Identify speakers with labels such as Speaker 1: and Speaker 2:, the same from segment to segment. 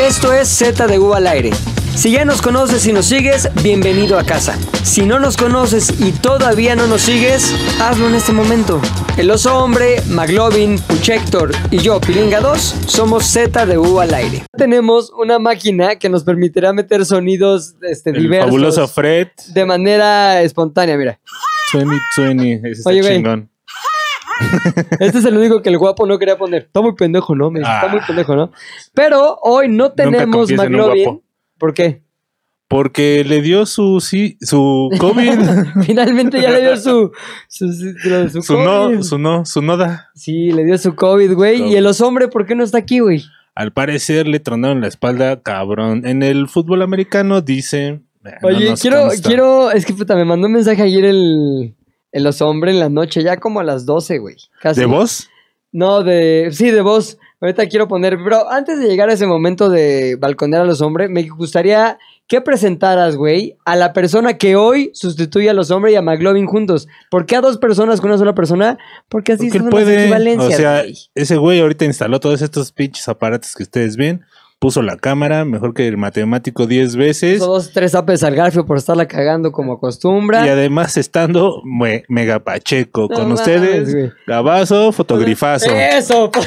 Speaker 1: Esto es Z de U al aire. Si ya nos conoces y nos sigues, bienvenido a casa. Si no nos conoces y todavía no nos sigues, hazlo en este momento. El oso hombre, Maglovin, Puchector y yo, Pilinga 2, somos Z de U al aire. Tenemos una máquina que nos permitirá meter sonidos este,
Speaker 2: El
Speaker 1: diversos
Speaker 2: fabuloso Fred.
Speaker 1: de manera espontánea, mira.
Speaker 2: 2020. Ese está
Speaker 1: Oye, güey.
Speaker 2: chingón.
Speaker 1: Este es el único que el guapo no quería poner. Está muy pendejo, ¿no? Me dice, Está
Speaker 2: Ah.
Speaker 1: muy pendejo, ¿no? Pero hoy no tenemos
Speaker 2: confíes en un
Speaker 1: McLovin.
Speaker 2: guapo.
Speaker 1: ¿Por qué?
Speaker 2: Porque le dio su sí, su COVID.
Speaker 1: Finalmente ya le dio su, su, su- lo de su
Speaker 2: su
Speaker 1: COVID.
Speaker 2: no, su no, su noda.
Speaker 1: Sí, le dio su COVID, güey. Y
Speaker 2: Covid.
Speaker 1: el los hombres, ¿por qué no está aquí, güey?
Speaker 2: Al parecer le tronaron la espalda, cabrón. En el fútbol americano dice. eh, no
Speaker 1: Oye,
Speaker 2: nos
Speaker 1: quiero,
Speaker 2: consta.
Speaker 1: quiero, es que puta, me mandó un mensaje ayer el, el los hombres en la noche, ya como a las 12, güey. Casi.
Speaker 2: ¿De vos?
Speaker 1: No, de, sí, de voz. Ahorita quiero poner, bro, antes de llegar a ese momento de balconear a los hombres, me gustaría que presentaras, güey, a la persona que hoy sustituye a los hombres y a McLovin juntos. ¿Por qué a dos personas con una sola persona? Porque así
Speaker 2: Porque él
Speaker 1: son las
Speaker 2: puede. O
Speaker 1: equivalencias,
Speaker 2: sea,
Speaker 1: güey.
Speaker 2: ese güey ahorita instaló todos estos pinches aparatos que ustedes ven. Puso la cámara, mejor que el matemático 10 veces.
Speaker 1: Puso dos, tres apes al garfio por estarla cagando como acostumbra.
Speaker 2: Y además estando me- mega pacheco
Speaker 1: No
Speaker 2: con
Speaker 1: mames, güey. Eh,
Speaker 2: ustedes. Gabazo, fotogrifazo.
Speaker 1: Eso, po-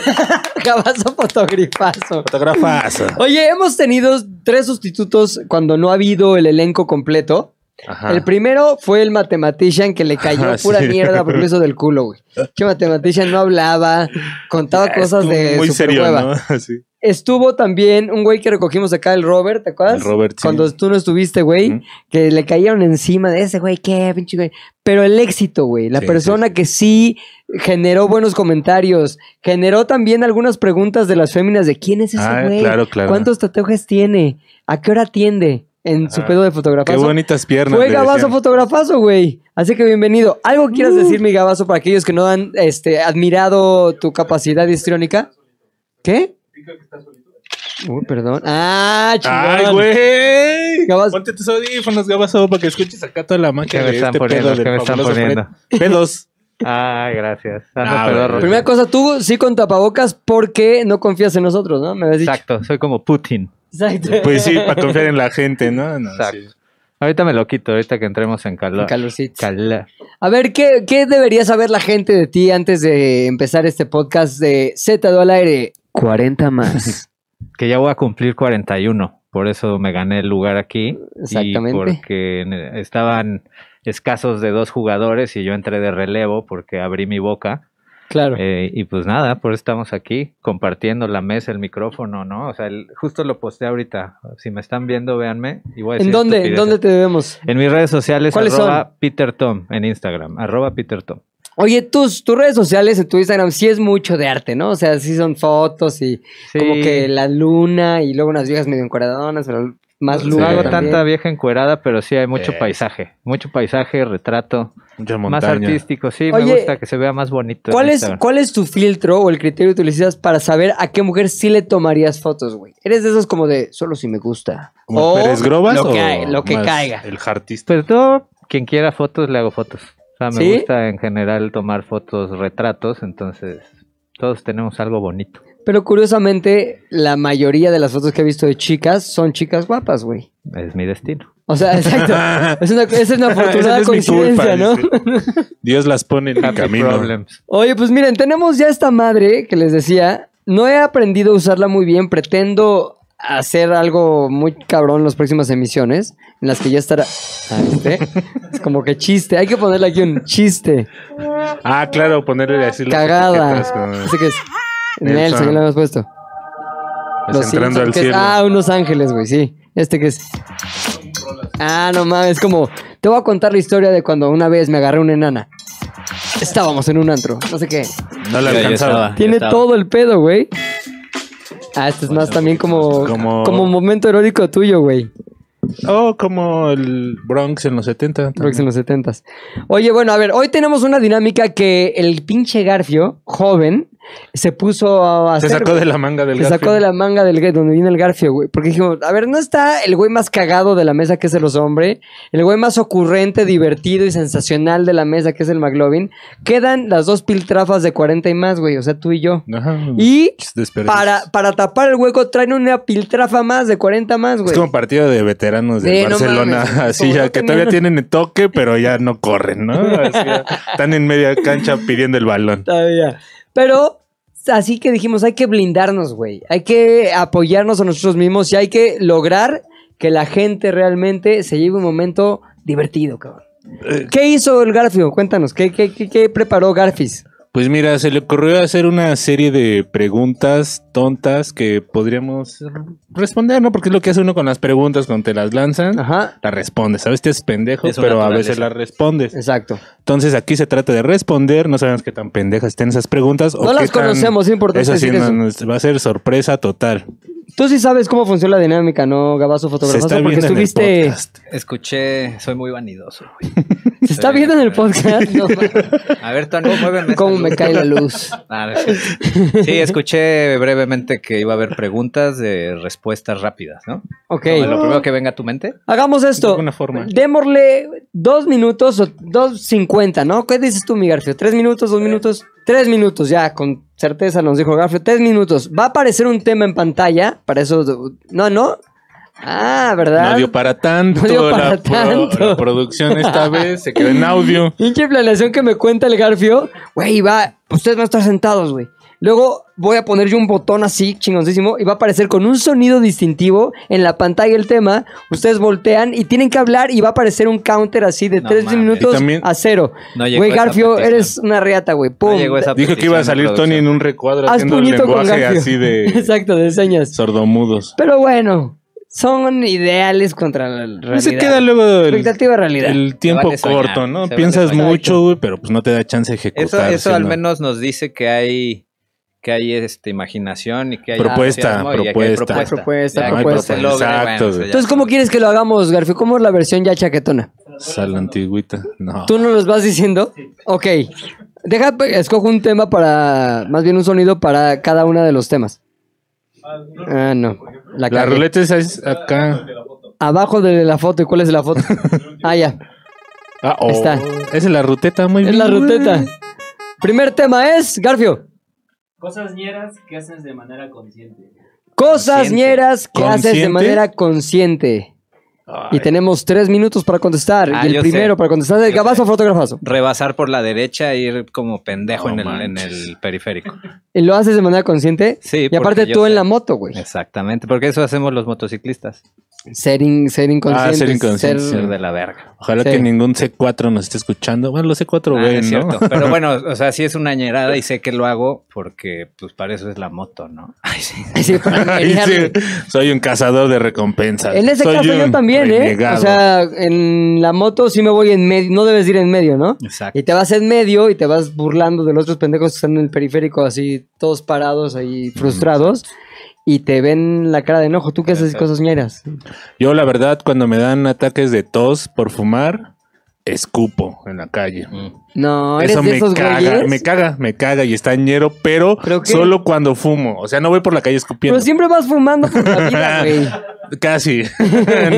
Speaker 1: gabazo fotogrifazo.
Speaker 2: Fotografazo.
Speaker 1: Oye, hemos tenido tres sustitutos cuando no ha habido el elenco completo.
Speaker 2: Ajá.
Speaker 1: El primero fue el matematician que le cayó
Speaker 2: Ajá,
Speaker 1: pura
Speaker 2: sí.
Speaker 1: mierda porque lo hizo del culo, güey. Que matematician no hablaba, contaba
Speaker 2: Ya,
Speaker 1: cosas
Speaker 2: Ah, estuvo
Speaker 1: de
Speaker 2: Muy
Speaker 1: super
Speaker 2: serio,
Speaker 1: hueva.
Speaker 2: ¿no? Sí.
Speaker 1: Estuvo también un güey que recogimos acá, el Robert, ¿te acuerdas?
Speaker 2: El Robert, sí.
Speaker 1: Cuando tú no estuviste, güey,
Speaker 2: Ujú.
Speaker 1: que le cayeron encima de ese güey, qué pinche güey. Pero el éxito, güey, la
Speaker 2: Sí,
Speaker 1: persona que sí generó buenos comentarios, generó también algunas preguntas de las féminas de quién es ese
Speaker 2: Ah,
Speaker 1: güey,
Speaker 2: claro, claro.
Speaker 1: cuántos tatuajes tiene, a qué hora atiende en su
Speaker 2: Ajá.
Speaker 1: pedo de
Speaker 2: Qué
Speaker 1: fotografía.
Speaker 2: bonitas piernas.
Speaker 1: Fue
Speaker 2: le
Speaker 1: gabazo
Speaker 2: decían.
Speaker 1: fotografazo, güey. Así que bienvenido. ¿Algo quieras decir, mi gabazo, para aquellos que no han este, admirado tu capacidad histriónica? ¿Qué? Uy, perdón. Ah, chingón.
Speaker 2: Ay, güey.
Speaker 1: Gabazo.
Speaker 2: Ponte tus audífonos, Gabazo, para que escuches acá toda la
Speaker 3: ¿Qué
Speaker 2: magia
Speaker 3: me
Speaker 2: de
Speaker 3: están
Speaker 2: este
Speaker 3: poniendo?
Speaker 2: pedo
Speaker 3: ¿Qué
Speaker 2: del
Speaker 3: me están
Speaker 2: fabuloso Fred.
Speaker 3: poniendo?
Speaker 2: Pedos.
Speaker 3: Ah, gracias. Ando
Speaker 2: Ah,
Speaker 3: pedorro.
Speaker 2: bueno.
Speaker 1: Primera cosa, tú sí con tapabocas porque no confías en nosotros, ¿no? Me habías dicho.
Speaker 3: Exacto, soy como Putin.
Speaker 1: Exacto.
Speaker 2: Pues sí, para confiar en la gente, ¿no? No,
Speaker 3: Exacto.
Speaker 2: sí.
Speaker 3: Ahorita me lo quito, ahorita que entremos en calor.
Speaker 1: Calorcito.
Speaker 3: Calor.
Speaker 1: A ver, ¿qué, ¿qué debería saber la gente de ti antes de empezar este podcast de Z al aire? 40 más.
Speaker 3: Que ya voy a cumplir 41, por eso me gané el lugar aquí.
Speaker 1: Exactamente.
Speaker 3: Y porque ne- estaban escasos de dos jugadores y yo entré de relevo porque abrí mi boca.
Speaker 1: Claro.
Speaker 3: Eh, y pues nada, por eso estamos aquí, compartiendo la mesa, el micrófono, ¿no? O sea, el- justo lo posté ahorita. Si me están viendo, véanme. y voy a
Speaker 1: ¿En
Speaker 3: decir
Speaker 1: dónde? ¿En
Speaker 3: estupideces.
Speaker 1: dónde te debemos?
Speaker 3: En mis redes sociales,
Speaker 1: ¿Cuáles
Speaker 3: arroba Peter Tom, en Instagram, arroba Peter Tom.
Speaker 1: Oye, tus, tus redes sociales en tu Instagram sí es mucho de arte, ¿no? O sea, sí son fotos y
Speaker 3: Sí,
Speaker 1: como que la luna y luego unas viejas medio encuadradonas, pero más
Speaker 2: Sí.
Speaker 3: no
Speaker 1: luna.
Speaker 3: hago
Speaker 1: también.
Speaker 3: tanta vieja encuerada, pero sí hay mucho
Speaker 2: Eh.
Speaker 3: paisaje, mucho paisaje, retrato,
Speaker 2: Mucha
Speaker 3: más
Speaker 2: montaña.
Speaker 3: artístico, sí,
Speaker 1: Oye,
Speaker 3: me gusta que se vea más bonito. en
Speaker 1: ¿Cuál es,
Speaker 3: Instagram.
Speaker 1: ¿Cuál es tu filtro o el criterio que utilizas para saber a qué mujer sí le tomarías fotos, güey? Eres de esos como de solo si me gusta.
Speaker 2: ¿Como
Speaker 1: O
Speaker 2: Pérez Grobas
Speaker 1: Lo que,
Speaker 2: o
Speaker 1: hay- lo que
Speaker 2: más
Speaker 1: caiga.
Speaker 2: El artista.
Speaker 3: Pues yo, quien quiera fotos, le hago fotos. O sea, me
Speaker 1: ¿Sí?
Speaker 3: gusta en general tomar fotos, retratos, entonces todos tenemos algo bonito.
Speaker 1: Pero curiosamente, la mayoría de las fotos que he visto de chicas son chicas guapas, güey.
Speaker 3: Es mi destino.
Speaker 1: O sea, exacto. es una, esa es una
Speaker 2: Esa
Speaker 1: afortunada
Speaker 2: no es mi
Speaker 1: coincidencia,
Speaker 2: culpa,
Speaker 1: ¿no?
Speaker 2: dice. Dios las pone en mi
Speaker 3: Happy
Speaker 2: camino.
Speaker 3: problems.
Speaker 1: Oye, pues miren, tenemos ya esta madre que les decía. No he aprendido a usarla muy bien. Pretendo hacer algo muy cabrón en las próximas emisiones. En las que ya estará. Ah, ¿viste? Es como que chiste. Hay que ponerle aquí un chiste.
Speaker 2: Ah, claro, ponerle así las
Speaker 1: Cagada.
Speaker 2: etiquetas con-
Speaker 1: Así que es.
Speaker 2: Nelson.
Speaker 1: Nelson, ya lo hemos puesto.
Speaker 2: pues,
Speaker 1: Los
Speaker 2: entrando
Speaker 1: Simpson,
Speaker 2: al
Speaker 1: que es-
Speaker 2: cielo.
Speaker 1: ah, unos ángeles, güey, sí. Este que es. Ah, no mames, como. Te voy a contar la historia de cuando una vez me agarré una enana. Estábamos en un antro, no sé qué.
Speaker 2: no la
Speaker 3: Yo- yo
Speaker 2: alcanzaba.
Speaker 3: estaba.
Speaker 1: Tiene
Speaker 3: estaba.
Speaker 1: todo el pedo, güey. Ah, este es más también como, como...
Speaker 2: Como-
Speaker 1: momento heroico tuyo, güey.
Speaker 2: Oh, como el Bronx en los 70. también.
Speaker 1: Creo que en los setentas. Oye, bueno, a ver, hoy tenemos una dinámica que el pinche Garfio, joven, se puso a
Speaker 2: Se
Speaker 1: hacer.
Speaker 2: sacó
Speaker 1: güey.
Speaker 2: de la manga del
Speaker 1: Se sacó
Speaker 2: Garfield.
Speaker 1: de la manga del güey, donde viene el Garfio, güey. Porque dijimos, a ver, ¿no está el güey más cagado de la mesa que es el hombre? El güey más ocurrente, divertido y sensacional de la mesa que es el McLovin. Quedan las dos piltrafas de 40 y más, güey. O sea, tú y yo.
Speaker 2: Ajá.
Speaker 1: Y
Speaker 2: Desperdicios.
Speaker 1: para, para tapar el hueco traen una piltrafa más de 40 más, güey.
Speaker 2: Es como partido de veteranos de
Speaker 1: Sí, no
Speaker 2: Barcelona,
Speaker 1: mames.
Speaker 2: así
Speaker 1: Como
Speaker 2: ya
Speaker 1: no
Speaker 2: que
Speaker 1: tenían-
Speaker 2: todavía tienen toque, pero ya no corren, ¿no? Así ya, están en media cancha pidiendo el balón.
Speaker 1: Todavía. Pero así que dijimos, hay que blindarnos, güey. Hay que apoyarnos a nosotros mismos y hay que lograr que la gente realmente se lleve un momento divertido, cabrón.
Speaker 2: Eh.
Speaker 1: ¿Qué hizo el Garfio? Cuéntanos, ¿qué, qué, qué- qué preparó Garfis?
Speaker 2: Pues mira, se le ocurrió hacer una serie de preguntas tontas que podríamos responder, ¿no? Porque es lo que hace uno con las preguntas cuando te las lanzan.
Speaker 1: Ajá,
Speaker 2: Las respondes, sabes, te es pendejo,
Speaker 3: Es su
Speaker 2: pero a
Speaker 3: naturaleza.
Speaker 2: veces las respondes.
Speaker 1: exacto.
Speaker 2: Entonces aquí se trata de responder, no sabemos qué tan pendejas estén esas preguntas. o
Speaker 1: No
Speaker 2: qué
Speaker 1: las
Speaker 2: tan-
Speaker 1: conocemos, es importante
Speaker 2: Eso sí,
Speaker 1: decir
Speaker 2: no-
Speaker 1: eso.
Speaker 2: nos va a ser sorpresa total.
Speaker 1: Tú sí sabes cómo funciona la dinámica, ¿no, Gabazo
Speaker 2: Se
Speaker 1: Fotografoso?
Speaker 2: está
Speaker 1: Porque
Speaker 2: viendo en el
Speaker 1: estuviste...
Speaker 2: podcast.
Speaker 3: Escuché, soy muy vanidoso. güey.
Speaker 1: se está viendo en el podcast. No, ma-
Speaker 3: A ver, Tony, muéveme.
Speaker 1: cómo me cae la luz.
Speaker 3: Ah, no es cierto. sí, escuché brevemente que iba a haber preguntas de respuestas rápidas, ¿no?
Speaker 1: Ok.
Speaker 3: Como Lo primero que venga a tu mente.
Speaker 1: Hagamos esto.
Speaker 2: De alguna forma.
Speaker 1: Démosle dos minutos o dos cincuenta, ¿no? ¿Qué dices tú, mi Garfio? ¿Tres minutos, dos minutos? Tres minutos, ya, con certeza nos dijo Garfio. Tres minutos. Va a aparecer un tema en pantalla. Para eso. No, no. Ah, ¿verdad?
Speaker 2: No dio para tanto.
Speaker 1: No dio para
Speaker 2: la, pro-
Speaker 1: tanto.
Speaker 2: la producción esta vez se quedó en audio.
Speaker 1: Pinche planeación que me cuenta el Garfio. Güey, va. Ustedes van a estar sentados, güey. Luego voy a poner yo un botón así, chingoncísimo, y va a aparecer con un sonido distintivo en la pantalla el tema. Ustedes voltean y tienen que hablar y va a aparecer un counter así de
Speaker 3: No
Speaker 1: tres
Speaker 3: mames.
Speaker 1: minutos
Speaker 2: Y también-
Speaker 1: a cero.
Speaker 3: No llegó
Speaker 1: Güey,
Speaker 3: esa
Speaker 1: Garfio,
Speaker 3: petición.
Speaker 1: eres una reata, güey.
Speaker 3: No
Speaker 1: Pum.
Speaker 3: llegó esa
Speaker 2: Dijo que iba a
Speaker 3: petición de
Speaker 2: salir Tony en
Speaker 3: producción.
Speaker 2: un recuadro
Speaker 1: Haz
Speaker 2: haciendo el
Speaker 1: puñito con
Speaker 2: lenguaje
Speaker 1: Garfio.
Speaker 2: así de
Speaker 1: Exacto, de señas.
Speaker 2: sordomudos.
Speaker 1: Pero bueno, son ideales contra la realidad.
Speaker 2: No se queda luego el,
Speaker 1: Expectativa realidad.
Speaker 2: el tiempo
Speaker 3: vale soñar,
Speaker 2: corto, ¿no?
Speaker 3: se vale
Speaker 2: Piensas
Speaker 3: soñar.
Speaker 2: mucho, güey, pero pues no te da chance de ejecutar.
Speaker 3: Eso, eso
Speaker 2: sino-
Speaker 3: al menos nos dice que hay que hay este imaginación y que hay
Speaker 2: Propuesta,
Speaker 3: entusiasmo y que
Speaker 2: propuesta.
Speaker 3: hay propuesta.
Speaker 1: Hay propuesta,
Speaker 3: Ya,
Speaker 1: hay
Speaker 3: cuando
Speaker 1: propuesta.
Speaker 3: se logre, bueno,
Speaker 2: Exacto,
Speaker 3: eso ya.
Speaker 2: güey.
Speaker 1: Entonces, ¿cómo quieres que lo hagamos, Garfio? ¿Cómo es la versión ya chaquetona?
Speaker 2: Sal la antigüita. No.
Speaker 1: ¿Tú no los vas diciendo? Ok. Deja, pe- escojo un tema para. Más bien un sonido para cada uno de los temas. Ah, no. La,
Speaker 2: la
Speaker 1: cagué.
Speaker 2: ruleta esa es acá.
Speaker 1: Abajo de la foto. ¿Y cuál es la foto? ah, ya.
Speaker 2: Ah, oh.
Speaker 1: Ahí está.
Speaker 2: Esa es la ruteta, muy
Speaker 1: Es
Speaker 2: bien.
Speaker 1: la
Speaker 2: güey.
Speaker 1: ruteta. Primer tema es, Garfio.
Speaker 4: Cosas ñeras que haces de manera consciente.
Speaker 1: Cosas
Speaker 3: Consciente.
Speaker 1: ñeras que haces de
Speaker 2: ¿Consciente?
Speaker 1: manera consciente. Y tenemos tres minutos para contestar.
Speaker 3: Ah,
Speaker 1: y el
Speaker 3: yo
Speaker 1: primero
Speaker 3: sé.
Speaker 1: para contestar es el
Speaker 3: Yo sé.
Speaker 1: gabazo fotografazo.
Speaker 3: Rebasar por la derecha e ir como pendejo
Speaker 2: No
Speaker 3: en, el, en
Speaker 2: manches.
Speaker 3: el periférico.
Speaker 1: ¿Y lo haces de manera consciente?
Speaker 3: Sí,
Speaker 1: Y aparte
Speaker 3: porque yo
Speaker 1: tú en
Speaker 3: sé.
Speaker 1: la moto, güey.
Speaker 3: Exactamente, porque eso hacemos los motociclistas.
Speaker 1: Ser, in- ser inconsciente.
Speaker 2: ser inconsciente, sí.
Speaker 3: Ah, Ser de la verga.
Speaker 2: Ojalá
Speaker 1: Sí.
Speaker 2: que ningún C4 nos esté escuchando. Bueno, los C4
Speaker 3: Ah,
Speaker 2: ven,
Speaker 3: es
Speaker 2: ¿no?
Speaker 3: cierto. Pero bueno, o sea, sí es una ñerada y sé que lo hago porque, pues, para eso es la moto, ¿no? Ay, sí.
Speaker 1: Sí, para
Speaker 2: Ahí sí,
Speaker 1: pelearme.
Speaker 2: soy un cazador de recompensas.
Speaker 1: En ese
Speaker 2: Soy
Speaker 1: caso yo
Speaker 2: un
Speaker 1: también, ¿eh?
Speaker 2: renegado.
Speaker 1: O sea, en la moto sí me voy en medio, no debes ir en medio, ¿no?
Speaker 3: Exacto.
Speaker 1: Y te vas en medio y te vas burlando de los otros pendejos que están en el periférico así, todos parados ahí, frustrados, y te ven la cara de enojo. ¿Tú qué haces
Speaker 3: Exacto.
Speaker 1: cosas ñeras?
Speaker 2: Yo, la verdad, cuando me dan ataques de tos por fumar, escupo en la calle.
Speaker 3: Mm.
Speaker 1: No, eres
Speaker 2: Eso
Speaker 1: de
Speaker 2: me
Speaker 1: esos
Speaker 2: caga,
Speaker 1: güeyes.
Speaker 2: me caga, me caga y está ñero, pero,
Speaker 1: ¿Pero qué?
Speaker 2: solo cuando fumo. O sea, no voy por la calle escupiendo.
Speaker 1: Pero siempre vas fumando por la vida, güey.
Speaker 2: Casi.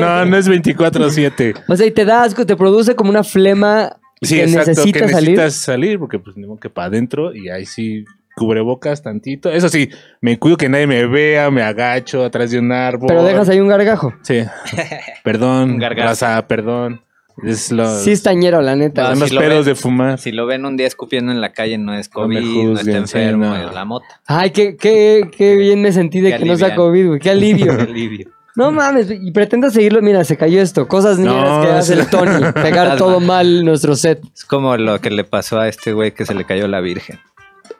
Speaker 2: no, no es 24-7.
Speaker 1: O sea, y te da asco, te produce como una flema
Speaker 2: Sí,
Speaker 1: que
Speaker 2: exacto.
Speaker 1: necesitas
Speaker 2: que
Speaker 1: salir.
Speaker 2: necesitas salir, porque pues tengo que para adentro y ahí sí cubrebocas tantito. Eso sí, me cuido que nadie me vea, me agacho atrás de un árbol.
Speaker 1: Pero dejas ahí un gargajo.
Speaker 2: Sí. Perdón,
Speaker 3: Un gargazo.
Speaker 2: raza, perdón. Es lo,
Speaker 1: Sí, es tañero, la neta.
Speaker 3: Ah,
Speaker 2: son
Speaker 3: sí
Speaker 2: los
Speaker 3: lo
Speaker 2: pedos
Speaker 3: ven.
Speaker 2: de fumar.
Speaker 3: Si lo ven un día escupiendo en la calle, no es
Speaker 2: No me
Speaker 3: COVID, no, está
Speaker 2: juzguen, sí,
Speaker 3: enfermo,
Speaker 2: no.
Speaker 3: es la moto.
Speaker 1: Ay, qué, qué, qué bien me sentí de
Speaker 3: Qué
Speaker 1: que no sea
Speaker 3: alivian.
Speaker 1: COVID, güey. Qué alivio.
Speaker 3: Alivio.
Speaker 1: No mames, y pretenda seguirlo. Mira, se cayó esto. Cosas
Speaker 2: Mm. No,
Speaker 1: negras que hace
Speaker 2: sí.
Speaker 1: el Tony. Pegar
Speaker 3: Fantasma.
Speaker 1: todo mal nuestro set.
Speaker 3: Es como lo que le pasó a este güey que se le cayó la virgen.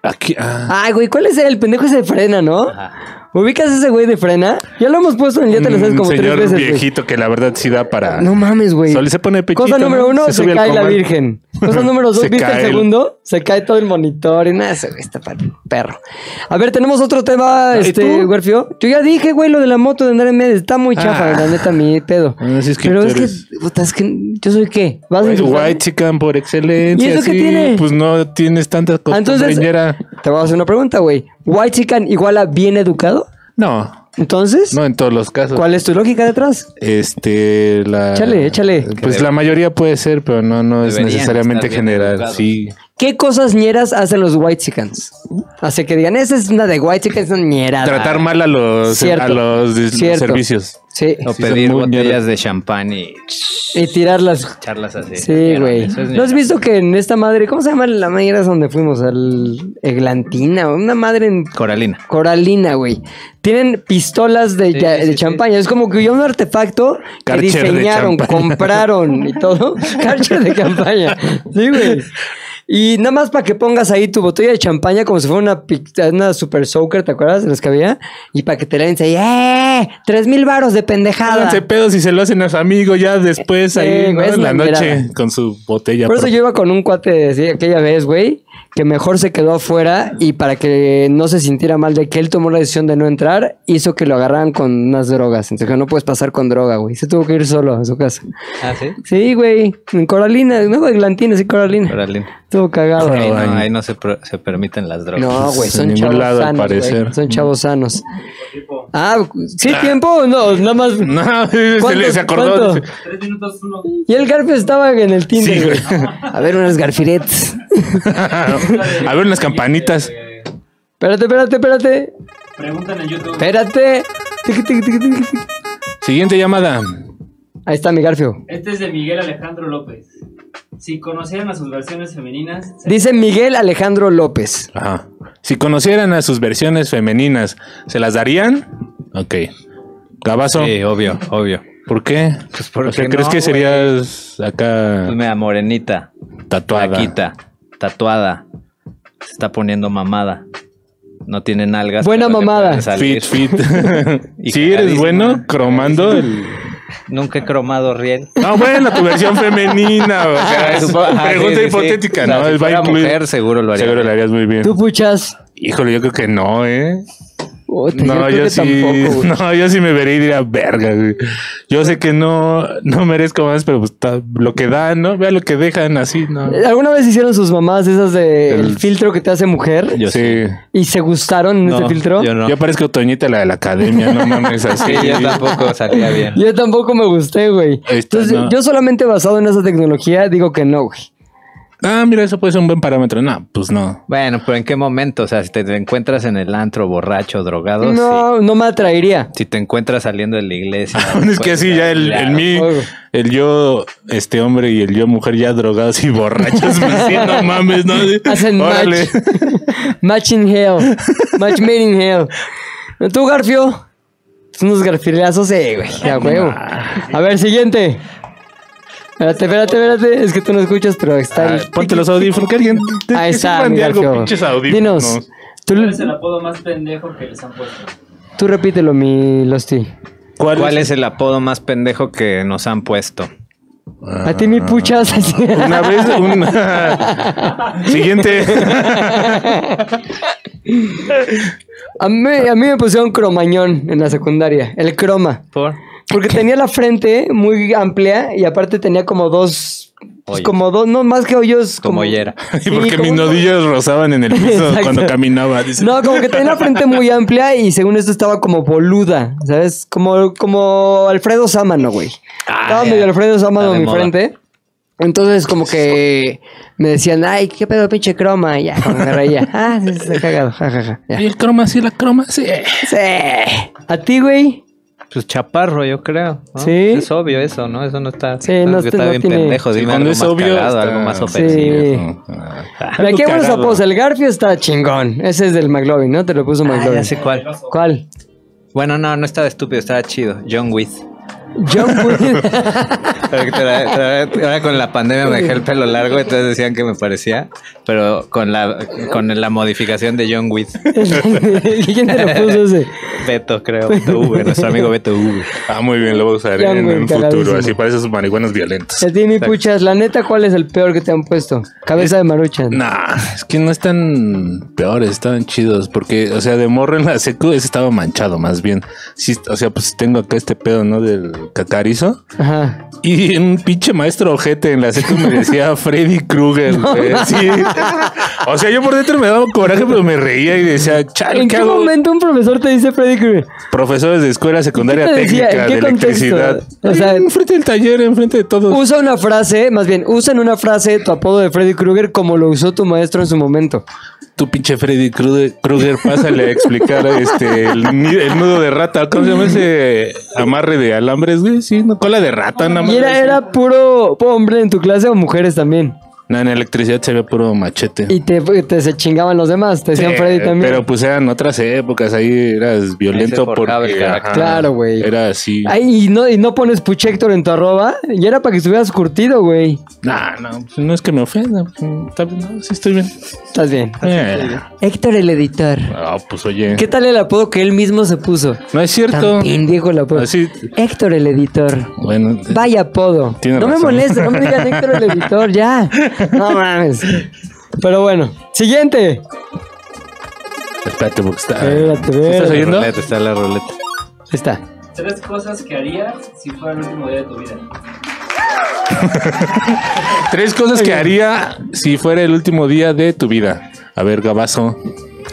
Speaker 2: Aquí, ah,
Speaker 1: Ay, güey, ¿cuál es el pendejo ese de frena, no?
Speaker 3: Ajá.
Speaker 1: ¿Ubicas ese güey de frena? Ya lo hemos puesto en el Ya Ah, te lo sabes
Speaker 2: un
Speaker 1: como tres
Speaker 2: Mm, señor
Speaker 1: veces. güey.
Speaker 2: viejito que la verdad sí da para.
Speaker 1: No mames, güey.
Speaker 2: Solo se pone pechito.
Speaker 1: Cosa número
Speaker 2: ¿no?
Speaker 1: uno, se,
Speaker 2: sube al
Speaker 1: cae la
Speaker 2: comal.
Speaker 1: virgen. Cosa número dos,
Speaker 2: Se
Speaker 1: ¿viste el
Speaker 2: cae el-
Speaker 1: segundo? Se cae todo el monitor y nada, ese güey está para el perro. A ver, tenemos otro tema,
Speaker 2: ¿Y
Speaker 1: este,
Speaker 2: tú?
Speaker 1: Guerfio. Yo ya dije, güey, lo de la moto de andar en medio. Está muy chafa,
Speaker 2: Ah.
Speaker 1: la neta, mi pedo.
Speaker 2: Ah, sí, es que
Speaker 1: Pero
Speaker 2: tú
Speaker 1: es
Speaker 2: eres-
Speaker 1: que, puta, es que, ¿yo soy qué? ¿Vas a
Speaker 2: Pues, White,
Speaker 1: insultar?
Speaker 2: white chicken por excelencia.
Speaker 1: ¿Y eso qué
Speaker 2: sí,
Speaker 1: tiene?
Speaker 2: Pues no tienes tanta
Speaker 1: Ah,
Speaker 2: costumbre.
Speaker 1: Entonces,
Speaker 2: ñera.
Speaker 1: Te voy a hacer una pregunta, güey. ¿White chican igual a bien educado?
Speaker 2: No,
Speaker 1: Entonces,
Speaker 2: no en todos los casos.
Speaker 1: ¿cuál es tu lógica detrás?
Speaker 2: Este, la.
Speaker 1: Échale, échale.
Speaker 2: Pues la mayoría puede ser, pero no, no es
Speaker 4: Deberían
Speaker 2: necesariamente
Speaker 4: estar bien
Speaker 2: general.
Speaker 4: educados.
Speaker 2: Sí.
Speaker 1: ¿Qué cosas ñeras hacen los white chicans? Así que digan, esa es una de white chicans, es una ñera.
Speaker 2: Tratar mal a los,
Speaker 1: Cierto.
Speaker 2: a los dis-
Speaker 1: Cierto.
Speaker 2: servicios.
Speaker 1: Sí.
Speaker 2: No.
Speaker 5: O
Speaker 2: Sí, son
Speaker 5: pedir
Speaker 2: muy
Speaker 5: botellas
Speaker 2: ñeros.
Speaker 5: de champán y
Speaker 1: Y tirarlas.
Speaker 5: charlas así.
Speaker 1: Sí, güey.
Speaker 5: Eso es
Speaker 1: ¿No has visto que en esta madre, ¿cómo se llama la manera donde fuimos? Al Eglantina, una madre en
Speaker 5: Coralina.
Speaker 1: Coralina, güey. Tienen pistolas de, ya- de champaña. Es como que ya un artefacto que
Speaker 2: Karcher de
Speaker 1: diseñaron,
Speaker 2: champaña.
Speaker 1: compraron y todo. Carcher de campaña. Sí, güey. Y nada más para que pongas ahí tu botella de champaña como si fuera una, pic- una super soaker, ¿te acuerdas? De las que había. Y para que te la den ahí, ¡eh! ¡Tres mil varos de pendejada!
Speaker 2: Háganse pedos y se lo hacen a su amigo ya después
Speaker 1: Sí,
Speaker 2: ahí ¿no?
Speaker 1: güey, Eh, es
Speaker 2: en la
Speaker 1: una
Speaker 2: noche
Speaker 1: mirada.
Speaker 2: con su botella.
Speaker 1: Por eso
Speaker 2: propia.
Speaker 1: yo iba con un cuate sí, aquella vez, güey, que mejor se quedó afuera y para que no se sintiera mal de que él tomó la decisión de no entrar, hizo que lo agarraran con unas drogas. Entonces, que no puedes pasar con droga, güey. Se tuvo que ir solo a su casa.
Speaker 5: Ah, sí.
Speaker 1: Sí, güey, en Coralina, no, Eglantina, sí, Coralina.
Speaker 5: Coralina.
Speaker 1: Estuvo cagado.
Speaker 5: Ahí no,
Speaker 2: bueno.
Speaker 5: ahí no se, pro- se permiten las drogas.
Speaker 1: No, güey,
Speaker 2: En
Speaker 1: son
Speaker 2: ningún
Speaker 1: chavos
Speaker 2: lado, al
Speaker 1: sanos, güey.
Speaker 2: parecer. Mm.
Speaker 1: Son chavos sanos. Ah, ¿sí tiempo? No, nada más.
Speaker 2: No, Mm. se, le- se acordó.
Speaker 1: ¿Cuánto?
Speaker 4: Tres minutos uno.
Speaker 1: Y el Garfio estaba en el Tinder,
Speaker 2: Sí,
Speaker 1: güey.
Speaker 2: güey.
Speaker 1: A ver, unas garfiretes.
Speaker 2: a ver unas campanitas.
Speaker 4: Eh,
Speaker 1: Espérate, espérate, espérate.
Speaker 4: preguntan en YouTube.
Speaker 1: Espérate. Tic, tic, tic, tic, tic.
Speaker 2: Siguiente llamada.
Speaker 1: Ahí está mi Garfio.
Speaker 4: Este es de Miguel Alejandro López. Si conocieran a sus versiones femeninas, se-
Speaker 1: Dice Miguel Alejandro López.
Speaker 2: Ajá. Si conocieran a sus versiones femeninas, ¿se las darían? Ok. Gabazo,
Speaker 5: Sí, obvio, obvio.
Speaker 2: ¿por qué?
Speaker 5: Pues porque
Speaker 2: o sea, ¿crees
Speaker 5: no,
Speaker 2: que
Speaker 5: güey.
Speaker 2: serías acá
Speaker 5: Pues mira, morenita,
Speaker 2: tatuada?
Speaker 5: taquita, tatuada, se está poniendo mamada. No tiene nalgas.
Speaker 1: Buena
Speaker 5: pero le
Speaker 1: mamada.
Speaker 5: pueden salir.
Speaker 2: Fit, fit.
Speaker 5: Y
Speaker 2: sí, eres
Speaker 5: cagadísima.
Speaker 2: bueno cromando el...
Speaker 5: Nunca he cromado riel.
Speaker 2: No, bueno, tu versión femenina. O sea,
Speaker 5: Ah,
Speaker 2: es
Speaker 5: supongo- ah,
Speaker 2: pregunta
Speaker 5: sí, sí, sí.
Speaker 2: hipotética,
Speaker 5: O sea,
Speaker 2: ¿no? Es
Speaker 5: si
Speaker 2: va a
Speaker 5: fuera
Speaker 2: incluir-
Speaker 5: mujer, seguro lo haría.
Speaker 2: Seguro la harías muy bien.
Speaker 1: Tú puchas.
Speaker 2: Híjole, yo creo que no, ¿eh?
Speaker 1: Puta, yo
Speaker 2: No,
Speaker 1: creo
Speaker 2: yo,
Speaker 1: que
Speaker 2: sí.
Speaker 1: tampoco, güey.
Speaker 2: no, yo sí me vería y diría, verga, güey. Yo sé que no, no merezco más, pero pues, ta- lo que dan, ¿no? Vea lo que dejan así, ¿no?
Speaker 1: ¿Alguna vez hicieron sus mamás esas de el,
Speaker 2: El-
Speaker 1: filtro que te hace mujer?
Speaker 5: Yo
Speaker 2: sí.
Speaker 1: ¿Y se gustaron en este
Speaker 5: No,
Speaker 1: filtro?
Speaker 5: Yo no.
Speaker 2: Yo parezco Toñita, la de la academia, no mames, así.
Speaker 5: Sí, yo tampoco salía bien.
Speaker 1: Yo tampoco me gusté, güey.
Speaker 2: Ahí está,
Speaker 1: Entonces,
Speaker 2: no.
Speaker 1: yo solamente basado en esa tecnología digo que no, güey.
Speaker 2: Ah, mira, eso puede ser un buen parámetro. No, pues no.
Speaker 5: Bueno, pero ¿en qué momento? O sea, si te encuentras en el antro borracho,
Speaker 2: Oh,
Speaker 5: drogado, sí.
Speaker 1: No, no me atraería.
Speaker 5: Si te encuentras saliendo de la iglesia.
Speaker 2: es
Speaker 5: Pues,
Speaker 2: que así ya el, el mí,
Speaker 1: Claro.
Speaker 2: el yo, este hombre y el yo mujer ya drogados y borrachos, pues, sí, no mames, ¿no?
Speaker 1: Hacen
Speaker 2: Órale.
Speaker 1: match. match in hell. Match made in hell. Tú, Garfio. Son Unos garfilazos, eh, güey. A huevo. A ver, siguiente. Espérate, espérate, espérate. Es que tú no escuchas, pero está
Speaker 2: Ah,
Speaker 1: el-
Speaker 2: ponte los audífonos, que alguien te-
Speaker 1: Ahí
Speaker 2: que
Speaker 1: está,
Speaker 2: sirvan
Speaker 1: mi
Speaker 2: de algo,
Speaker 1: Garfio.
Speaker 2: pinches audífonos.
Speaker 1: Dinos. Tú,
Speaker 4: ¿cuál es el apodo más pendejo que les han puesto?
Speaker 1: tú repítelo, mi Losti.
Speaker 2: ¿Cuál,
Speaker 5: ¿Cuál es el apodo más pendejo que nos han puesto?
Speaker 1: A ti, mi puchas.
Speaker 2: Una vez, una. Siguiente.
Speaker 1: A mí, a mí me pusieron cromañón en la secundaria. El croma.
Speaker 5: ¿Por?
Speaker 1: Porque tenía la frente muy amplia y aparte tenía como dos. pues,
Speaker 5: Hoyos.
Speaker 1: como dos, no más que hoyos.
Speaker 5: Como hiera.
Speaker 2: Y
Speaker 1: Sí,
Speaker 2: porque
Speaker 1: como
Speaker 2: mis
Speaker 1: un-
Speaker 2: nodillos rozaban en el piso
Speaker 1: Exacto.
Speaker 2: cuando caminaba. dice.
Speaker 1: No, como que tenía la frente muy amplia y según esto estaba como boluda, ¿sabes? Como, como Alfredo Sámano, güey.
Speaker 5: Ah,
Speaker 1: estaba
Speaker 5: ya.
Speaker 1: medio Alfredo Sámano
Speaker 5: Está de
Speaker 1: en mi
Speaker 5: moda.
Speaker 1: frente. Entonces, como que me decían, ay, qué pedo, pinche croma. Y ya, como me reía. Ah, sí, sí, está cagado. Ja, ja, ja. Ya.
Speaker 2: Y el croma sí, la croma sí.
Speaker 1: Sí. ¿A ti, güey?
Speaker 5: Pues chaparro, yo creo. ¿no?
Speaker 1: Sí.
Speaker 5: Es obvio eso, ¿no? Eso no está.
Speaker 1: Sí, no está-
Speaker 5: que está
Speaker 1: no
Speaker 5: bien
Speaker 1: tiene-
Speaker 5: pendejo.
Speaker 2: Sí,
Speaker 5: Dime
Speaker 2: cuando
Speaker 5: algo
Speaker 2: es
Speaker 5: más
Speaker 2: obvio,
Speaker 5: cagado,
Speaker 2: está-
Speaker 5: algo más
Speaker 2: sí.
Speaker 5: ofensivo.
Speaker 1: Mira, qué buenos
Speaker 2: cagado.
Speaker 1: apodos. El Garfio está chingón. Ese es del McLovin, ¿no? Te lo puso
Speaker 5: Ah,
Speaker 1: McLovin.
Speaker 5: ya sé cuál.
Speaker 1: ¿Cuál?
Speaker 5: Bueno, no, no estaba estúpido, estaba chido. John With.
Speaker 1: John Wood.
Speaker 5: Ahora con la pandemia me dejé el pelo largo, entonces decían que me parecía, pero con la con la modificación de John With.
Speaker 1: ¿Quién te lo puso ese?
Speaker 5: Beto, creo. Beto V, nuestro amigo Beto V.
Speaker 2: Ah, muy bien, lo voy a usar
Speaker 1: Ya,
Speaker 2: en
Speaker 1: güey,
Speaker 2: un
Speaker 1: cagadísimo.
Speaker 2: futuro. Así para esos marihuanos violentos.
Speaker 1: A ti, mi puchas, la neta, ¿cuál es el peor que te han puesto? Cabeza de marucha.
Speaker 2: Nah, es que no están peores, están chidos. Porque, o sea, de morro en la secu ese estaba manchado, más bien. Sí, o sea, pues tengo acá este pedo, ¿no? Del Catarizo.
Speaker 1: Ajá.
Speaker 2: Y un pinche maestro ojete en la secu me decía Freddy Krueger, güey. sí. O sea, yo por dentro me daba coraje, pero me reía y decía, chale,
Speaker 1: ¿En
Speaker 2: ¿qué
Speaker 1: qué
Speaker 2: hago?
Speaker 1: momento un profesor te dice Freddy Krueger?
Speaker 2: Profesores de escuela secundaria
Speaker 1: ¿Qué te decía?
Speaker 2: técnica
Speaker 1: ¿En
Speaker 2: de
Speaker 1: qué contexto?
Speaker 2: electricidad.
Speaker 1: O sea-
Speaker 2: enfrente del taller, enfrente de todos.
Speaker 1: Usa una frase, más bien, usa en una frase tu apodo de Freddy Krueger como lo usó tu maestro en su momento.
Speaker 2: Tu pinche Freddy Krude- Krueger, pásale a explicar este el, ni- el nudo de rata. ¿Cómo se llama ese amarre de alambres, güey? Sí, no, cola de rata, nada más.
Speaker 1: ¿Y era, era puro hombre en tu clase o mujeres también?
Speaker 2: No, en electricidad se ve puro machete.
Speaker 1: Y te, te se chingaban los demás, te decían
Speaker 2: Sí,
Speaker 1: Freddy también.
Speaker 2: Pero pues eran otras épocas, ahí eras
Speaker 5: Ahí se
Speaker 2: violento porque...
Speaker 5: forjaba el carácter.
Speaker 2: ajá,
Speaker 1: Claro, güey.
Speaker 2: Era así.
Speaker 1: Ay, y no, y no pones Puchector en tu arroba, y era para que estuvieras curtido, güey.
Speaker 2: Nah, no, pues, no es que me ofenda. pues, está bien, no, sí estoy bien.
Speaker 1: Estás bien.
Speaker 2: Eh,
Speaker 1: Héctor el editor.
Speaker 2: ah, pues oye.
Speaker 1: ¿Qué tal el apodo que él mismo se puso?
Speaker 2: No es cierto. Ah,
Speaker 1: Tan pendejo el apodo.
Speaker 2: Así,
Speaker 1: Héctor el editor.
Speaker 2: bueno, eh,
Speaker 1: Vaya apodo.
Speaker 2: Tiene
Speaker 1: no me
Speaker 2: razón.
Speaker 1: molestes, no me digas Héctor el editor, ya. No mames. Pero bueno, siguiente.
Speaker 2: espérate porque está...
Speaker 1: Espérate,
Speaker 2: ¿Sí ¿Estás
Speaker 1: espérate.
Speaker 2: oyendo?
Speaker 5: Ruleta, está la ruleta.
Speaker 1: Ahí Está.
Speaker 4: Tres cosas que harías si fuera el último día de tu vida.
Speaker 2: Tres cosas que haría si fuera el último día de tu vida. A ver, Gabazo.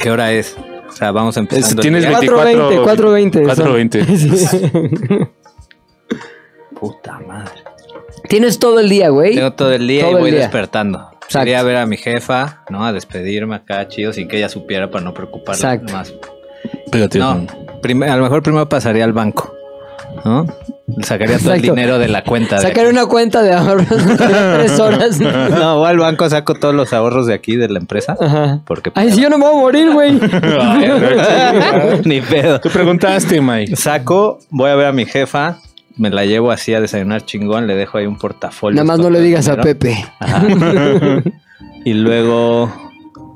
Speaker 5: ¿Qué hora es? O sea, vamos empezando.
Speaker 1: Este,
Speaker 2: Es-
Speaker 5: el
Speaker 2: tienes
Speaker 5: día.
Speaker 1: 420, 420.
Speaker 2: 420.
Speaker 5: Puta madre.
Speaker 1: Tienes todo el día, güey.
Speaker 5: Tengo todo el día
Speaker 1: Todo
Speaker 5: y
Speaker 1: el
Speaker 5: voy
Speaker 1: día.
Speaker 5: despertando.
Speaker 1: Exacto.
Speaker 5: Quería ver a mi jefa, ¿no? A despedirme acá, chido, sin que ella supiera para no preocuparla
Speaker 1: Exacto.
Speaker 5: más.
Speaker 2: Pégate,
Speaker 5: No,
Speaker 2: Juan.
Speaker 5: prim- a lo mejor primero pasaría al banco, ¿no? Sacaría todo el
Speaker 1: Exacto.
Speaker 5: dinero de la cuenta. de
Speaker 1: Sacar
Speaker 5: aquí.
Speaker 1: una cuenta de ahorros de tres horas.
Speaker 5: No, voy al banco, saco todos los ahorros de aquí de la empresa.
Speaker 1: Ajá.
Speaker 5: Porque
Speaker 1: Ay, si yo no me voy a morir, güey.
Speaker 5: ni pedo.
Speaker 2: Tú preguntaste, Mike.
Speaker 5: Saco, voy a ver a mi jefa, me la llevo así a desayunar chingón, le dejo ahí un portafolio.
Speaker 1: Nada más no le digas a
Speaker 5: Dinero.
Speaker 1: Pepe.
Speaker 5: Y luego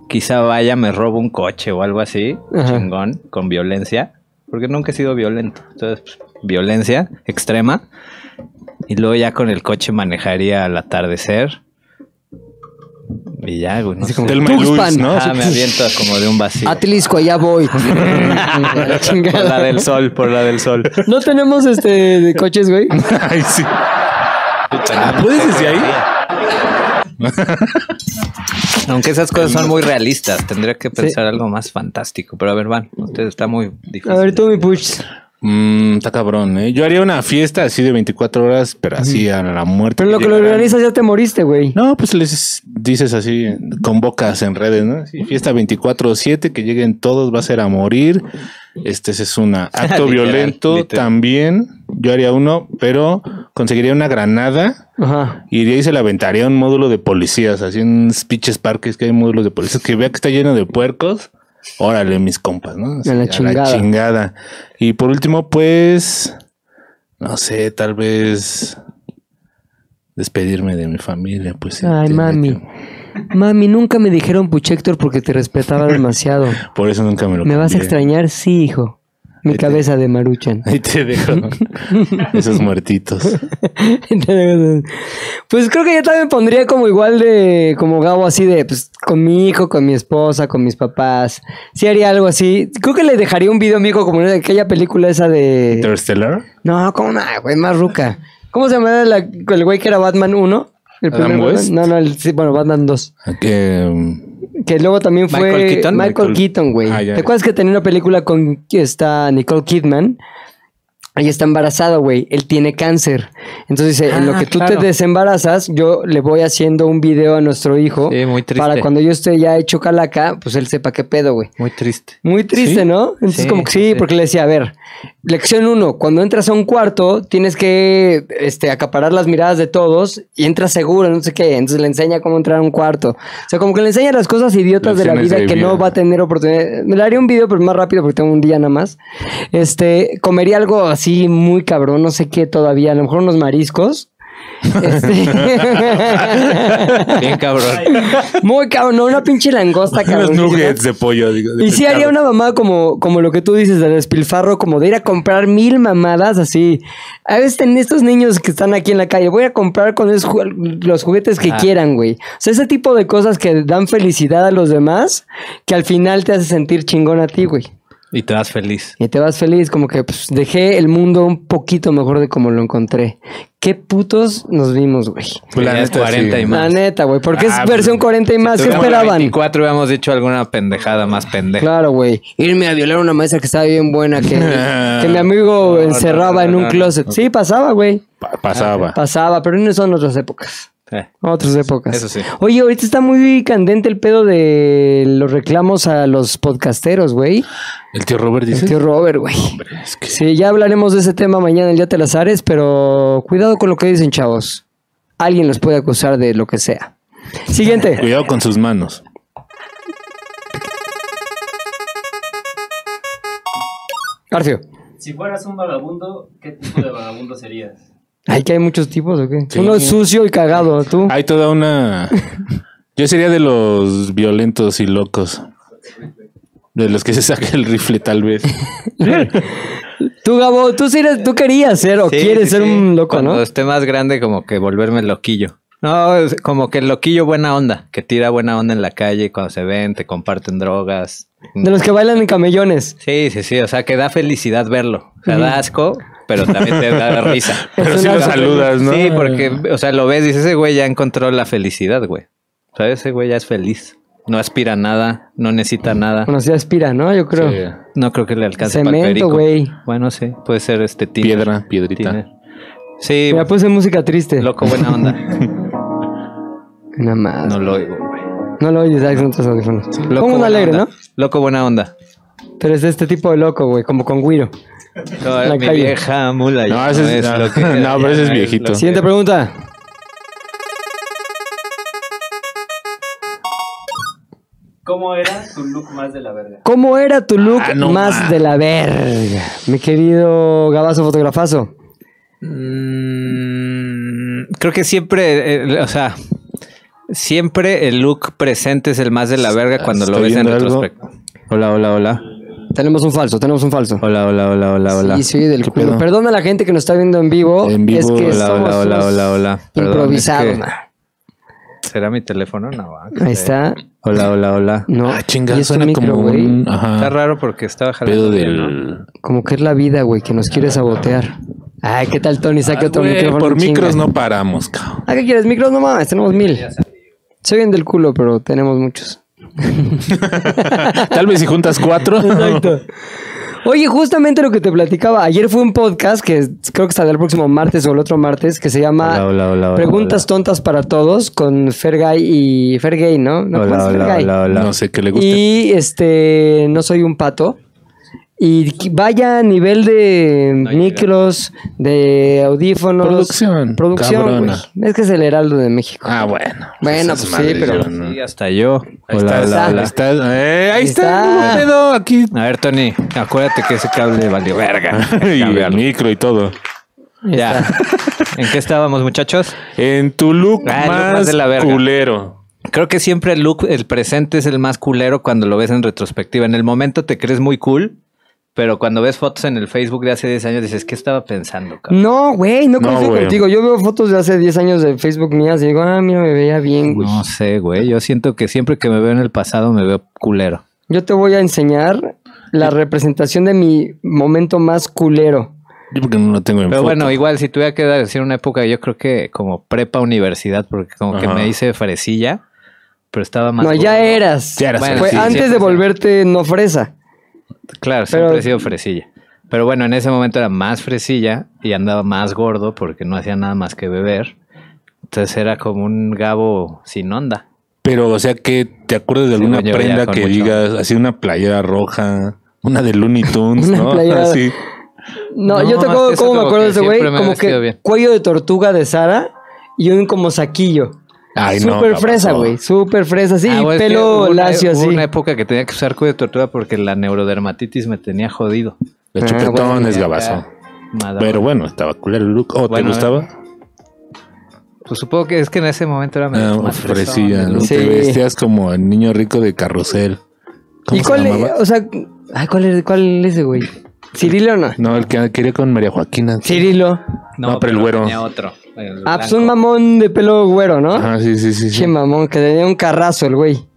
Speaker 5: quizá vaya, me robo un coche o algo así,
Speaker 1: Ajá.
Speaker 5: chingón, con violencia, porque nunca he sido violento. Entonces, pues, violencia extrema. Y luego ya con el coche manejaría al atardecer. Y ya, güey. no sé.
Speaker 2: Del
Speaker 1: Tuxpan.
Speaker 2: Melus, ¿no?
Speaker 5: Ah, me aviento como de un vacío.
Speaker 1: Atlisco, allá voy. La
Speaker 5: Por la
Speaker 1: Ah, chingada.
Speaker 5: del sol, por la del sol.
Speaker 1: No tenemos este de coches, güey.
Speaker 2: Ay, sí. Ah, ¿Puedes desde
Speaker 1: ¿Eh?
Speaker 2: ahí?
Speaker 5: Aunque esas cosas son muy realistas, tendría que pensar algo más fantástico. Pero a ver, van, ustedes está muy difícil.
Speaker 1: A ver, tú, mi push.
Speaker 2: Mmm, está cabrón, ¿eh? Yo haría una fiesta así de 24 horas, pero así a la muerte.
Speaker 1: Pero lo que lo
Speaker 2: Llegarán.
Speaker 1: organizas ya te moriste, güey.
Speaker 2: No, pues les dices así, convocas en redes, ¿no? Así, fiesta 24-7, que lleguen todos, va a ser a morir. Este ese es un acto
Speaker 5: Literal,
Speaker 2: violento
Speaker 5: literal.
Speaker 2: también. Yo haría uno, pero conseguiría una granada.
Speaker 1: Ajá.
Speaker 2: Iría y se la aventaría a un módulo de policías, así en pinches parques que hay módulos de policías, que vea que está lleno de puercos. Órale, mis compas, ¿no? Así,
Speaker 1: A la chingada.
Speaker 2: chingada. Y por último, pues, no sé, tal vez despedirme de mi familia, pues. sí,
Speaker 1: Ay,
Speaker 2: tiene
Speaker 1: mami.
Speaker 2: que-
Speaker 1: Mami, nunca me dijeron Puchector porque te respetaba demasiado.
Speaker 2: Por eso nunca me lo
Speaker 1: ¿Me vas a
Speaker 2: cambié.
Speaker 1: extrañar? Sí, hijo. Mi
Speaker 2: Vete.
Speaker 1: cabeza de maruchan.
Speaker 2: Ahí te dejo esos muertitos.
Speaker 1: Entonces, pues creo que yo también pondría como igual de, como Gabo, así de, pues con mi hijo, con mi esposa, con mis papás. Sí haría algo así. Creo que le dejaría un video a mi hijo como en aquella película esa de...
Speaker 2: ¿Interstellar?
Speaker 1: No, como una, güey, más ruca. ¿Cómo se llamaba la- el güey que era Batman 1? ¿El
Speaker 2: Adam
Speaker 1: primer
Speaker 2: West?
Speaker 1: Batman? No, no, el- sí, bueno, Batman 2.
Speaker 2: ¿A qué, um,
Speaker 1: Que luego también fue
Speaker 5: ¿Michael Keaton?
Speaker 1: Michael
Speaker 5: Michael-
Speaker 1: Keaton, güey.
Speaker 2: Ah, ya.
Speaker 1: ¿Te acuerdas que tenía una película con que está Nicole Kidman? Ella está embarazada, güey. Él tiene cáncer. Entonces dice, en lo
Speaker 5: Ah,
Speaker 1: que tú
Speaker 5: claro.
Speaker 1: te desembarazas, yo le voy haciendo un video a nuestro hijo.
Speaker 5: Sí, muy triste.
Speaker 1: Para cuando yo esté ya hecho calaca, pues él sepa qué pedo, güey.
Speaker 5: Muy triste.
Speaker 1: Muy triste,
Speaker 5: Sí.
Speaker 1: ¿no? Entonces,
Speaker 5: Sí,
Speaker 1: como que
Speaker 5: sí,
Speaker 1: sí,
Speaker 5: sí.
Speaker 1: porque le decía, a ver, lección uno, cuando entras a un cuarto, tienes que este, acaparar las miradas de todos y entras seguro, no sé qué. Entonces le enseña cómo entrar a un cuarto. O sea, como que le enseña las cosas idiotas de la
Speaker 2: Lecciones
Speaker 1: vida
Speaker 2: de
Speaker 1: que
Speaker 2: vida.
Speaker 1: no va a tener oportunidad. Me la haría un video, pero más rápido porque tengo un día nada más. Este, comería algo así muy cabrón, no sé qué todavía, a lo mejor unos mariscos. Este-
Speaker 5: Bien cabrón.
Speaker 1: muy cabrón, no, una pinche langosta,
Speaker 2: Unos
Speaker 1: cabrón.
Speaker 2: nuggets de pollo. Digo, de
Speaker 1: Y sí haría
Speaker 2: pescado.
Speaker 1: una mamada como, como lo que tú dices del despilfarro, como de ir a comprar mil mamadas así. A veces en estos niños que están aquí en la calle, voy a comprar con esos ju- los juguetes que
Speaker 5: Ah.
Speaker 1: quieran, güey. O sea, ese tipo de cosas que dan felicidad a los demás, que al final te hace sentir chingón a ti, güey.
Speaker 5: Y te vas feliz.
Speaker 1: Y te vas feliz, como que pues, dejé el mundo un poquito mejor de como lo encontré. ¿Qué putos nos vimos, güey.
Speaker 5: La
Speaker 2: Tenías
Speaker 5: neta,
Speaker 2: 40
Speaker 5: sí.
Speaker 2: y más.
Speaker 1: La
Speaker 5: más.
Speaker 1: neta, güey. Porque
Speaker 2: Ah,
Speaker 1: es versión
Speaker 2: pues,
Speaker 1: 40 y más.
Speaker 5: Si
Speaker 1: ¿Qué
Speaker 5: tuviéramos la
Speaker 1: esperaban?
Speaker 5: 24 hubiéramos dicho alguna pendejada más pendeja.
Speaker 1: Claro, güey. Irme a violar a una maestra que estaba bien buena, que, que mi amigo
Speaker 5: No,
Speaker 1: encerraba
Speaker 5: no, no,
Speaker 1: en un
Speaker 5: no.
Speaker 1: closet. Sí, pasaba, güey.
Speaker 2: Pa-
Speaker 1: Ah,
Speaker 2: pasaba.
Speaker 1: Pasaba, pero no son otras épocas.
Speaker 5: Eh,
Speaker 1: Otras épocas.
Speaker 5: eso sí.
Speaker 1: Oye, ahorita está muy candente el pedo de los reclamos a los podcasteros, güey.
Speaker 2: El tío Robert
Speaker 1: El
Speaker 2: dice.
Speaker 1: tío Robert, güey. Sí, ya hablaremos de ese tema mañana en el Día de las Ares, pero cuidado con lo que dicen, chavos. Alguien los puede acusar de lo que sea. Siguiente.
Speaker 2: Cuidado con sus manos.
Speaker 1: Garfio.
Speaker 4: Si fueras un vagabundo, ¿qué tipo de vagabundo serías?
Speaker 1: Ay, que hay muchos tipos, ¿o qué? Uno es sucio y cagado, tú.
Speaker 2: Hay toda una. Yo sería de los violentos y locos. De los que se saca el rifle, tal vez.
Speaker 1: Tú, Gabo, tú, sí eres- tú querías ser o
Speaker 5: Sí,
Speaker 1: quieres
Speaker 5: sí,
Speaker 1: ser
Speaker 5: sí.
Speaker 1: un loco,
Speaker 5: Cuando
Speaker 1: ¿no?
Speaker 5: esté más grande, como que volverme loquillo. No, es como que el loquillo buena onda, que tira buena onda en la calle cuando se ven, te comparten drogas.
Speaker 1: De los que bailan en camellones.
Speaker 5: Sí, sí, sí, o sea, que da felicidad verlo. O sea, da asco, pero también te da risa.
Speaker 2: Pero
Speaker 1: Es
Speaker 2: si
Speaker 1: una-
Speaker 2: lo saludas, ¿no?
Speaker 1: Ah.
Speaker 5: Sí, porque, o sea, lo ves y dices, ese güey ya encontró la felicidad, güey. O sea, ese güey ya es feliz. No aspira a nada, no necesita nada.
Speaker 1: Bueno, sí aspira, ¿no? Yo creo.
Speaker 5: No creo que le alcance para el
Speaker 1: Cemento,
Speaker 5: perico.
Speaker 1: güey.
Speaker 5: Bueno, sí, puede ser este Tinder.
Speaker 2: Piedra, piedrita.
Speaker 5: Tinder. Sí, pues,
Speaker 1: Me puse música triste.
Speaker 5: loco, buena onda.
Speaker 1: Nada más.
Speaker 5: No lo oigo, güey.
Speaker 1: No lo oyes, Alex, no tus audífonos.
Speaker 5: Loco,
Speaker 1: Como un
Speaker 5: buena
Speaker 1: alegre,
Speaker 5: onda.
Speaker 1: ¿no?
Speaker 5: Loco, buena onda.
Speaker 1: Pero es de este tipo de loco, güey, como con Guiro.
Speaker 5: No,
Speaker 1: La
Speaker 5: mi
Speaker 1: calle.
Speaker 5: vieja mula. ya
Speaker 2: No, ese es- no, no, pero ese es
Speaker 5: ya
Speaker 2: viejito.
Speaker 5: lo que-
Speaker 1: Siguiente pregunta.
Speaker 4: ¿Cómo era tu look más de la verga?
Speaker 1: ¿Cómo era tu look
Speaker 2: Ah, no
Speaker 1: más
Speaker 2: ma.
Speaker 1: de la verga? Mi querido Gabazo Fotografazo.
Speaker 5: Mm, creo que siempre, eh, o sea, siempre el look presente es el más de la verga cuando lo
Speaker 2: Estoy
Speaker 5: ves en
Speaker 2: viendo algo.
Speaker 5: retrospecto. Hola, hola, hola.
Speaker 1: Tenemos un falso, tenemos un falso.
Speaker 5: Hola, hola, hola, hola, hola.
Speaker 1: Sí, sí, del
Speaker 2: ¿Qué
Speaker 1: culo.
Speaker 2: pedo?
Speaker 1: Perdona a la gente que nos está viendo en vivo.
Speaker 2: En vivo,
Speaker 1: Es que
Speaker 2: hola,
Speaker 5: hola,
Speaker 1: somos
Speaker 5: hola, hola,
Speaker 1: unos
Speaker 5: hola, hola. Perdón,
Speaker 1: improvisados,
Speaker 5: es que-
Speaker 1: ma.
Speaker 5: ¿Será mi teléfono? No, va.
Speaker 1: Ahí está.
Speaker 5: Hola, hola, hola.
Speaker 1: No.
Speaker 2: Ah,
Speaker 1: Y
Speaker 2: chinga,
Speaker 1: es tu
Speaker 2: suena
Speaker 1: micro,
Speaker 2: como
Speaker 1: güey.
Speaker 2: un. ajá,
Speaker 5: Está raro porque estaba jalando.
Speaker 2: pedo
Speaker 5: bien, ¿no?
Speaker 2: del.
Speaker 1: Como que es la vida, güey, que nos quiere sabotear. Ay, ¿qué tal, Tony? Saque
Speaker 2: Ah,
Speaker 1: otro
Speaker 2: güey,
Speaker 1: micrófono.
Speaker 2: por
Speaker 1: en chinga.
Speaker 2: micros no paramos, cabrón.
Speaker 1: ¿Ah, qué quieres? ¿Micros? No mames, tenemos mil. Se oyen del culo, pero tenemos muchos.
Speaker 2: Tal vez si juntas cuatro.
Speaker 1: Oye, justamente lo que te platicaba. Ayer fue un podcast que creo que saldrá el próximo martes o el otro martes que se llama
Speaker 5: Hola, hola, hola, hola,
Speaker 1: Preguntas
Speaker 5: hola.
Speaker 1: tontas para todos con Fergay y Fergay, ¿no? ¿No ¿cómo es
Speaker 5: Hola, hola,
Speaker 1: Fergay?
Speaker 5: hola, hola.
Speaker 2: No sé qué le guste.
Speaker 1: Y este, no soy un pato. Y qu- vaya a nivel de micros, de audífonos.
Speaker 2: Producción,
Speaker 1: Producción.
Speaker 2: cabrona.
Speaker 1: güey. Es que es el Heraldo de México.
Speaker 2: Ah, bueno.
Speaker 1: Bueno,
Speaker 2: Esas
Speaker 1: pues sí,
Speaker 2: madres,
Speaker 1: pero-
Speaker 2: yo no.
Speaker 5: Sí, hasta yo.
Speaker 2: Ahí está,
Speaker 5: Hola, hola,
Speaker 2: ahí
Speaker 5: hola.
Speaker 2: está. Eh, ahí está.
Speaker 1: está.
Speaker 2: no hay pedo, aquí.
Speaker 5: A ver, Tony, acuérdate que ese cable valió verga.
Speaker 2: y el
Speaker 5: Cambiarlo.
Speaker 2: micro y todo.
Speaker 5: Ya. ¿En qué estábamos, muchachos?
Speaker 2: En tu look
Speaker 5: Ah, el look
Speaker 2: más,
Speaker 5: más de la verga.
Speaker 2: culero.
Speaker 5: Creo que siempre el look, el presente es el más culero cuando lo ves en retrospectiva. En el momento te crees muy cool, pero cuando ves fotos en el Facebook de hace 10 años dices, ¿qué estaba pensando, cabrón?
Speaker 1: No, güey, no
Speaker 2: No,
Speaker 1: coincido
Speaker 2: güey.
Speaker 1: contigo. Yo veo fotos de hace 10 años de Facebook mías y digo, ah, mira, me veía bien, güey.
Speaker 5: No sé, güey. Yo siento que siempre que me veo en el pasado me veo culero.
Speaker 1: Yo te voy a enseñar la representación de mi momento más culero.
Speaker 2: Yo porque no lo tengo en
Speaker 5: Pero
Speaker 2: foto.
Speaker 5: bueno, igual si tuviera que decir una época, yo creo que como prepa universidad, porque como que
Speaker 2: Ajá.
Speaker 5: me hice fresilla, pero estaba más.
Speaker 1: no, ya
Speaker 5: gordo.
Speaker 1: eras.
Speaker 2: Ya eras
Speaker 1: Fue
Speaker 5: sí,
Speaker 1: antes
Speaker 5: sí,
Speaker 1: de
Speaker 5: sí.
Speaker 1: volverte no fresa.
Speaker 5: Claro,
Speaker 1: Pero-
Speaker 5: siempre he sido fresilla. Pero bueno, en ese momento era más fresilla y andaba más gordo porque no hacía nada más que beber. Entonces era como un Gabo sin onda.
Speaker 2: Pero, o sea, que te acuerdas de
Speaker 5: Sí,
Speaker 2: alguna
Speaker 5: no, yo ya
Speaker 2: prenda
Speaker 5: con
Speaker 2: que
Speaker 5: mucho.
Speaker 2: digas, así una playera roja, una de Looney Tunes,
Speaker 1: Una
Speaker 2: ¿no?
Speaker 1: playera-
Speaker 2: Así.
Speaker 1: No,
Speaker 5: No,
Speaker 1: yo te acuerdo
Speaker 5: eso
Speaker 1: cómo me
Speaker 5: como
Speaker 1: acuerdo de
Speaker 5: que
Speaker 1: ese güey.
Speaker 5: siempre me he
Speaker 1: Como que
Speaker 5: vestido bien.
Speaker 1: cuello de tortuga de Sara y un como saquillo.
Speaker 2: Ay, no,
Speaker 1: Súper
Speaker 2: cabrón,
Speaker 1: fresa,
Speaker 2: no.
Speaker 1: güey. Súper fresa, sí.
Speaker 5: Ah,
Speaker 1: y
Speaker 5: bueno, es que
Speaker 1: pelo
Speaker 5: hubo una-
Speaker 1: lacio
Speaker 5: hubo
Speaker 1: así.
Speaker 5: una época que tenía que usar cuello de tortuga porque la neurodermatitis me tenía jodido.
Speaker 2: Los
Speaker 1: Ah,
Speaker 2: chupetones,
Speaker 5: Tenía
Speaker 2: gabazo.
Speaker 5: acá madre.
Speaker 2: Pero bueno, estaba culero el look. ¿O te
Speaker 5: Bueno,
Speaker 2: gustaba?
Speaker 5: Pues supongo que es que en ese momento era
Speaker 2: Ah,
Speaker 5: medio más fresón,
Speaker 2: fresilla,
Speaker 5: el
Speaker 2: ¿no?
Speaker 5: look.
Speaker 1: Sí.
Speaker 2: Te vestías como el niño rico de carrusel. ¿Cómo
Speaker 1: ¿Y
Speaker 2: se
Speaker 1: cuál es?
Speaker 2: llamaba?
Speaker 1: O sea, ay, ¿cuál es, cuál es ese güey? ¿Cirilo o no?
Speaker 2: No, el que quería con María Joaquina.
Speaker 1: Cirilo.
Speaker 2: No, pero el güero.
Speaker 5: Tenía otro. el
Speaker 1: Ah, pues un
Speaker 5: blanco.
Speaker 1: mamón de pelo güero, ¿no?
Speaker 2: Ajá, sí, sí, sí. sí.
Speaker 1: Che mamón, que tenía un carrazo el güey.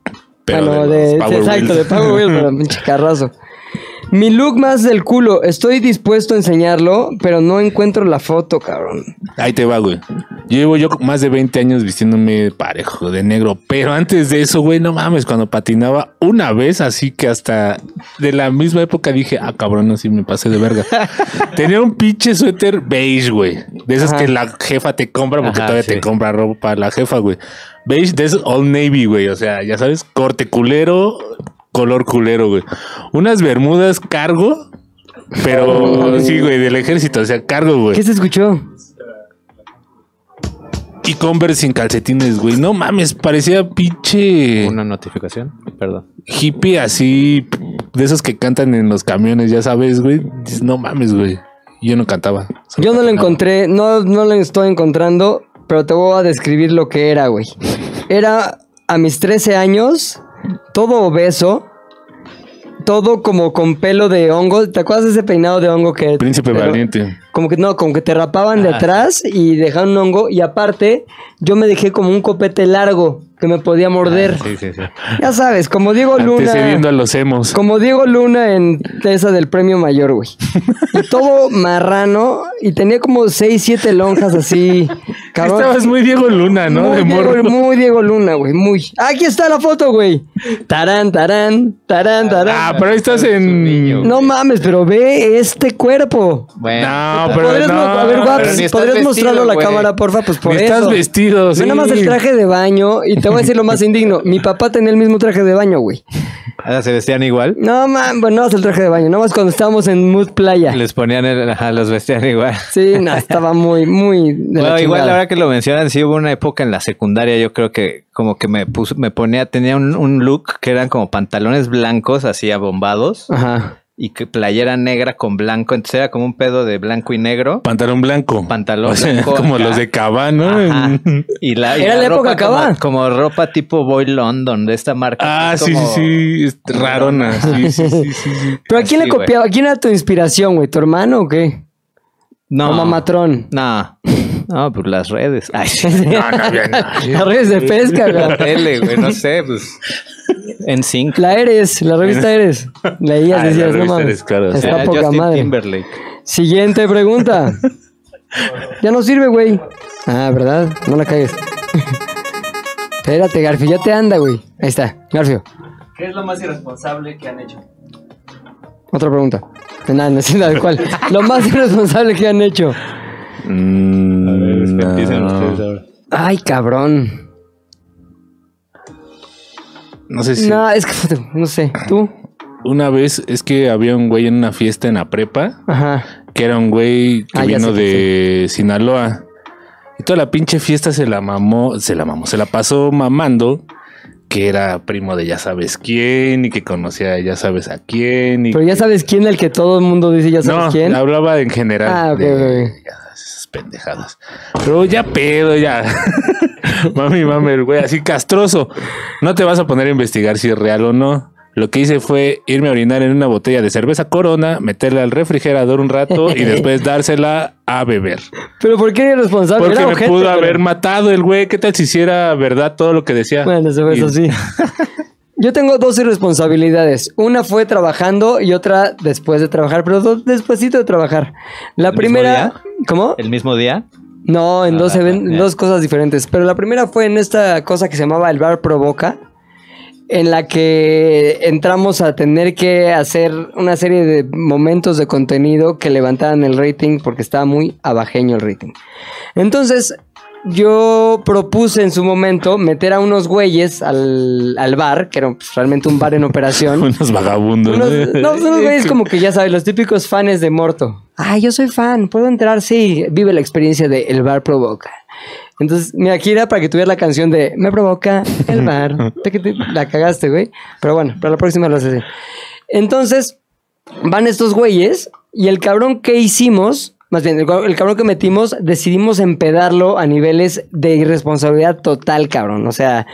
Speaker 2: Pero
Speaker 1: Ah, no,
Speaker 2: de los
Speaker 1: de-
Speaker 2: Power
Speaker 1: exacto,
Speaker 2: Wheels.
Speaker 1: de Power Wheels, pero pinche carrazo. Mi look más del culo. Estoy dispuesto a enseñarlo, pero no encuentro la foto, cabrón.
Speaker 2: Ahí te va, güey. Yo llevo yo más de 20 años vistiéndome parejo de negro, pero antes de eso, güey, no mames, cuando patinaba una vez, así que hasta de la misma época dije, ah, cabrón, así me pasé de verga. Tenía un pinche suéter beige, güey. De esas
Speaker 1: Ajá.
Speaker 2: que la jefa te compra porque
Speaker 3: Ajá,
Speaker 2: todavía
Speaker 3: sí.
Speaker 2: te compra ropa la jefa, güey. Beige de esos All Navy, güey. O sea, ya sabes, corte culero, color culero, güey. Unas bermudas cargo, pero sí, güey, del ejército, o sea, cargo, güey.
Speaker 1: ¿Qué se escuchó?
Speaker 2: Y Converse sin calcetines, güey. No mames, parecía pinche
Speaker 5: Una notificación, perdón.
Speaker 2: hippie así, de esos que cantan en los camiones, ya sabes, güey. Dices, No mames, güey. Yo no cantaba. Solo
Speaker 1: Yo no lo
Speaker 2: patinaba.
Speaker 1: encontré, no, no lo estoy encontrando, pero te voy a describir lo que era, güey. Era a mis 13 años, todo obeso, todo como con pelo de hongo. ¿Te acuerdas de ese peinado de hongo que...
Speaker 2: Príncipe
Speaker 1: pero-
Speaker 2: valiente.
Speaker 1: Como que no, como que te rapaban de atrás y dejaban un hongo. Y aparte, yo me dejé como un copete largo que me podía
Speaker 5: Ah,
Speaker 1: morder.
Speaker 2: Ah,
Speaker 3: Sí, sí, sí.
Speaker 1: Ya sabes, como Diego Oh, Luna.
Speaker 2: Antecediendo a los emos.
Speaker 1: Como Diego Luna en esa del premio mayor, güey. Y todo marrano y tenía como 6, 7 lonjas así. Cabrón.
Speaker 2: Estabas muy Diego Luna, ¿no?
Speaker 1: muy,
Speaker 2: de morro.
Speaker 1: Diego, muy Diego Luna, güey. Muy. Aquí está la foto, güey. Tarán, tarán, tarán, tarán.
Speaker 2: Ah, pero ahí estás
Speaker 3: Es un
Speaker 2: en.
Speaker 3: niño.
Speaker 1: no mames, pero ve este cuerpo.
Speaker 3: Bueno,
Speaker 2: No, pero
Speaker 1: ¿Podrías,
Speaker 2: no.
Speaker 1: mo- a ver, Guaps,
Speaker 3: pero ni estás
Speaker 1: ¿podrías
Speaker 3: vestido,
Speaker 1: mostrarlo a la
Speaker 3: güey.
Speaker 1: cámara, porfa? Pues por
Speaker 2: Ni
Speaker 1: eso.
Speaker 2: estás vestido,
Speaker 1: Ve
Speaker 2: sí.
Speaker 1: nada más el traje de baño y te voy a decir lo más indigno. Mi papá tenía el mismo traje de baño, güey.
Speaker 5: Ahora se vestían igual.
Speaker 1: No, man, bueno, no es el traje de baño. Nada más cuando estábamos en Mood Playa.
Speaker 5: Les ponían el, ajá, los vestían igual.
Speaker 1: Sí, no, estaba muy, muy. De la
Speaker 5: Bueno, igual
Speaker 1: chingada.
Speaker 5: ahora que lo mencionan, sí hubo una época en la secundaria, yo creo que como que me puso, me ponía, tenía un, un look que eran como pantalones blancos así abombados
Speaker 1: Ajá.
Speaker 5: y que playera negra con blanco, entonces era como un pedo de blanco y negro.
Speaker 2: Pantalón blanco.
Speaker 5: Pantalón
Speaker 2: O sea,
Speaker 5: blanco
Speaker 2: Como
Speaker 5: acá.
Speaker 2: los de Cabá, ¿no?
Speaker 5: Ajá. Y la, y
Speaker 1: Era la época
Speaker 5: ropa como-
Speaker 1: Cabá.
Speaker 5: Como, ropa tipo Boy London de esta marca.
Speaker 2: Ah,
Speaker 5: que es
Speaker 2: sí, sí,
Speaker 5: como-
Speaker 2: sí. es Rarona. Sí, sí, sí, sí, sí.
Speaker 1: Pero ¿a quién
Speaker 5: Así,
Speaker 1: le
Speaker 5: güey.
Speaker 1: copiaba? ¿Quién era tu inspiración, güey? ¿Tu hermano o qué?
Speaker 5: No,
Speaker 1: O mamatrón.
Speaker 5: No, no, pues las redes. Ay, sí.
Speaker 2: No, no, bien, no.
Speaker 1: Las redes de pesca,
Speaker 5: la
Speaker 1: güey.
Speaker 5: tele, güey, no sé, pues. En sync.
Speaker 1: La eres, la revista eres. Leías,
Speaker 2: Ah, la
Speaker 1: decías, no
Speaker 2: revista
Speaker 1: mames.
Speaker 2: Eres, claro,
Speaker 1: Está
Speaker 5: Era
Speaker 1: poca
Speaker 5: Justin
Speaker 1: madre.
Speaker 5: Timberlake.
Speaker 1: Siguiente pregunta. ya no sirve, güey. Ah, ¿verdad? No la cagues. Espérate, Garfio, ya te anda, güey. Ahí está, Garfio.
Speaker 4: ¿Qué es lo más irresponsable que han hecho?
Speaker 1: Otra pregunta. De nada, no sé nada de cuál. Lo más irresponsable que han hecho.
Speaker 2: A ver, es que empiecen
Speaker 5: No.
Speaker 2: ustedes ahora.
Speaker 1: Ay, cabrón.
Speaker 2: No sé si
Speaker 1: No, es que puta, no sé. ¿Tú?
Speaker 2: una vez es que había un güey en una fiesta en la prepa
Speaker 1: Ajá.
Speaker 2: que era un güey que
Speaker 1: Ah, ya
Speaker 2: vino
Speaker 1: sé que
Speaker 2: de Sinaloa y toda la pinche fiesta se la mamó, se la mamó, se la pasó mamando que era primo de ya sabes quién y que conocía ya sabes a quién y
Speaker 1: Pero ya sabes quién, el que todo el mundo dice, ya sabes
Speaker 2: no,
Speaker 1: quién.
Speaker 2: hablaba en general.
Speaker 1: Ah, ok,
Speaker 2: de-
Speaker 1: ok.
Speaker 2: ya sabes, esas pendejadas. Pero ya pedo, ya. mami, mami, el güey, así castroso. No te vas a poner a investigar si es real o no. Lo que hice fue irme a orinar en una botella de cerveza corona, meterla al refrigerador un rato y después dársela a beber.
Speaker 1: Pero ¿por qué era irresponsable?
Speaker 2: Porque
Speaker 1: Era
Speaker 2: me
Speaker 1: ojete,
Speaker 2: pudo
Speaker 1: pero-
Speaker 2: haber matado el güey. ¿Qué tal si hiciera verdad todo lo que decía?
Speaker 1: Bueno, eso fue
Speaker 2: Y-
Speaker 1: eso sí. Yo tengo dos irresponsabilidades. Una fue trabajando y otra después de trabajar, pero dos despuésito de trabajar. La
Speaker 5: ¿El mismo
Speaker 1: primera,
Speaker 5: día?
Speaker 1: ¿cómo?
Speaker 5: El mismo día.
Speaker 1: No, en
Speaker 5: Ah,
Speaker 1: dos,
Speaker 5: ah,
Speaker 1: even-
Speaker 5: ya.
Speaker 1: dos cosas diferentes. Pero la primera fue en esta cosa que se llamaba el bar provoca, en la que entramos a tener que hacer una serie de momentos de contenido que levantaban el rating porque estaba muy abajeño el rating. Entonces, yo propuse en su momento meter a unos güeyes al, al bar, que era pues, realmente un bar en operación.
Speaker 2: Unos vagabundos.
Speaker 1: Unos, no, pues, unos güeyes como que ya sabes, los típicos fans de Morto. Ah, yo soy fan, puedo entrar, sí. Vive la experiencia de El Bar Provoca. Entonces, mira, aquí era para que tuvieras la canción de Me Provoca El Bar. Te- que te- la cagaste, güey. Pero bueno, para la próxima lo haces así. Entonces, van estos güeyes y el cabrón que hicimos, más bien, el, cab- el cabrón que metimos, decidimos empedarlo a niveles de irresponsabilidad total, cabrón. O sea,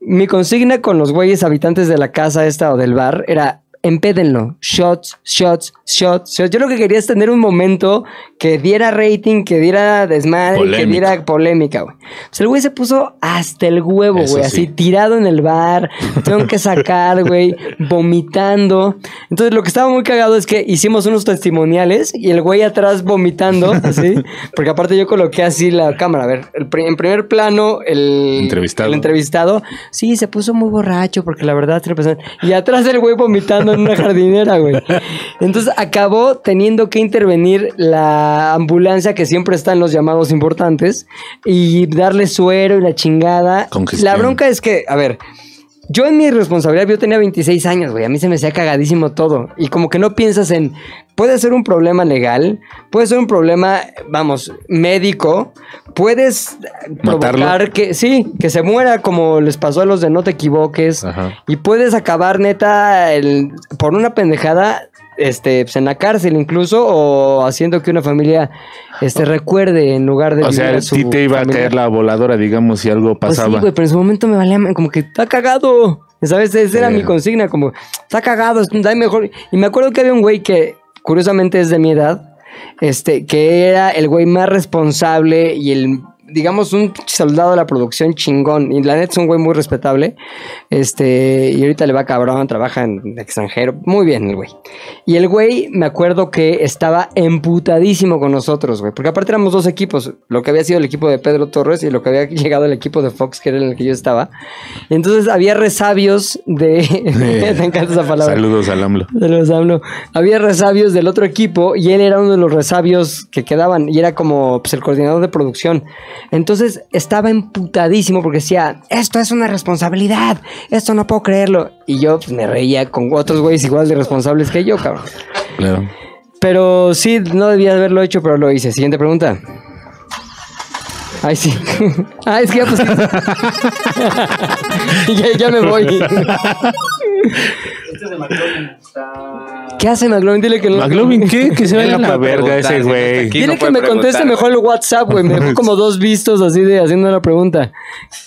Speaker 1: mi consigna con los güeyes habitantes de la casa esta o del bar era empédenlo. Shots, shots, shots, shots. Yo lo que quería es tener un momento que diera rating, que diera desmadre, que
Speaker 2: Polémica.
Speaker 1: diera polémica, güey. Pues el güey se puso hasta el huevo,
Speaker 2: Eso
Speaker 1: güey,
Speaker 2: sí.
Speaker 1: así tirado en el bar, tengo que sacar, güey, vomitando. Entonces lo que estaba muy cagado es que hicimos unos testimoniales y el güey atrás vomitando, así, porque aparte yo coloqué así la cámara, a ver, el pri- en primer plano el
Speaker 2: Entrevistado.
Speaker 1: el entrevistado, sí, se puso muy borracho porque la verdad, se pasó. y atrás el güey vomitando en una jardinera, güey. Entonces acabó teniendo que intervenir la ambulancia que siempre está en los llamados importantes y darle suero y la chingada.
Speaker 2: Congestión.
Speaker 1: La bronca es que, a ver, yo en mi responsabilidad, yo tenía 26 años, güey. A mí se me hacía cagadísimo todo. Y como que no piensas en, puede ser un problema legal, puede ser un problema, vamos, médico, puedes provocar
Speaker 2: Matarlo.
Speaker 1: que, sí, que se muera como les pasó a los de No Te Equivoques.
Speaker 2: Ajá.
Speaker 1: Y puedes acabar, neta, el- por una pendejada, este, pues, en la cárcel incluso, o haciendo que una familia, este, recuerde en lugar de...
Speaker 2: O
Speaker 1: vivir
Speaker 2: sea,
Speaker 1: a
Speaker 2: a
Speaker 1: su
Speaker 2: ti te iba a
Speaker 1: familia.
Speaker 2: caer la voladora, digamos, si algo
Speaker 1: Pues sí,
Speaker 2: pasaba.
Speaker 1: güey, pero en su momento me valía como que está cagado. ¿Sabes? Esa era
Speaker 2: Sí.
Speaker 1: mi consigna, como está cagado, da mejor. Y me acuerdo que había un güey que, curiosamente, es de mi edad, este, que era el güey más responsable y el, digamos, un soldado de la producción chingón. Y la neta es un güey muy respetable. Este, y ahorita le va cabrón, trabaja en extranjero. Muy bien el güey. Y el güey, me acuerdo que estaba emputadísimo con nosotros, güey. Porque aparte éramos dos equipos. Lo que había sido el equipo de Pedro Torres y lo que había llegado el equipo de Fox, que era en el que yo estaba. Entonces había resabios de... Me encanta esa palabra.
Speaker 2: Saludos al AMLO.
Speaker 1: De los AMLO. Había resabios del otro equipo y él era uno de los resabios que quedaban y era como pues, el coordinador de producción. Entonces estaba emputadísimo porque decía, esto es una responsabilidad, esto no puedo creerlo. Y yo pues, me reía con otros güeyes igual de responsables que yo, cabrón.
Speaker 2: Claro.
Speaker 1: Pero sí, no debía haberlo hecho, pero lo hice. Siguiente pregunta. Ay, sí. Ah, es que ya pusiste. ya, ya me voy.
Speaker 4: Este es de McLovin. Está.
Speaker 1: ¿Qué hace McLovin? Dile que no.
Speaker 2: McLovin, ¿qué? Que se vaya a
Speaker 5: Él no
Speaker 2: la
Speaker 5: puede
Speaker 2: verga
Speaker 5: preguntar,
Speaker 2: ese
Speaker 5: si no está
Speaker 2: güey.
Speaker 5: aquí.
Speaker 1: Dile
Speaker 5: no
Speaker 1: que
Speaker 5: puede
Speaker 1: me conteste
Speaker 5: preguntar,
Speaker 1: mejor el WhatsApp, güey. Me dejó como dos vistos así de haciendo la pregunta.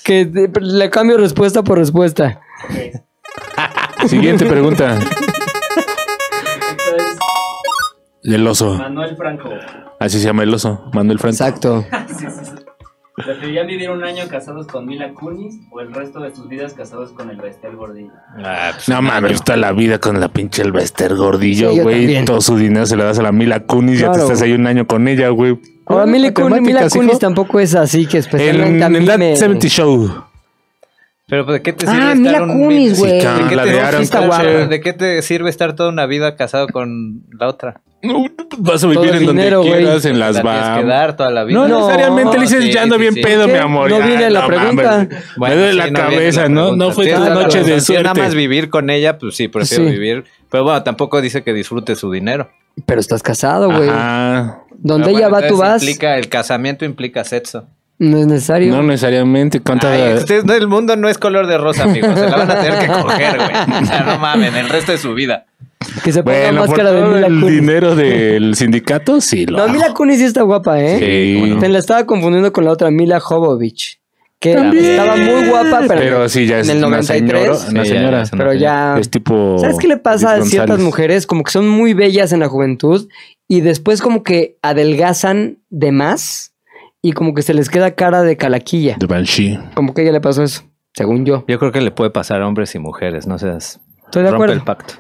Speaker 1: Que de- le cambio respuesta por respuesta.
Speaker 2: Siguiente pregunta.
Speaker 4: Esto este es
Speaker 2: Del oso.
Speaker 4: Manuel Franco.
Speaker 2: Así se llama el oso. Manuel Franco.
Speaker 1: Exacto.
Speaker 4: Sí, sí, sí. ¿Preferirían vivir un año casados con Mila Kunis o el resto de sus vidas casados con el Bestel Gordillo?
Speaker 2: No mames, está la vida con la pinche Elvester Gordillo,
Speaker 1: Sí, yo
Speaker 2: güey.
Speaker 1: también.
Speaker 2: Todo su dinero se lo das a la Mila Kunis, ya
Speaker 1: Claro,
Speaker 2: te estás ahí un año con ella, güey.
Speaker 1: Ahora, Mila Kunis, Mila
Speaker 2: Matemáticas,
Speaker 1: Kunis
Speaker 2: hijo.
Speaker 1: tampoco es así que especialmente
Speaker 2: En,
Speaker 1: a mí
Speaker 2: en That
Speaker 1: me-
Speaker 2: 70 Show.
Speaker 5: Pero pues, ¿de qué te
Speaker 1: Ah,
Speaker 5: sirve estar
Speaker 1: Mila
Speaker 5: un
Speaker 1: Kunis,
Speaker 5: mes-
Speaker 1: güey.
Speaker 2: Sí,
Speaker 5: ¿De
Speaker 2: cabrón,
Speaker 5: qué
Speaker 2: la
Speaker 5: te
Speaker 2: de
Speaker 5: sirve
Speaker 2: Aaron
Speaker 5: estar-
Speaker 2: Kutcher.
Speaker 5: ¿De qué te sirve estar toda una vida casado con la otra?
Speaker 2: No, Vas a vivir
Speaker 1: Todo
Speaker 2: en donde
Speaker 1: dinero, güey.
Speaker 2: quieras, en las
Speaker 5: la tienes que
Speaker 2: Bahamas.
Speaker 5: dar toda la vida.
Speaker 2: No,
Speaker 1: No,
Speaker 2: necesariamente le dices,
Speaker 5: sí,
Speaker 2: ya ando
Speaker 5: sí,
Speaker 2: bien
Speaker 5: sí.
Speaker 2: pedo,
Speaker 1: ¿Qué?
Speaker 2: mi amor.
Speaker 1: No
Speaker 2: Ya,
Speaker 1: viene la
Speaker 2: mames.
Speaker 1: pregunta.
Speaker 2: Me duele
Speaker 5: sí,
Speaker 2: la
Speaker 5: no viene
Speaker 2: cabeza,
Speaker 5: la
Speaker 2: ¿no?
Speaker 5: pregunta.
Speaker 2: No fue
Speaker 5: Sí,
Speaker 2: tu
Speaker 5: es la
Speaker 2: noche
Speaker 5: pregunta.
Speaker 2: de
Speaker 5: Si nada más
Speaker 2: suerte.
Speaker 5: vivir con ella, pues sí, prefiero
Speaker 1: Sí.
Speaker 5: vivir. Pero bueno, tampoco dice que disfrute su dinero.
Speaker 1: Pero estás casado, güey.
Speaker 2: Ajá. Ah,
Speaker 1: Donde
Speaker 5: Pero
Speaker 1: ella
Speaker 5: bueno,
Speaker 1: va, tú
Speaker 5: entonces
Speaker 1: vas.
Speaker 5: Implica, el casamiento implica sexo.
Speaker 1: No es necesario.
Speaker 2: No necesariamente. ¿Cuánta
Speaker 5: Ay, ustedes, no, el mundo no es color de rosa, amigos. Se la van a tener que coger, güey. O sea, no mamen, el resto de su vida.
Speaker 1: Que se ponga
Speaker 2: Bueno, por
Speaker 1: máscara de
Speaker 2: todo
Speaker 1: Mila
Speaker 2: el
Speaker 1: Kunis.
Speaker 2: dinero del sindicato, sí lo
Speaker 1: No,
Speaker 2: hago.
Speaker 1: Mila Kunis sí está guapa, ¿eh?
Speaker 2: Sí, cómo no.
Speaker 1: Me la estaba confundiendo con la otra, Mila Jovovich. Que estaba muy guapa, pero,
Speaker 2: Pero sí, ya es
Speaker 1: en el
Speaker 2: una
Speaker 1: 93.
Speaker 2: señora. Una
Speaker 5: Sí, ya
Speaker 2: señora. Ah,
Speaker 5: es una
Speaker 1: Pero ya...
Speaker 2: Es tipo.
Speaker 1: ¿Sabes qué le pasa a
Speaker 2: Luis
Speaker 1: ciertas
Speaker 2: González.
Speaker 1: mujeres? Como que son muy bellas en la juventud y después como que adelgazan de más y como que se les queda cara de calaquilla.
Speaker 2: De Banshee.
Speaker 1: Como que a ella le pasó eso, según yo.
Speaker 5: Yo creo que le puede pasar a hombres y mujeres, no seas.
Speaker 1: Estoy de
Speaker 5: rompe
Speaker 1: acuerdo.
Speaker 5: el pacto.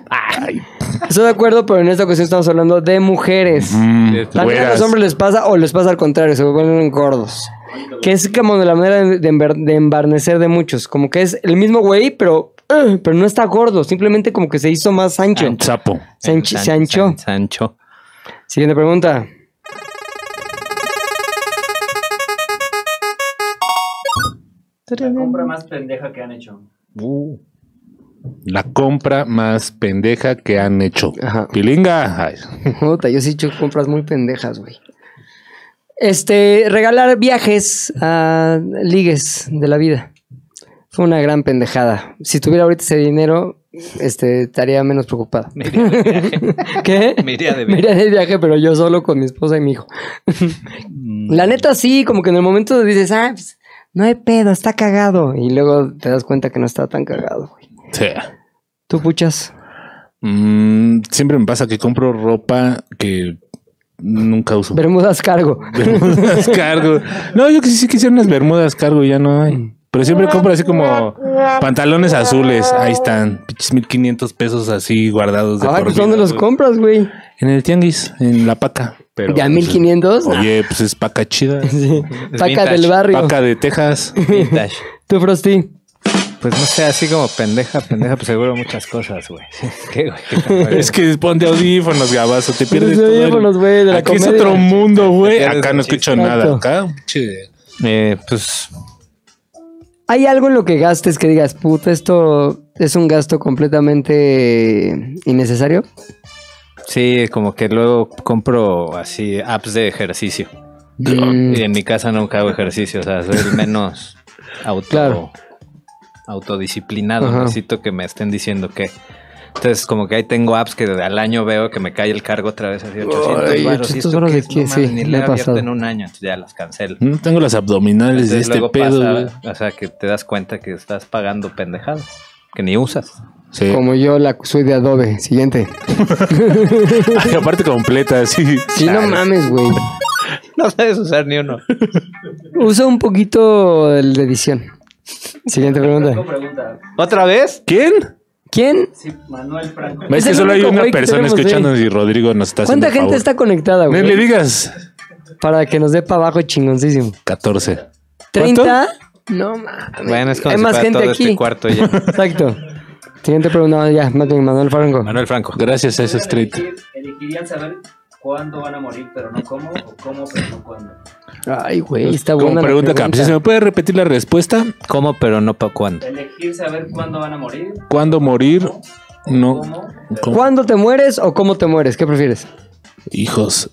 Speaker 1: Estoy de acuerdo, pero en esta ocasión estamos hablando de mujeres.
Speaker 2: Mm,
Speaker 1: También a
Speaker 2: güeras.
Speaker 1: los hombres les pasa o les pasa al contrario, se vuelven gordos. Que es como de la manera de, de embar- de embarnecer de muchos. Como que es el mismo güey, pero, eh, pero no está gordo. Simplemente como que se hizo más ancho.
Speaker 2: Un Sapo.
Speaker 1: Se, anch- se anchó.
Speaker 5: San- Sancho.
Speaker 1: Siguiente pregunta.
Speaker 4: La compra más pendeja que han hecho.
Speaker 1: Uh.
Speaker 2: La compra más pendeja que han hecho.
Speaker 1: Ajá.
Speaker 2: Pilinga. Ay,
Speaker 1: Puta, yo sí he hecho compras muy pendejas, güey. Este, regalar viajes a ligues de la vida. Fue una gran pendejada. Si tuviera ahorita ese dinero, este, estaría menos preocupada.
Speaker 5: Me iría de viaje.
Speaker 1: ¿Qué?
Speaker 5: Me iría de
Speaker 1: Me
Speaker 5: viaje.
Speaker 1: iría de viaje, pero yo solo con mi esposa y mi hijo.
Speaker 5: Mm.
Speaker 1: La neta sí, como que en el momento dices, ah, pues, no hay pedo, está cagado. Y luego te das cuenta que no está tan cagado, güey.
Speaker 2: sea.
Speaker 1: Tú puchas.
Speaker 2: Mm, siempre me pasa que compro ropa que nunca uso.
Speaker 1: Bermudas cargo.
Speaker 2: Bermudas cargo. No, yo que sí quisiera unas bermudas cargo y ya no hay. Pero siempre compro así como pantalones azules. Ahí están. Pinches 1500 pesos así guardados. De
Speaker 1: Ah,
Speaker 2: por
Speaker 1: pues
Speaker 2: vida,
Speaker 1: ¿dónde los
Speaker 2: güey.
Speaker 1: compras, güey?
Speaker 2: En el tianguis, en la paca. Pero,
Speaker 1: ¿Ya
Speaker 2: pues,
Speaker 1: 1500?
Speaker 2: Oye, pues es paca chida.
Speaker 1: Sí.
Speaker 5: Es
Speaker 1: Paca
Speaker 5: vintage.
Speaker 1: del barrio.
Speaker 2: Paca de Texas.
Speaker 5: Vintage.
Speaker 1: Tú, Frosty.
Speaker 5: Pues no sé, así como pendeja, pendeja, pues seguro muchas cosas, güey. ¿Qué, güey? ¿Qué tan
Speaker 2: Es que ponte audífonos, gabazo. Te pierdes
Speaker 1: Los
Speaker 2: todo el-
Speaker 1: audífonos, güey, Pues, de la
Speaker 2: Aquí es
Speaker 1: comedia.
Speaker 2: otro mundo, güey.
Speaker 5: pierdes
Speaker 2: Acá
Speaker 5: el
Speaker 2: no escucho
Speaker 1: chiste.
Speaker 2: nada.
Speaker 1: Exacto.
Speaker 2: Acá, che.
Speaker 5: Eh, pues
Speaker 1: ¿Hay algo en lo que gastes que digas, puta, esto es un gasto completamente innecesario?
Speaker 5: sí, como que luego compro así apps de ejercicio.
Speaker 1: Mm,
Speaker 5: Y en mi casa nunca hago ejercicio, o sea, soy el menos auto,
Speaker 1: Claro.
Speaker 5: autodisciplinado.
Speaker 1: Ajá.
Speaker 5: Necesito que me estén diciendo qué. Entonces, como que ahí tengo apps que al año veo que me cae el cargo otra vez así 800
Speaker 1: Ay,
Speaker 5: varos, ¿y esto
Speaker 1: 800 varos
Speaker 5: qué
Speaker 1: de
Speaker 5: es? No
Speaker 1: qué,
Speaker 5: mames,
Speaker 1: sí,
Speaker 5: ni
Speaker 1: me
Speaker 5: le
Speaker 1: ha
Speaker 5: he abierto
Speaker 1: pasado.
Speaker 5: en un año, entonces ya las cancelo.
Speaker 2: No tengo las abdominales de
Speaker 5: Entonces,
Speaker 2: este
Speaker 5: luego
Speaker 2: pedo,
Speaker 5: pasa,
Speaker 2: güey.
Speaker 5: o sea, que te das cuenta que estás pagando pendejadas que ni usas.
Speaker 2: Sí.
Speaker 1: Como yo la soy de Adobe. Siguiente.
Speaker 2: Ay, aparte completa, sí.
Speaker 1: Sí, no mames, güey.
Speaker 5: No sabes usar ni uno.
Speaker 1: Usa un poquito el de edición. Siguiente
Speaker 4: Franco
Speaker 1: pregunta.
Speaker 4: pregunta.
Speaker 5: ¿Otra vez?
Speaker 2: ¿Quién?
Speaker 1: ¿Quién?
Speaker 4: Sí, Manuel Franco.
Speaker 2: Es,
Speaker 1: el
Speaker 2: que solo hay
Speaker 1: único
Speaker 2: una
Speaker 1: güey que
Speaker 2: persona
Speaker 1: tenemos,
Speaker 2: escuchándonos y Rodrigo nos está haciendo
Speaker 1: ¿Cuánta gente
Speaker 2: favor.
Speaker 1: está conectada,
Speaker 2: No le
Speaker 1: güey?
Speaker 2: digas.
Speaker 1: Para que nos dé para abajo chingoncísimo.
Speaker 2: 14. ¿Cuánto?
Speaker 1: ¿30? No mames.
Speaker 5: Bueno, es como
Speaker 1: Hay
Speaker 5: si
Speaker 1: más
Speaker 5: fuera
Speaker 1: gente
Speaker 5: todo este
Speaker 1: aquí.
Speaker 5: cuarto ya.
Speaker 1: Exacto. Siguiente pregunta. No, ya, más bien, Manuel Franco.
Speaker 5: Manuel Franco.
Speaker 2: Gracias a
Speaker 4: Podrían
Speaker 2: esos 30.
Speaker 4: elegir- Elegirían saber cuándo van a morir, pero no cómo, o cómo, pero no cuándo.
Speaker 1: Ay, güey, está
Speaker 2: Como
Speaker 1: buena. la
Speaker 2: pregunta, Caps, ¿se me puede repetir la respuesta?
Speaker 5: ¿Cómo, pero no para cuándo?
Speaker 4: Elegir saber cuándo van a morir,
Speaker 2: ¿Cuándo morir? No.
Speaker 4: cómo,
Speaker 2: ¿Cómo?
Speaker 1: ¿Cuándo te mueres o cómo te mueres? ¿Qué prefieres?
Speaker 2: Hijos.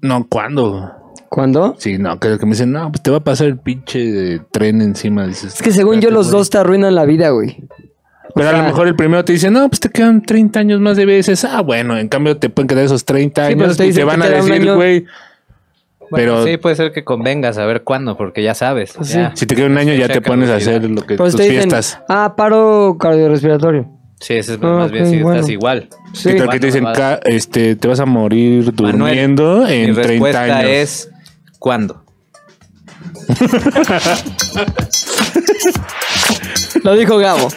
Speaker 2: No, ¿cuándo?
Speaker 1: ¿Cuándo?
Speaker 2: Sí, no, que, que me dicen, no, pues te va a pasar el pinche eh, tren encima. Dices,
Speaker 1: Es que según yo
Speaker 2: espérate,
Speaker 1: los
Speaker 2: güey.
Speaker 1: dos te arruinan la vida, güey.
Speaker 2: Pero
Speaker 1: o
Speaker 2: a
Speaker 1: sea-
Speaker 2: lo mejor el primero te dice, no, pues te quedan 30 años más de veces. Ah, bueno, en cambio te pueden quedar esos 30
Speaker 1: Sí, pero
Speaker 2: años
Speaker 1: te
Speaker 2: y
Speaker 1: dicen
Speaker 2: te
Speaker 1: que
Speaker 2: van a
Speaker 1: queda un
Speaker 2: decir,
Speaker 1: año.
Speaker 2: güey.
Speaker 5: Bueno,
Speaker 2: pero
Speaker 5: sí, puede ser que convenga saber cuándo, porque ya sabes.
Speaker 1: Pues
Speaker 5: ya.
Speaker 2: si te queda un año ya
Speaker 5: Fecha
Speaker 2: te pones a
Speaker 5: caducidad.
Speaker 2: hacer lo que
Speaker 1: Pero
Speaker 2: tus
Speaker 1: te dicen,
Speaker 2: fiestas.
Speaker 1: ah, paro cardiorrespiratorio.
Speaker 5: Sí, ese es
Speaker 1: Ah,
Speaker 5: más bien
Speaker 1: ok,
Speaker 5: si
Speaker 1: bueno.
Speaker 5: estás igual.
Speaker 1: Sí.
Speaker 2: Y creo que te dicen,
Speaker 5: Vas-
Speaker 2: "Ca- este, te vas a morir
Speaker 5: Manuel,
Speaker 2: durmiendo
Speaker 5: Mi
Speaker 2: en 30
Speaker 5: respuesta
Speaker 2: años.
Speaker 5: es ¿cuándo?
Speaker 1: Lo dijo Gabo.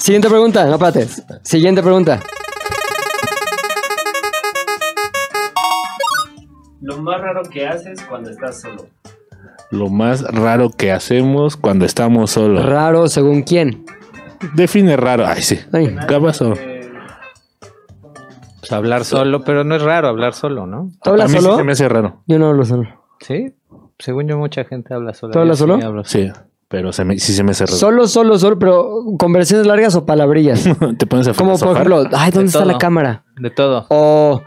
Speaker 1: Siguiente pregunta, no pates. Siguiente pregunta.
Speaker 4: lo más raro que haces cuando estás solo.
Speaker 2: Lo más raro que hacemos cuando estamos solos.
Speaker 1: Raro según quién.
Speaker 2: Define raro. Ay, sí.
Speaker 1: Ay.
Speaker 2: Gabazo.
Speaker 4: Eh,
Speaker 5: Pues hablar solo, pero no es raro hablar solo, ¿no?
Speaker 1: ¿Tú hablas
Speaker 2: a mí sí
Speaker 1: solo?
Speaker 2: se me hace raro.
Speaker 1: Yo no hablo solo.
Speaker 5: Sí. Según yo, mucha gente habla sola.
Speaker 1: ¿Tú hablas
Speaker 5: Yo sí
Speaker 1: solo?
Speaker 5: hablo
Speaker 2: Sí, pero se me- sí se me hace raro.
Speaker 1: Solo, solo, solo, pero conversaciones largas o palabrillas.
Speaker 2: te pones a
Speaker 1: Como por
Speaker 2: filosofar.
Speaker 1: ejemplo, ay, ¿dónde
Speaker 5: De
Speaker 1: está la
Speaker 5: todo.
Speaker 1: cámara?
Speaker 5: De todo.
Speaker 1: O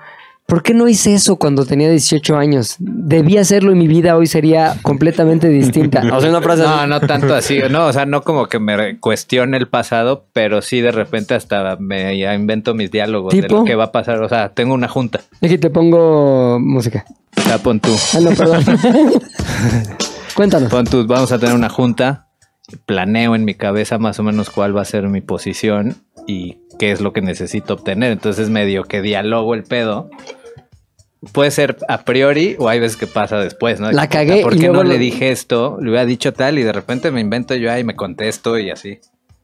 Speaker 1: ¿por qué no hice eso cuando tenía 18 años? Debí hacerlo y mi vida hoy sería completamente distinta. O sea, una frase así.
Speaker 5: No, no tanto así. No, o sea, no como que me cuestione el pasado, pero sí de repente hasta me ya invento mis diálogos de
Speaker 1: ¿Tipo?
Speaker 5: lo que va a pasar. O sea, tengo una junta.
Speaker 1: Aquí te pongo música.
Speaker 5: O sea, pon tú.
Speaker 1: Ah, no, perdón. Cuéntanos.
Speaker 5: Pon tú, vamos a tener una junta. Planeo en mi cabeza más o menos cuál va a ser mi posición y qué es lo que necesito obtener. Entonces, medio que dialogo el pedo. Puede ser a priori o hay veces que pasa después, ¿no?
Speaker 1: La
Speaker 5: Puta,
Speaker 1: cagué
Speaker 5: ¿Por
Speaker 1: y
Speaker 5: qué
Speaker 1: luego
Speaker 5: no
Speaker 1: lo-
Speaker 5: le dije esto? Le hubiera dicho tal y de repente me invento yo ahí, me contesto y así.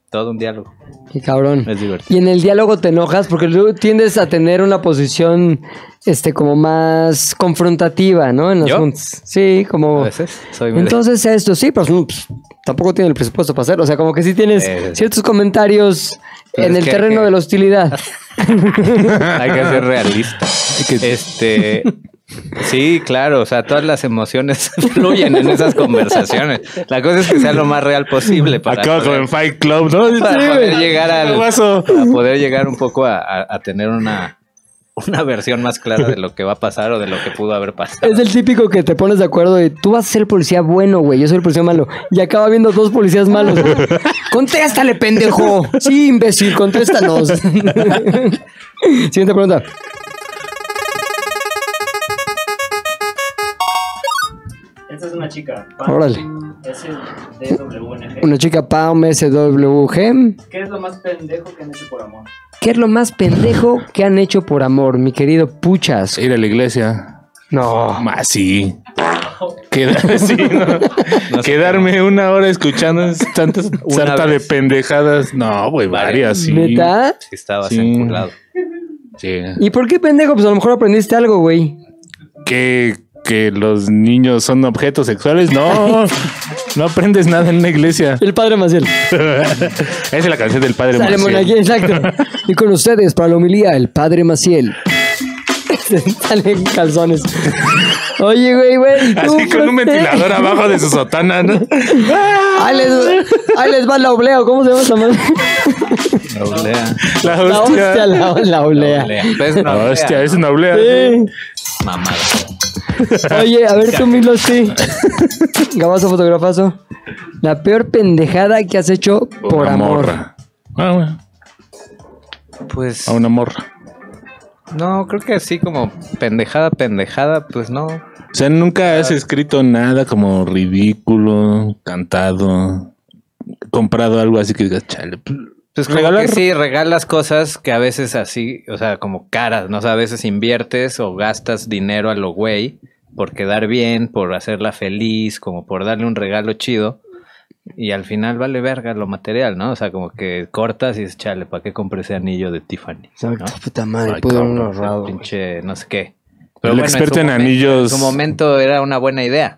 Speaker 5: Todo un diálogo.
Speaker 1: Qué cabrón.
Speaker 5: Pues, Es divertido.
Speaker 1: Y en el diálogo te enojas porque tú tiendes a tener una posición este como más confrontativa, ¿no? En las
Speaker 5: ¿Yo?
Speaker 1: juntas. Sí,
Speaker 5: A
Speaker 1: como
Speaker 5: veces soy medio-
Speaker 1: entonces esto sí, pero mm, pues, tampoco tiene el presupuesto para hacerlo. O sea, como que sí tienes
Speaker 5: Eh, sí.
Speaker 1: ciertos comentarios
Speaker 5: Pero
Speaker 1: en
Speaker 5: es
Speaker 1: el
Speaker 5: que-
Speaker 1: terreno
Speaker 5: que-
Speaker 1: de la hostilidad.
Speaker 5: Hay que ser realista. Este. Sí, claro, o sea, todas las emociones fluyen en esas conversaciones. La cosa es que sea lo más real posible para,
Speaker 2: Acabo con
Speaker 5: poder,
Speaker 2: el Fight Club, ¿no?
Speaker 5: para
Speaker 2: Sí,
Speaker 5: poder
Speaker 2: güey.
Speaker 5: llegar al-
Speaker 2: Gabazo.
Speaker 5: para poder llegar un poco a, a- a tener una, una versión más clara de lo que va a pasar o de lo que pudo haber pasado.
Speaker 1: Es el típico que te pones de acuerdo de tú vas a ser el policía bueno, güey, yo soy el policía malo. Y acaba viendo dos policías malos. Contéstale, pendejo. Sí, imbécil, contéstanos. Siguiente pregunta.
Speaker 4: esta es una chica.
Speaker 1: Órale.
Speaker 4: SDWNG.
Speaker 1: Una chica Pam SWG.
Speaker 4: ¿Qué es lo más pendejo que han hecho por amor?
Speaker 1: ¿Qué es lo más pendejo que han hecho por amor, mi querido Puchas?
Speaker 2: Ir a la iglesia.
Speaker 1: No.
Speaker 2: Más sí. Queda- sí, ¿no? Quedarme una hora escuchando es tantas sarta de
Speaker 5: vez.
Speaker 2: pendejadas. No, güey, varias, sí.
Speaker 1: ¿Neta?
Speaker 5: Si estabas
Speaker 2: Sí.
Speaker 5: enculado.
Speaker 2: Sí.
Speaker 1: ¿Y por qué pendejo? Pues a lo mejor aprendiste algo, güey.
Speaker 2: que, que los niños son objetos sexuales. No, no aprendes nada en una iglesia.
Speaker 1: El padre Maciel.
Speaker 2: Esa es la canción del padre
Speaker 1: Sale
Speaker 2: Maciel.
Speaker 1: monaguillo, exacto. Y con ustedes, para la homilía, el padre Maciel. Salen calzones. Oye, güey, güey. ¿y tú,
Speaker 2: Así con un
Speaker 1: profe?
Speaker 2: ventilador abajo de su sotana, ¿no?
Speaker 1: Ahí les, ahí les va la oblea, ¿cómo se llama esa madre?
Speaker 5: La olea.
Speaker 2: La
Speaker 1: La hostia,
Speaker 2: hostia. La
Speaker 1: la, la oblea.
Speaker 5: Olea. Pues no, olea.
Speaker 2: hostia, es una oblea.
Speaker 1: Sí.
Speaker 5: Mamada.
Speaker 1: Oye, a ver tú, Milo, sí. Gabazo, fotografazo. La peor pendejada que has hecho por,
Speaker 2: Una
Speaker 1: amor.
Speaker 2: morra. Ah, bueno,
Speaker 5: Pues
Speaker 2: a una morra.
Speaker 5: no, creo que así como pendejada, pendejada, pues no.
Speaker 2: O sea, nunca has escrito nada como ridículo, cantado, comprado algo así que digas, chale. pues,
Speaker 5: Pues como
Speaker 2: Regalar-
Speaker 5: que sí, regalas cosas que a veces así, o sea, como caras, ¿no? O sea, a veces inviertes o gastas dinero a lo güey por quedar bien, por hacerla feliz, como por darle un regalo chido. Y al final vale verga lo material, ¿no? O sea, como que cortas y dices, chale, ¿para qué compré ese anillo de Tiffany?
Speaker 1: Exacto, puta madre,
Speaker 2: Ay,
Speaker 1: pude
Speaker 2: cabrón,
Speaker 1: haberlo ahorrado.
Speaker 5: Pinche, no sé qué.
Speaker 2: El
Speaker 5: su
Speaker 2: experto en
Speaker 5: momento-
Speaker 2: anillos.
Speaker 5: En su momento era una buena idea.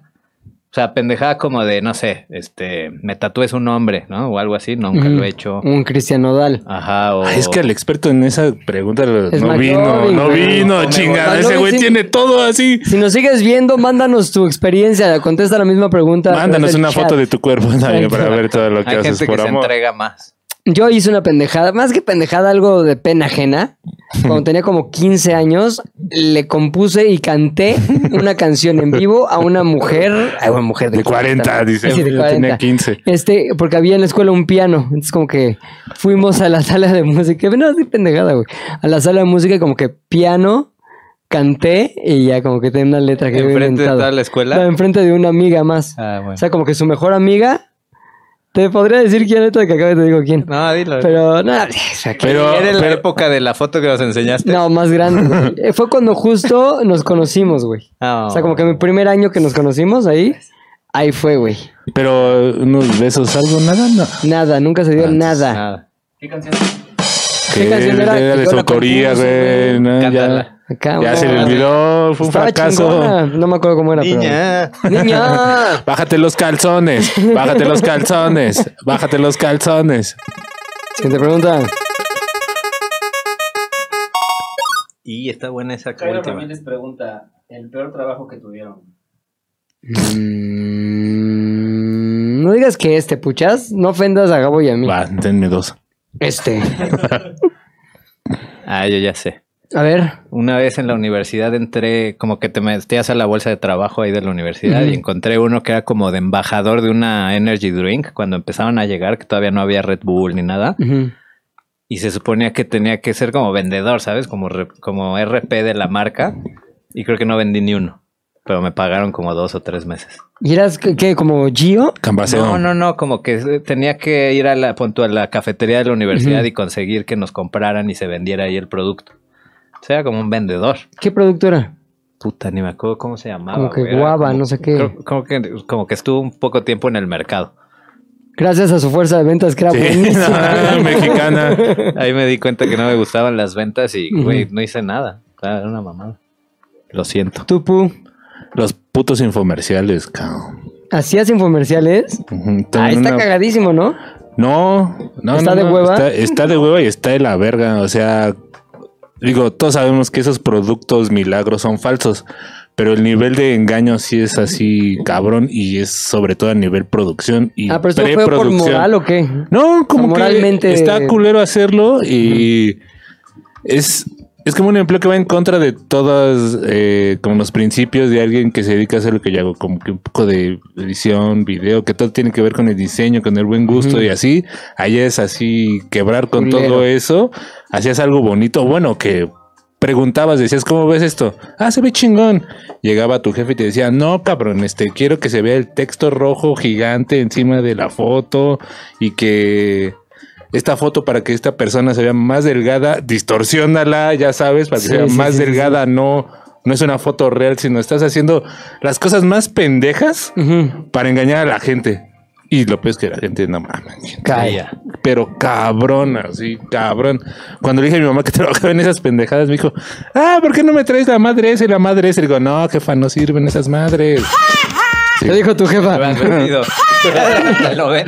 Speaker 5: O sea, pendejada como de, no sé, este, me tatúes un nombre, ¿no? O algo así, nunca
Speaker 1: Ujú.
Speaker 5: lo he hecho.
Speaker 1: Un Cristian Nodal.
Speaker 5: Ajá, o...
Speaker 2: Ah, es que el experto en esa pregunta no
Speaker 1: McLovin,
Speaker 2: vino, no
Speaker 1: güey.
Speaker 2: vino,
Speaker 1: No,
Speaker 2: chingada.
Speaker 1: McLovin
Speaker 2: Ese güey
Speaker 1: sí-
Speaker 2: tiene todo así.
Speaker 1: Si nos sigues viendo, mándanos tu experiencia. Contesta la misma pregunta. a través
Speaker 2: Mándanos
Speaker 1: del
Speaker 2: una
Speaker 1: chat.
Speaker 2: foto de tu cuerpo también para ver todo lo que
Speaker 5: Hay
Speaker 2: haces
Speaker 5: gente que
Speaker 2: por
Speaker 5: se
Speaker 2: amor.
Speaker 5: entrega más.
Speaker 1: Yo hice una pendejada, más que pendejada, algo de pena ajena. Cuando tenía como 15 años, le compuse y canté una canción en vivo a una mujer, a una mujer de,
Speaker 2: De 40, dice.
Speaker 1: Sí, de
Speaker 2: Yo
Speaker 1: 40.
Speaker 2: tenía 15.
Speaker 1: Este, porque había en la escuela un piano, entonces como que fuimos a la sala de música, no, así pendejada, güey. A la sala de música como que piano, canté y ya como que tenía una letra que había
Speaker 5: Enfrente de
Speaker 1: inventado.
Speaker 5: toda la
Speaker 1: No,
Speaker 5: escuela.
Speaker 1: enfrente de una amiga más.
Speaker 5: Ah, bueno.
Speaker 1: O sea, como que su mejor amiga. Te podría decir quién ahorita que acabe te digo quién.
Speaker 5: No, dilo.
Speaker 1: Pero no, o sea, que-
Speaker 2: Pero,
Speaker 5: Era en la
Speaker 2: pero-
Speaker 5: época de la foto que nos enseñaste.
Speaker 1: no, más grande. güey. Eh, Fue cuando justo nos conocimos, güey.
Speaker 5: Ah,
Speaker 1: O sea, como que mi primer año que nos conocimos ahí, ahí fue, güey.
Speaker 2: pero unos besos, algo, nada, no.
Speaker 1: Nada, nunca
Speaker 2: Ah,
Speaker 1: se dio nada.
Speaker 5: nada.
Speaker 4: ¿Qué canción?
Speaker 1: ¿Qué
Speaker 2: Que
Speaker 1: canción era?
Speaker 2: era
Speaker 1: Que
Speaker 2: de
Speaker 1: yo
Speaker 2: su
Speaker 1: la
Speaker 2: autoría,
Speaker 1: compuse,
Speaker 2: güey. no, ya
Speaker 5: Cántala.
Speaker 1: Acá,
Speaker 2: ya
Speaker 1: una-
Speaker 2: se le olvidó, fue un
Speaker 1: Estaba
Speaker 2: fracaso.
Speaker 1: chingona, No me acuerdo cómo era,
Speaker 5: Niña.
Speaker 1: pero. ¡Niña!
Speaker 2: Bájate los calzones, bájate los calzones, bájate los calzones.
Speaker 1: Siguiente pregunta.
Speaker 5: Y está buena esa
Speaker 4: Jairo
Speaker 5: última.
Speaker 4: Ramírez pregunta, el peor trabajo que tuvieron.
Speaker 1: Mm, no digas que este, puchas. No ofendas a Gabo y a mí.
Speaker 2: Va, denme dos.
Speaker 1: Este.
Speaker 5: Ah, yo ya sé.
Speaker 1: A ver.
Speaker 5: Una vez en la universidad entré, como que te metías a la bolsa de trabajo ahí de la universidad
Speaker 1: Ujú.
Speaker 5: y encontré uno que era como de embajador de una energy drink cuando empezaban a llegar, que todavía no había Red Bull ni nada.
Speaker 1: Ujú.
Speaker 5: y se suponía que tenía que ser como vendedor, ¿sabes? Como, re- como RP de la marca. Y creo que no vendí ni uno. Pero me pagaron como dos o tres meses.
Speaker 1: ¿Y eras qué? qué, ¿Como Gio?
Speaker 2: Cambaseo.
Speaker 5: No, no, no, como que eh, tenía que ir a la, pon tú, a la cafetería de la universidad y conseguir que nos compraran y se vendiera ahí el producto. O sea, como un vendedor.
Speaker 1: ¿Qué producto era?
Speaker 5: Puta, ni me acuerdo cómo se llamaba.
Speaker 1: Como que
Speaker 5: güey, era
Speaker 1: guava, no sé qué.
Speaker 5: creo- Como que, como que estuvo un poco tiempo en el mercado.
Speaker 1: Gracias a su fuerza de ventas, que era
Speaker 2: Sí,
Speaker 1: buenísima.
Speaker 2: no, mexicana.
Speaker 5: Ahí me di cuenta que no me gustaban las ventas y,
Speaker 1: Ujú.
Speaker 5: güey, no hice nada. O sea, Era una mamada. Lo siento.
Speaker 1: Tupu,
Speaker 2: Los putos infomerciales, cabrón.
Speaker 1: ¿hacías infomerciales?
Speaker 2: Ujú,
Speaker 1: Ah,
Speaker 2: tengo
Speaker 1: está
Speaker 2: una-
Speaker 1: cagadísimo, ¿no?
Speaker 2: No, no.
Speaker 1: ¿Está
Speaker 2: no,
Speaker 1: de
Speaker 2: no,
Speaker 1: hueva?
Speaker 2: Está, está de hueva y está de la verga. O sea, digo, todos sabemos que esos productos milagros son falsos, pero el nivel de engaño sí es así cabrón y es sobre todo a nivel producción y
Speaker 1: Ah, pero esto fue por
Speaker 2: preproducción.
Speaker 1: moral o qué?
Speaker 2: No, como
Speaker 1: moralmente-
Speaker 2: que está culero hacerlo y es, es como un empleo que va en contra de todas eh, como los principios de alguien que se dedica a hacer lo que yo hago, como que un poco de edición, video, que todo tiene que ver con el diseño, con el buen gusto
Speaker 1: Ujú.
Speaker 2: y así. Allá es así quebrar con
Speaker 1: Culero.
Speaker 2: todo eso, hacías algo bonito, bueno, que preguntabas, decías, ¿cómo ves esto? Ah, se ve chingón. Llegaba tu jefe y te decía, no, cabrón, este, quiero que se vea el texto rojo gigante encima de la foto y que esta foto para que esta persona se vea más delgada, distorsiónala, ya sabes, para que
Speaker 1: Sí,
Speaker 2: sea
Speaker 1: sí,
Speaker 2: más
Speaker 1: sí, sí,
Speaker 2: delgada, no, no es una foto real, sino estás haciendo las cosas más pendejas
Speaker 1: Ujú.
Speaker 2: para engañar a la gente. Y lo peor es que la gente no mames.
Speaker 1: Calla.
Speaker 2: Pero cabrón, así, cabrón. Cuando le dije a mi mamá que trabajaba en esas pendejadas, me dijo, ah, ¿por qué no me traes la madre esa y la madre esa? Y digo, no, jefa, no sirven esas madres.
Speaker 1: Te dijo tu jefa.
Speaker 5: lo ven.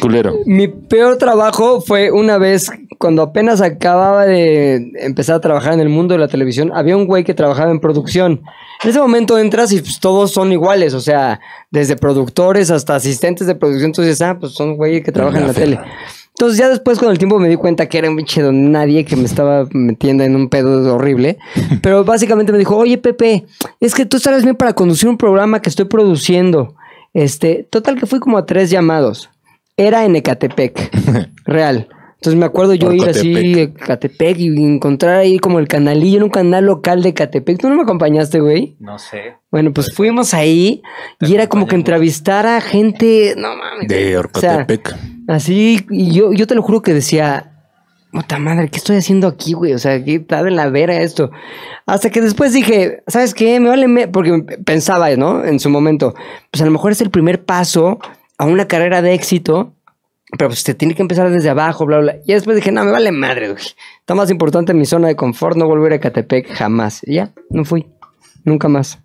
Speaker 2: Culero.
Speaker 1: Mi peor trabajo fue una vez cuando apenas acababa de empezar a trabajar en el mundo de la televisión, había un güey que trabajaba en producción. En ese momento entras y pues, todos son iguales, o sea, desde productores hasta asistentes de producción, entonces dices, ah, pues son güeyes que trabajan en la
Speaker 2: la
Speaker 1: tele. Entonces ya después con el tiempo me di cuenta que era un pinche don nadie que me estaba metiendo en un pedo horrible. Pero básicamente me dijo, oye Pepe, es que tú estarás bien para conducir un programa que estoy produciendo. Este, total que fui como a tres llamados. Era en Ecatepec, real. Entonces me acuerdo yo ir así a Ecatepec y encontrar ahí como el canalillo en un canal local de Ecatepec. ¿Tú no me acompañaste, güey?
Speaker 5: No sé.
Speaker 1: Bueno, pues fuimos ahí y era como que entrevistar a gente, no mames.
Speaker 2: De
Speaker 1: O sea,
Speaker 2: Orcotepec.
Speaker 1: Así, y yo, yo te lo juro que decía, puta madre, ¿qué estoy haciendo aquí, güey? O sea, ¿qué tal en la vera esto? Hasta que después dije, ¿sabes qué? Me vale, me-", porque pensaba, ¿no? En su momento, pues a lo mejor es el primer paso a una carrera de éxito, pero pues te tiene que empezar desde abajo, bla, bla. Y después dije, no, me vale madre, güey. Está más importante mi zona de confort, no volver a Catepec jamás. Y ya, no fui. Nunca más.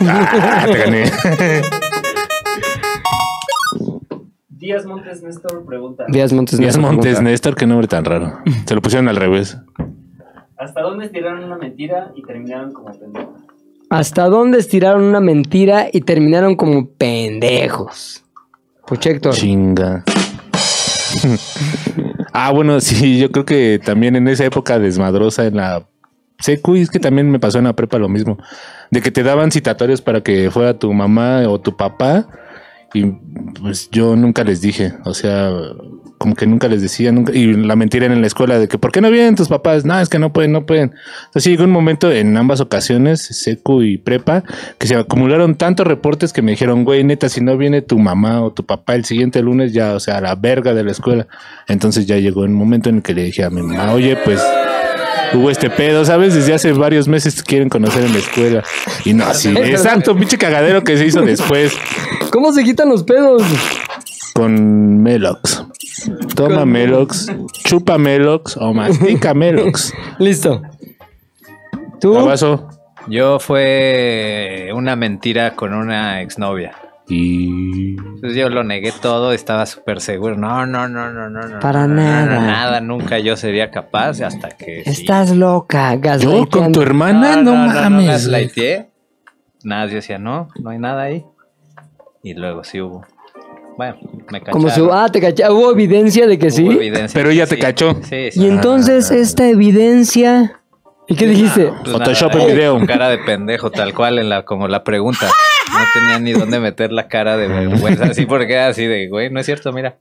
Speaker 2: Ah, te gané.
Speaker 4: Díaz Montes Néstor pregunta:
Speaker 1: Díaz Montes.
Speaker 2: Díaz
Speaker 1: Néstor
Speaker 2: Montes
Speaker 1: pregunta.
Speaker 2: Néstor, qué nombre tan raro. Se lo pusieron al revés.
Speaker 4: ¿Hasta dónde estiraron una mentira y terminaron como pendeja?
Speaker 1: ¿Hasta dónde estiraron una mentira y terminaron como pendejos? Pues, Puchector.
Speaker 2: Chinga. ah, bueno, sí, yo creo que también en esa época desmadrosa en la secu, y es que también me pasó en la prepa lo mismo, de que te daban citatorios para que fuera tu mamá o tu papá, y pues yo nunca les dije, o sea, como que nunca les decía, nunca, y la mentira en la escuela de que, ¿por qué no vienen tus papás? No, es que no pueden, no pueden. Entonces llegó un momento en ambas ocasiones, secu y prepa, que se acumularon tantos reportes que me dijeron, güey, neta, si no viene tu mamá o tu papá el siguiente lunes, ya, o sea, a la verga de la escuela. Entonces ya llegó un momento en el que le dije a mi mamá, oye, pues hubo este pedo, ¿sabes? Desde hace varios meses te quieren conocer en la escuela. Y no, sí, exacto, pinche cagadero que se hizo después
Speaker 1: ¿Cómo se quitan los pedos?
Speaker 2: con Melox. Toma Melox, chupa Melox o mastica Melox.
Speaker 1: Listo. ¿Tú?
Speaker 2: Abrazo.
Speaker 5: Yo fue una mentira con una exnovia.
Speaker 2: Y
Speaker 5: Entonces yo lo negué todo, estaba súper seguro. No, no, no, no, no, no.
Speaker 1: Para
Speaker 5: no, no, no,
Speaker 1: nada.
Speaker 5: nada, nunca yo sería capaz hasta que. sí.
Speaker 1: Estás loca,
Speaker 2: yo con tu
Speaker 1: gaslighteando.
Speaker 2: hermana no, mames. güey.
Speaker 5: gaslighteé. Nada, yo decía, no, no hay nada ahí. Y luego sí hubo. Bueno, me cacharon.
Speaker 1: Como si, ah, te caché. Hubo evidencia de que sí.
Speaker 5: Hubo evidencia
Speaker 2: Pero
Speaker 5: que
Speaker 2: ella te cachó.
Speaker 5: Sí, sí.
Speaker 1: Y entonces esta evidencia... ¿Y qué dijiste?
Speaker 5: Pues
Speaker 2: Photoshop
Speaker 5: nada,
Speaker 2: en
Speaker 5: eh,
Speaker 2: video.
Speaker 5: Cara de pendejo, tal cual, en la, como la pregunta. No tenía ni dónde meter la cara de vergüenza, así porque era así de, güey, no es cierto, mira.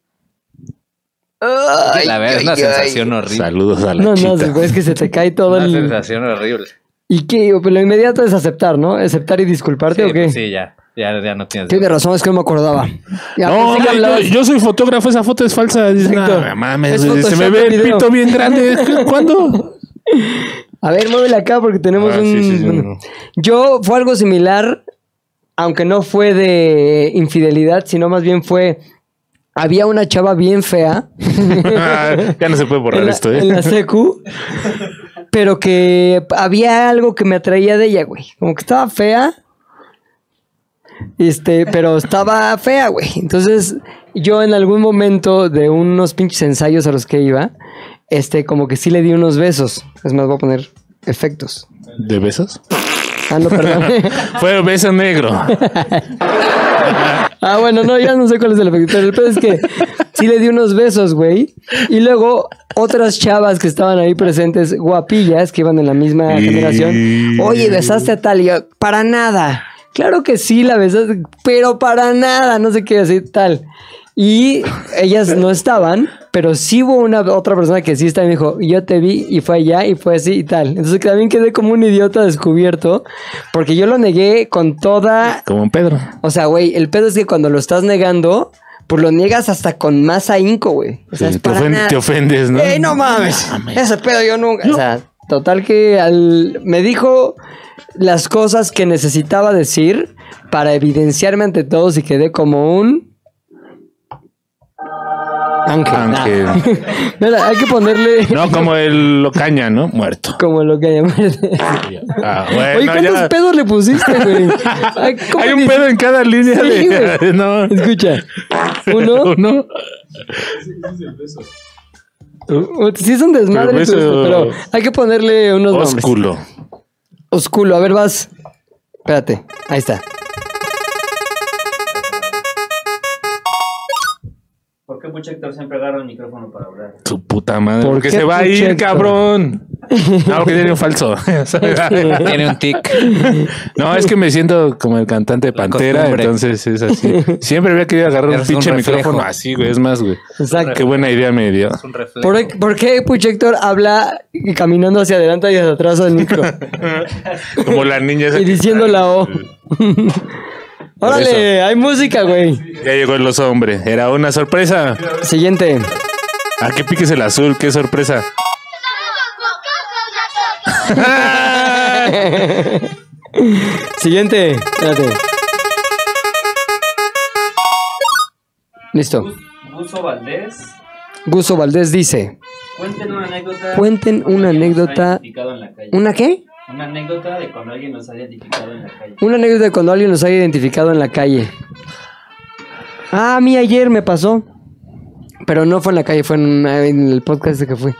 Speaker 5: La verdad es una sensación horrible.
Speaker 2: Saludos a la
Speaker 1: No, no,
Speaker 2: chita.
Speaker 1: es que se te cae todo
Speaker 5: Una
Speaker 1: el...
Speaker 5: sensación horrible.
Speaker 1: ¿Y qué? Lo inmediato es aceptar, ¿no? ¿Aceptar y disculparte
Speaker 5: Sí,
Speaker 1: o qué?
Speaker 5: pues sí, ya, ya, ya no tienes.
Speaker 1: Tienes razón, es que no me acordaba. Ya pues,
Speaker 2: No,
Speaker 1: pensé que
Speaker 2: hombre,
Speaker 1: hablabas-
Speaker 2: yo, yo soy fotógrafo, esa foto es falsa. Dices,
Speaker 1: Exacto.
Speaker 2: "No, mames,
Speaker 1: Es
Speaker 2: se me
Speaker 1: Photoshop
Speaker 2: ve
Speaker 1: el
Speaker 2: el
Speaker 1: video".
Speaker 2: pito bien grande. ¿Cuándo?
Speaker 1: A ver, muévela acá porque tenemos
Speaker 2: Ah,
Speaker 1: un.
Speaker 2: sí, sí, sí,
Speaker 1: bueno.
Speaker 2: no.
Speaker 1: Yo fue algo similar, aunque no fue de infidelidad, sino más bien fue. Había una chava bien fea
Speaker 2: ya no se puede borrar
Speaker 1: en la,
Speaker 2: esto, ¿eh?
Speaker 1: en la secu, pero que había algo que me atraía de ella, güey. Como que estaba fea, este, pero estaba fea, güey. Entonces, yo en algún momento de unos pinches ensayos a los que iba, este, como que sí le di unos besos. Es más, voy a poner efectos.
Speaker 2: ¿De besos?
Speaker 1: Ah, no, perdón.
Speaker 2: Fue beso negro.
Speaker 1: Ah, bueno, no, ya no sé cuál es el efecto. Pero el pedo es que sí le di unos besos, güey. Y luego otras chavas que estaban ahí presentes, guapillas, que iban en la misma
Speaker 2: Y-
Speaker 1: generación. Oye, besaste a tal y yo, para nada. Claro que sí, la besaste, pero para nada, no sé qué decir, tal. Y ellas no estaban, Pero sí hubo una otra persona que sí está y me dijo, yo te vi y fue allá y fue así y tal. Entonces también quedé como un idiota descubierto porque yo lo negué con toda...
Speaker 2: Como un Pedro.
Speaker 1: O sea, güey, el pedo es que cuando lo estás negando, pues lo niegas hasta con más ahínco, güey. O sea, es
Speaker 2: te,
Speaker 1: para
Speaker 2: ofen-
Speaker 1: nada.
Speaker 2: te ofendes, ¿no?
Speaker 1: ¡Ey, no mames!
Speaker 2: No mames.
Speaker 1: Ese pedo yo nunca. O sea, total que al- me dijo las cosas que necesitaba decir para evidenciarme ante todos y quedé como un. Ángel.
Speaker 2: Ángel.
Speaker 1: Ah. Mira, hay que ponerle
Speaker 2: No, como el Locaña, ¿no? Muerto.
Speaker 1: como lo que llamamos.
Speaker 2: Ah, bueno,
Speaker 1: Oye, ¿cuántos
Speaker 2: ya.
Speaker 1: pedos le pusiste, güey? Ay, ¿cómo
Speaker 2: Hay un
Speaker 1: ni-
Speaker 2: pedo en cada línea
Speaker 1: Sí,
Speaker 2: de- No.
Speaker 1: Escucha. Uno.
Speaker 2: Uno.
Speaker 1: u- Sí es un desmadre,
Speaker 2: Pero
Speaker 1: pero,
Speaker 2: eso-
Speaker 1: pero hay que ponerle unos nombres.
Speaker 2: Ósculo.
Speaker 1: Osculo, a ver, vas. Espérate, ahí está.
Speaker 4: ¿Por qué Pucho Héctor siempre agarra el micrófono para hablar?
Speaker 2: Tu puta madre.
Speaker 1: ¿Por
Speaker 2: Porque
Speaker 1: qué
Speaker 2: se va a
Speaker 1: tu
Speaker 2: ir,
Speaker 1: cheque?
Speaker 2: cabrón. No, porque tiene un falso.
Speaker 5: Tiene un tic.
Speaker 2: no, es que me siento como el cantante de Pantera,
Speaker 5: costumbre.
Speaker 2: entonces es así. Siempre había querido agarrar un
Speaker 5: Eres un
Speaker 2: pinche
Speaker 5: reflejo.
Speaker 2: micrófono así, güey. Es más, güey. Qué
Speaker 1: Exacto.
Speaker 2: buena idea me dio.
Speaker 5: Un reflejo.
Speaker 1: ¿Por, por qué Puchector habla y caminando hacia adelante y hacia atrás del micro?
Speaker 2: Como la niña esa
Speaker 1: y
Speaker 2: que-
Speaker 1: diciendo la O. Órale, hay música, güey.
Speaker 2: Ya llegó el oso hombre. Era una sorpresa.
Speaker 1: Siguiente.
Speaker 2: ¿A qué piques el azul? Qué sorpresa.
Speaker 1: Siguiente. Espérate. Listo.
Speaker 4: Gus- Guso Valdés,
Speaker 1: Guso Valdés dice,
Speaker 4: cuenten una anécdota.
Speaker 1: Cuenten
Speaker 4: cuando
Speaker 1: una
Speaker 4: alguien los haya
Speaker 1: anécdota-
Speaker 4: identificado en la calle.
Speaker 1: ¿una qué?
Speaker 4: Una anécdota de cuando alguien nos ha identificado en la calle.
Speaker 1: Una anécdota de cuando alguien nos haya identificado en la calle. Ah, a mí ayer me pasó. Pero no fue en la calle, fue en, una- en el podcast de que fui.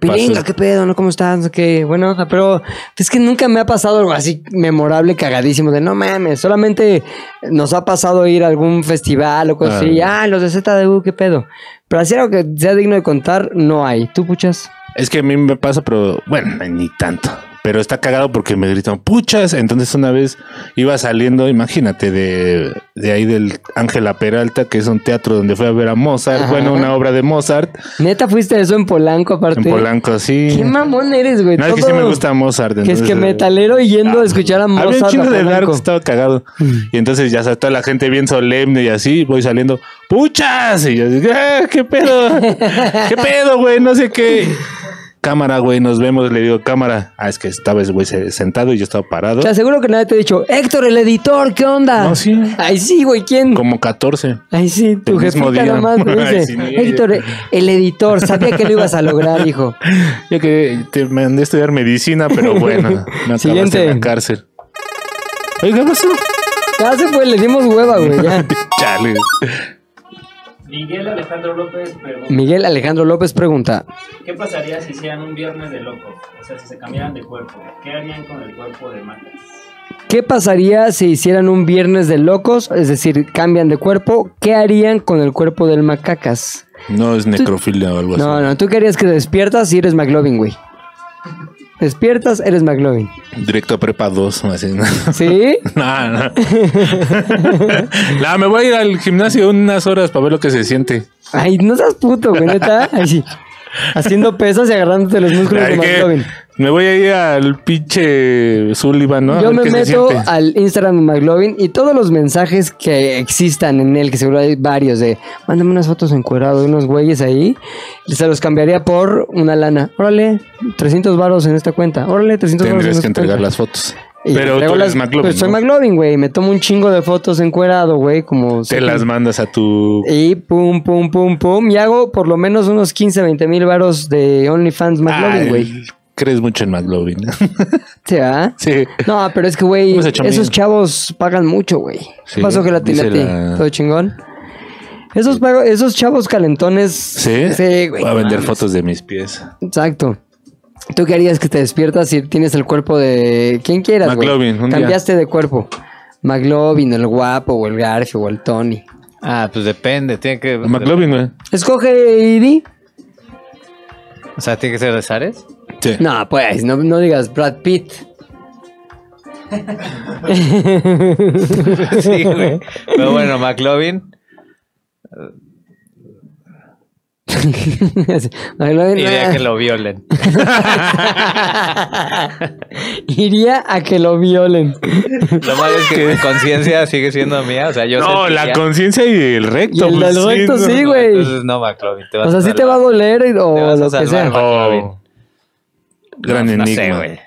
Speaker 1: Pilinga,
Speaker 2: Pasó.
Speaker 1: ¿qué pedo? ¿No? ¿Cómo estás? No sé ¿Qué? Bueno, o sea, pero es que nunca me ha pasado algo así memorable, cagadísimo, de no mames. Solamente nos ha pasado ir a algún festival o cosas así. Ah, los de ZDU, ¿qué pedo? Pero así algo que sea digno de contar, no hay. ¿Tú puchas?
Speaker 2: Es que a mí me pasa, pero bueno, ni tanto. Pero está cagado porque me gritan puchas. Entonces una vez iba saliendo, imagínate, de, de ahí del Ángela Peralta, que es un teatro donde fue a ver a Mozart.
Speaker 1: Ajá.
Speaker 2: Bueno, una obra de Mozart
Speaker 1: ¿Neta fuiste a eso en Polanco aparte?
Speaker 2: en Polanco, así.
Speaker 1: ¿Qué mamón eres, güey?
Speaker 2: No, es que sí
Speaker 1: Todo-
Speaker 2: me gusta Mozart.
Speaker 1: Que es que
Speaker 2: entonces- Ah,
Speaker 1: metalero y yendo a escuchar a
Speaker 2: Había un
Speaker 1: Mozart.
Speaker 2: chingo
Speaker 1: a
Speaker 2: de Dark,
Speaker 1: Polanco.
Speaker 2: estaba cagado.
Speaker 1: Mm.
Speaker 2: Y entonces ya está toda la gente bien solemne y así, voy saliendo, ¡puchas! Y yo así, "Ah, ¿qué pedo? ¿Qué pedo, güey? No sé qué. Cámara, güey, nos vemos. Le digo, cámara. Ah, es que estaba ese güey se- sentado y yo estaba parado.
Speaker 1: Te aseguro que nadie te ha dicho, Héctor, el editor, ¿qué onda?
Speaker 2: No, sí.
Speaker 1: Ay, sí, güey, ¿quién?
Speaker 2: Como 14.
Speaker 1: Ay, sí, tu
Speaker 2: mismo
Speaker 1: jefita
Speaker 2: día.
Speaker 1: nomás te
Speaker 2: Ay,
Speaker 1: dice,
Speaker 2: sí, ni-
Speaker 1: Héctor, el editor, sabía que lo ibas a lograr, hijo.
Speaker 2: Yo que te mandé a estudiar medicina, pero bueno, no acabaste
Speaker 1: Siguiente.
Speaker 2: en la cárcel. Oiga, ¿qué pasó?
Speaker 1: Ya se fue, le dimos hueva, güey, ya.
Speaker 2: Chale.
Speaker 4: Miguel Alejandro López pregunta:
Speaker 1: Miguel Alejandro López pregunta,
Speaker 4: ¿Qué pasaría si hicieran un viernes de locos? O sea, si se cambiaran de cuerpo. ¿Qué harían con el cuerpo de Matas?
Speaker 1: ¿qué pasaría si hicieran un viernes de locos? Es decir, cambian de cuerpo, ¿qué harían con el cuerpo del macacas?
Speaker 2: No es necrofilia o algo así.
Speaker 1: No, no, tú querías que despiertas y eres McLovin, güey. Despiertas, eres McLovin.
Speaker 2: Directo a prepa 2, así. ¿no?
Speaker 1: ¿Sí?
Speaker 2: No, no. no, me voy a ir al gimnasio unas horas para ver lo que se siente.
Speaker 1: Ay, no seas puto, güey, neta. Ay, sí. Haciendo pesas y agarrándote los músculos de
Speaker 2: Ay, que
Speaker 1: McLovin.
Speaker 2: me voy a ir al pinche Sullivan, ¿no? A
Speaker 1: Yo
Speaker 2: ver
Speaker 1: me
Speaker 2: qué se
Speaker 1: meto
Speaker 2: siente.
Speaker 1: al Instagram de McLovin y todos los mensajes que existan en él, que seguro hay varios, de mándame unas fotos encuerado de unos güeyes ahí, se los cambiaría por una lana. Órale, 300 varos en esta cuenta. Órale, 300 varos en
Speaker 2: Tendrías
Speaker 1: esta
Speaker 2: que entregar
Speaker 1: cuenta.
Speaker 2: las fotos.
Speaker 1: Y
Speaker 2: Pero
Speaker 1: traigo
Speaker 2: tú eres
Speaker 1: las-
Speaker 2: McLovin.
Speaker 1: Pues soy
Speaker 2: ¿no?
Speaker 1: McLovin, güey. Me tomo un chingo de fotos encuerado, güey, como...
Speaker 2: Te las mandas a tu.
Speaker 1: Y pum, pum, pum, pum. Y hago por lo menos unos 15, 20 mil varos de OnlyFans
Speaker 2: Ay,
Speaker 1: McLovin, güey.
Speaker 2: Crees mucho en McLovin.
Speaker 1: ¿Sí, ah?
Speaker 2: sí.
Speaker 1: No, pero es que, güey,
Speaker 2: Hemos hecho
Speaker 1: esos
Speaker 2: mil.
Speaker 1: chavos pagan mucho, güey.
Speaker 2: Sí,
Speaker 1: ¿Qué pasó que la tiene a
Speaker 2: dice
Speaker 1: ti?
Speaker 2: la-
Speaker 1: ¿Todo chingón? Esos, pago- esos chavos calentones.
Speaker 2: ¿Sí?
Speaker 1: Sí, güey.
Speaker 2: Voy a vender fotos de mis pies.
Speaker 1: Exacto. ¿Tú qué harías que te despiertas si tienes el cuerpo de quien quieras, güey?
Speaker 2: McLovin, un día.
Speaker 1: Cambiaste de cuerpo. McLovin, el guapo, o el Garfio, o el Tony.
Speaker 5: Ah, pues depende. Tiene que.
Speaker 2: McLovin, güey.
Speaker 1: Escoge y di.
Speaker 5: O sea, tiene que ser de Zares.
Speaker 2: Sí.
Speaker 1: No, pues, no, no digas Brad Pitt.
Speaker 5: Sí, güey. Pero bueno, McLovin.
Speaker 1: McLovin,
Speaker 5: Idea
Speaker 1: ah,
Speaker 5: que lo violen.
Speaker 1: Iría a que lo violen.
Speaker 5: Lo malo es que mi conciencia sigue siendo mía. O sea, yo
Speaker 2: No,
Speaker 5: sentía-
Speaker 2: la conciencia y el recto. pues,
Speaker 1: Y el del recto,
Speaker 2: no.
Speaker 1: sí,
Speaker 5: No,
Speaker 1: güey.
Speaker 5: Entonces, no, McLovin.
Speaker 1: O sea, sí te va a doler y-
Speaker 5: Te
Speaker 1: o
Speaker 5: vas
Speaker 1: lo
Speaker 5: a
Speaker 1: que sea.
Speaker 5: salvar, güey.
Speaker 2: Oh. Gran
Speaker 5: no, no
Speaker 2: enigma.
Speaker 5: sé, güey.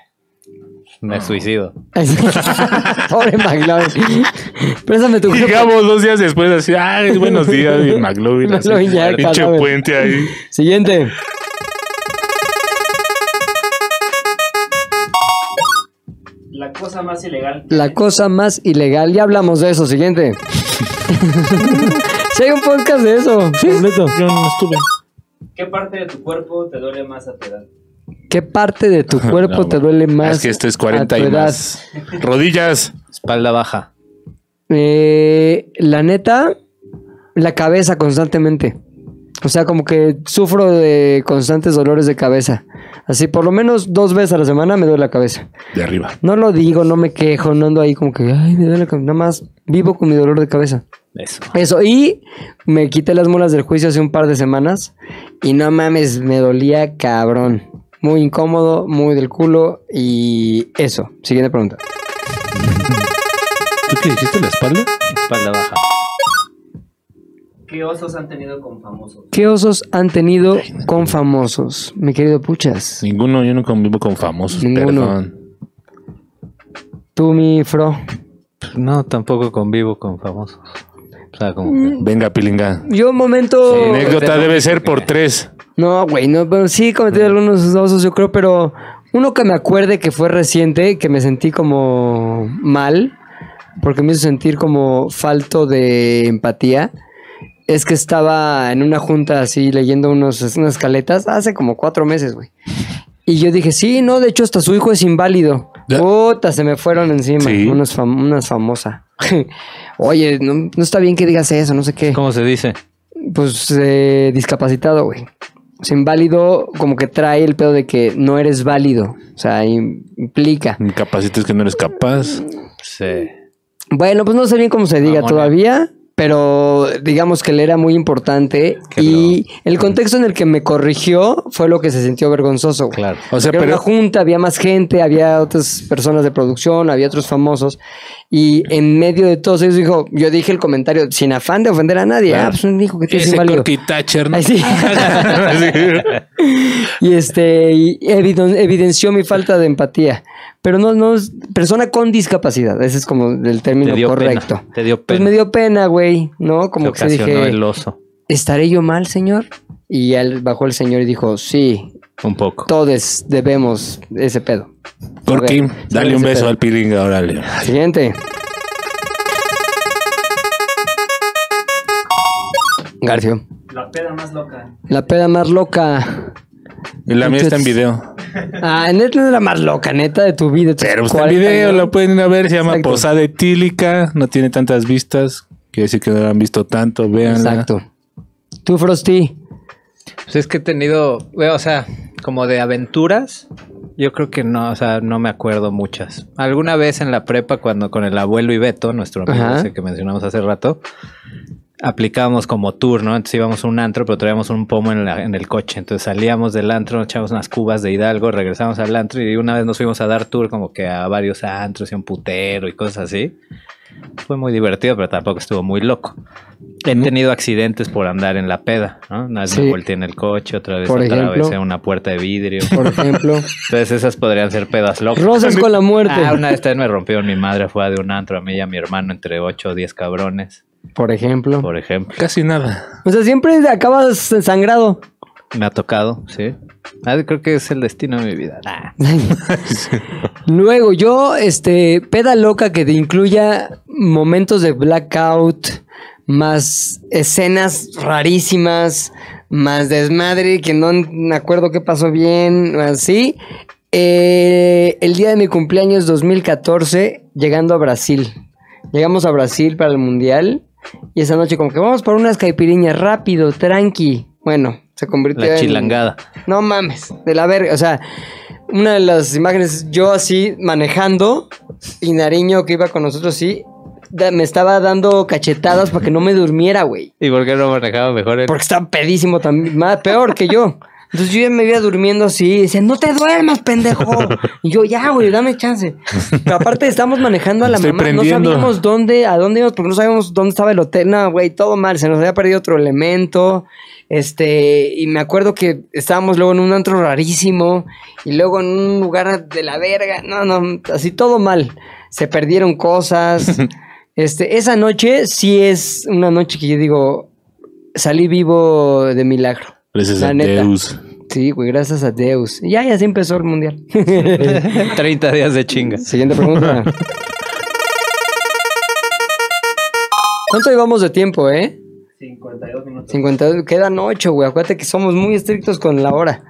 Speaker 5: Me suicido.
Speaker 1: Pobre McLovin. Présame tu grupo.
Speaker 2: Llegamos dos días después así, ah, es buenos días, y McLovin. así,
Speaker 1: McLovin ya,
Speaker 2: pinche
Speaker 1: cadáver.
Speaker 2: puente ahí.
Speaker 1: Siguiente.
Speaker 4: La cosa más ilegal.
Speaker 1: La cosa más ilegal. Ya hablamos de eso. Siguiente. Si hay un podcast de eso. completo. Mm.
Speaker 4: ¿Qué parte de tu cuerpo te duele más a tu edad?
Speaker 1: ¿Qué parte de tu cuerpo
Speaker 2: Ah, No,
Speaker 1: te duele más?
Speaker 2: Es que esto es
Speaker 1: a
Speaker 2: 40
Speaker 1: tu
Speaker 2: y
Speaker 1: edad?
Speaker 2: más. Rodillas.
Speaker 5: Espalda baja.
Speaker 1: Eh, la neta, la cabeza constantemente. O sea, como que sufro de constantes dolores de cabeza. Así, por lo menos dos veces a la semana me duele la cabeza.
Speaker 2: De arriba.
Speaker 1: No lo digo, no me quejo, no ando ahí como que, ay, me duele la cabeza. Nada más vivo con mi dolor de cabeza.
Speaker 5: Eso.
Speaker 1: Eso, y me quité las mulas del juicio hace un par de semanas y no mames, me dolía cabrón. Muy incómodo, muy del culo y eso. Siguiente pregunta.
Speaker 2: ¿Tú qué dijiste la espalda?
Speaker 5: Espalda baja.
Speaker 4: ¿Qué osos han tenido con famosos?
Speaker 1: ¿Qué osos han tenido con famosos, mi querido Puchas?
Speaker 2: Ninguno, yo no convivo con famosos,
Speaker 1: Ninguno.
Speaker 2: perdón.
Speaker 1: Tú, mi Fro.
Speaker 5: No, tampoco convivo con famosos. O sea, como que...
Speaker 2: Venga, pilinga.
Speaker 1: Yo un momento...
Speaker 2: La anécdota
Speaker 5: Pero-
Speaker 2: debe ser por tres.
Speaker 1: No, güey, no, pero sí he cometido algunos osos, yo creo, pero uno que me acuerde que fue reciente, que me sentí como mal, porque me hizo sentir como falto de empatía, es que estaba en una junta así leyendo unos, unas caletas hace como cuatro meses, güey. Y yo dije, sí, no, de hecho hasta su hijo es inválido.
Speaker 2: Ya.
Speaker 1: Puta, se me fueron encima.
Speaker 2: Sí.
Speaker 1: Unos fam- unas famosa. Oye, no, no está bien que digas eso, no sé qué.
Speaker 5: ¿Cómo se dice?
Speaker 1: Pues eh, discapacitado, güey. O sea, inválido como que trae el pedo de que no eres válido. O sea, im- implica.
Speaker 2: Incapacites que no eres capaz.
Speaker 5: Sí.
Speaker 1: Bueno, pues no sé bien cómo se diga
Speaker 5: Mamona.
Speaker 1: todavía, pero digamos que le era muy importante.
Speaker 5: Qué
Speaker 1: y el contexto en el que me corrigió fue lo que se sintió vergonzoso. güey.
Speaker 5: Claro.
Speaker 2: O
Speaker 1: Porque
Speaker 2: sea,
Speaker 1: era una
Speaker 2: pero
Speaker 1: junta, había más gente, había otras personas de producción, había otros famosos. Y en medio de todos ellos dijo, yo dije el comentario sin afán de ofender a nadie.
Speaker 2: Claro.
Speaker 1: Ah, pues dijo que tú eres
Speaker 2: ese
Speaker 1: inválido.
Speaker 2: Corky Thatcher, ¿no?
Speaker 1: Ay, sí.
Speaker 2: Sí.
Speaker 1: Y este y eviden- evidenció mi falta de empatía. Pero no, no, es- persona con discapacidad, ese es como el
Speaker 5: Te
Speaker 1: término
Speaker 5: dio
Speaker 1: correcto.
Speaker 5: pena. Te dio
Speaker 1: Pues
Speaker 5: pena.
Speaker 1: me dio pena, güey, ¿no? Como
Speaker 5: Te
Speaker 1: que sí
Speaker 5: ocasionó
Speaker 1: dije,
Speaker 5: el oso.
Speaker 1: ¿estaré yo mal, señor? Y él bajó el señor y dijo, sí,
Speaker 5: Un poco.
Speaker 1: todos debemos ese pedo.
Speaker 2: Corky,
Speaker 1: Ok,
Speaker 2: dale
Speaker 1: sí,
Speaker 2: un
Speaker 1: sí,
Speaker 2: beso
Speaker 1: pero-
Speaker 2: al pilinga, órale.
Speaker 1: Siguiente. Garfio.
Speaker 4: La peda más loca.
Speaker 1: La peda más loca.
Speaker 2: Y La mía está en
Speaker 1: Entonces-
Speaker 2: video.
Speaker 1: Ah, neta es la más loca, neta, de tu vida. de tus
Speaker 2: Pero está en
Speaker 1: 40
Speaker 2: video,
Speaker 1: años.
Speaker 2: lo pueden ir a ver. Se llama
Speaker 1: Exacto.
Speaker 2: Posada Etílica. No tiene tantas vistas. Quiere decir que no la han visto tanto. Véanla.
Speaker 1: Exacto. Tú, Frosty.
Speaker 5: Pues es que he tenido, güey, o sea, como de aventuras, yo creo que no, o sea, no me acuerdo muchas. Alguna vez en la prepa, cuando con el abuelo y Beto, nuestro amigo
Speaker 1: Ajá.
Speaker 5: ese que mencionamos hace rato, aplicábamos como tour, ¿no? Entonces íbamos a un antro, pero traíamos un pomo en, la- en el coche. Entonces salíamos del antro, echábamos unas cubas de Hidalgo, regresábamos al antro y una vez nos fuimos a dar tour como que a varios antros y a un putero y cosas así. Fue muy divertido, pero tampoco estuvo muy loco. He tenido accidentes por andar en la peda, ¿no? Una vez
Speaker 1: Sí.
Speaker 5: me volteé en el coche, otra vez
Speaker 1: Por ejemplo.
Speaker 5: atravesé una puerta de vidrio.
Speaker 1: Por ejemplo,
Speaker 5: Entonces esas podrían ser pedas locas.
Speaker 1: Rosas con la muerte.
Speaker 5: Ah, una vez también me rompieron mi madre, fue de un antro a mí y a mi hermano entre 8 o 10 cabrones,
Speaker 1: Por ejemplo.
Speaker 5: por ejemplo.
Speaker 2: Casi nada.
Speaker 1: O sea, siempre acabas ensangrado.
Speaker 5: Me ha tocado, sí. Ah, creo que es el destino de mi vida. Ah,
Speaker 1: Luego, yo, este, peda loca que te incluya momentos de blackout, más escenas rarísimas, más desmadre, que no me acuerdo qué pasó bien, así. Eh, el día de mi cumpleaños 2014, llegando a Brasil. Llegamos a Brasil para el Mundial y esa noche como que vamos por unas caipiriñas rápido, tranqui. Bueno, se convirtió
Speaker 5: la
Speaker 1: en...
Speaker 5: chilangada.
Speaker 1: No mames, de la verga. O sea, una de las imágenes, yo así manejando y Nariño que iba con nosotros, sí, da- me estaba dando cachetadas para que no me durmiera, güey.
Speaker 5: ¿Y por qué no manejaba mejor el...
Speaker 1: Porque estaba pedísimo también, más peor que yo. Entonces yo ya me iba durmiendo así, dice, no te duermas, pendejo. Y yo, ya, güey, dame chance. Pero aparte estamos manejando a la
Speaker 2: Estoy
Speaker 1: mamá,
Speaker 2: prendiendo.
Speaker 1: no sabíamos dónde, a dónde íbamos, porque no sabíamos dónde estaba el hotel, nada, güey, todo mal, se nos había perdido otro elemento. Este, y me acuerdo que estábamos luego en un antro rarísimo, y luego en un lugar de la verga, no, no, así todo mal. Se perdieron cosas. Este, esa noche sí es una noche que yo digo, salí vivo de milagro.
Speaker 2: Gracias
Speaker 1: La
Speaker 2: a
Speaker 1: neta.
Speaker 2: Deus.
Speaker 1: Sí, güey, gracias a Deus. Ya, ya se empezó el mundial.
Speaker 5: 30 días de chinga?
Speaker 1: Siguiente pregunta. ¿Cuánto llevamos de tiempo, eh?
Speaker 4: 52 minutos.
Speaker 1: 52, quedan 8, güey. Acuérdate que somos muy estrictos con la hora.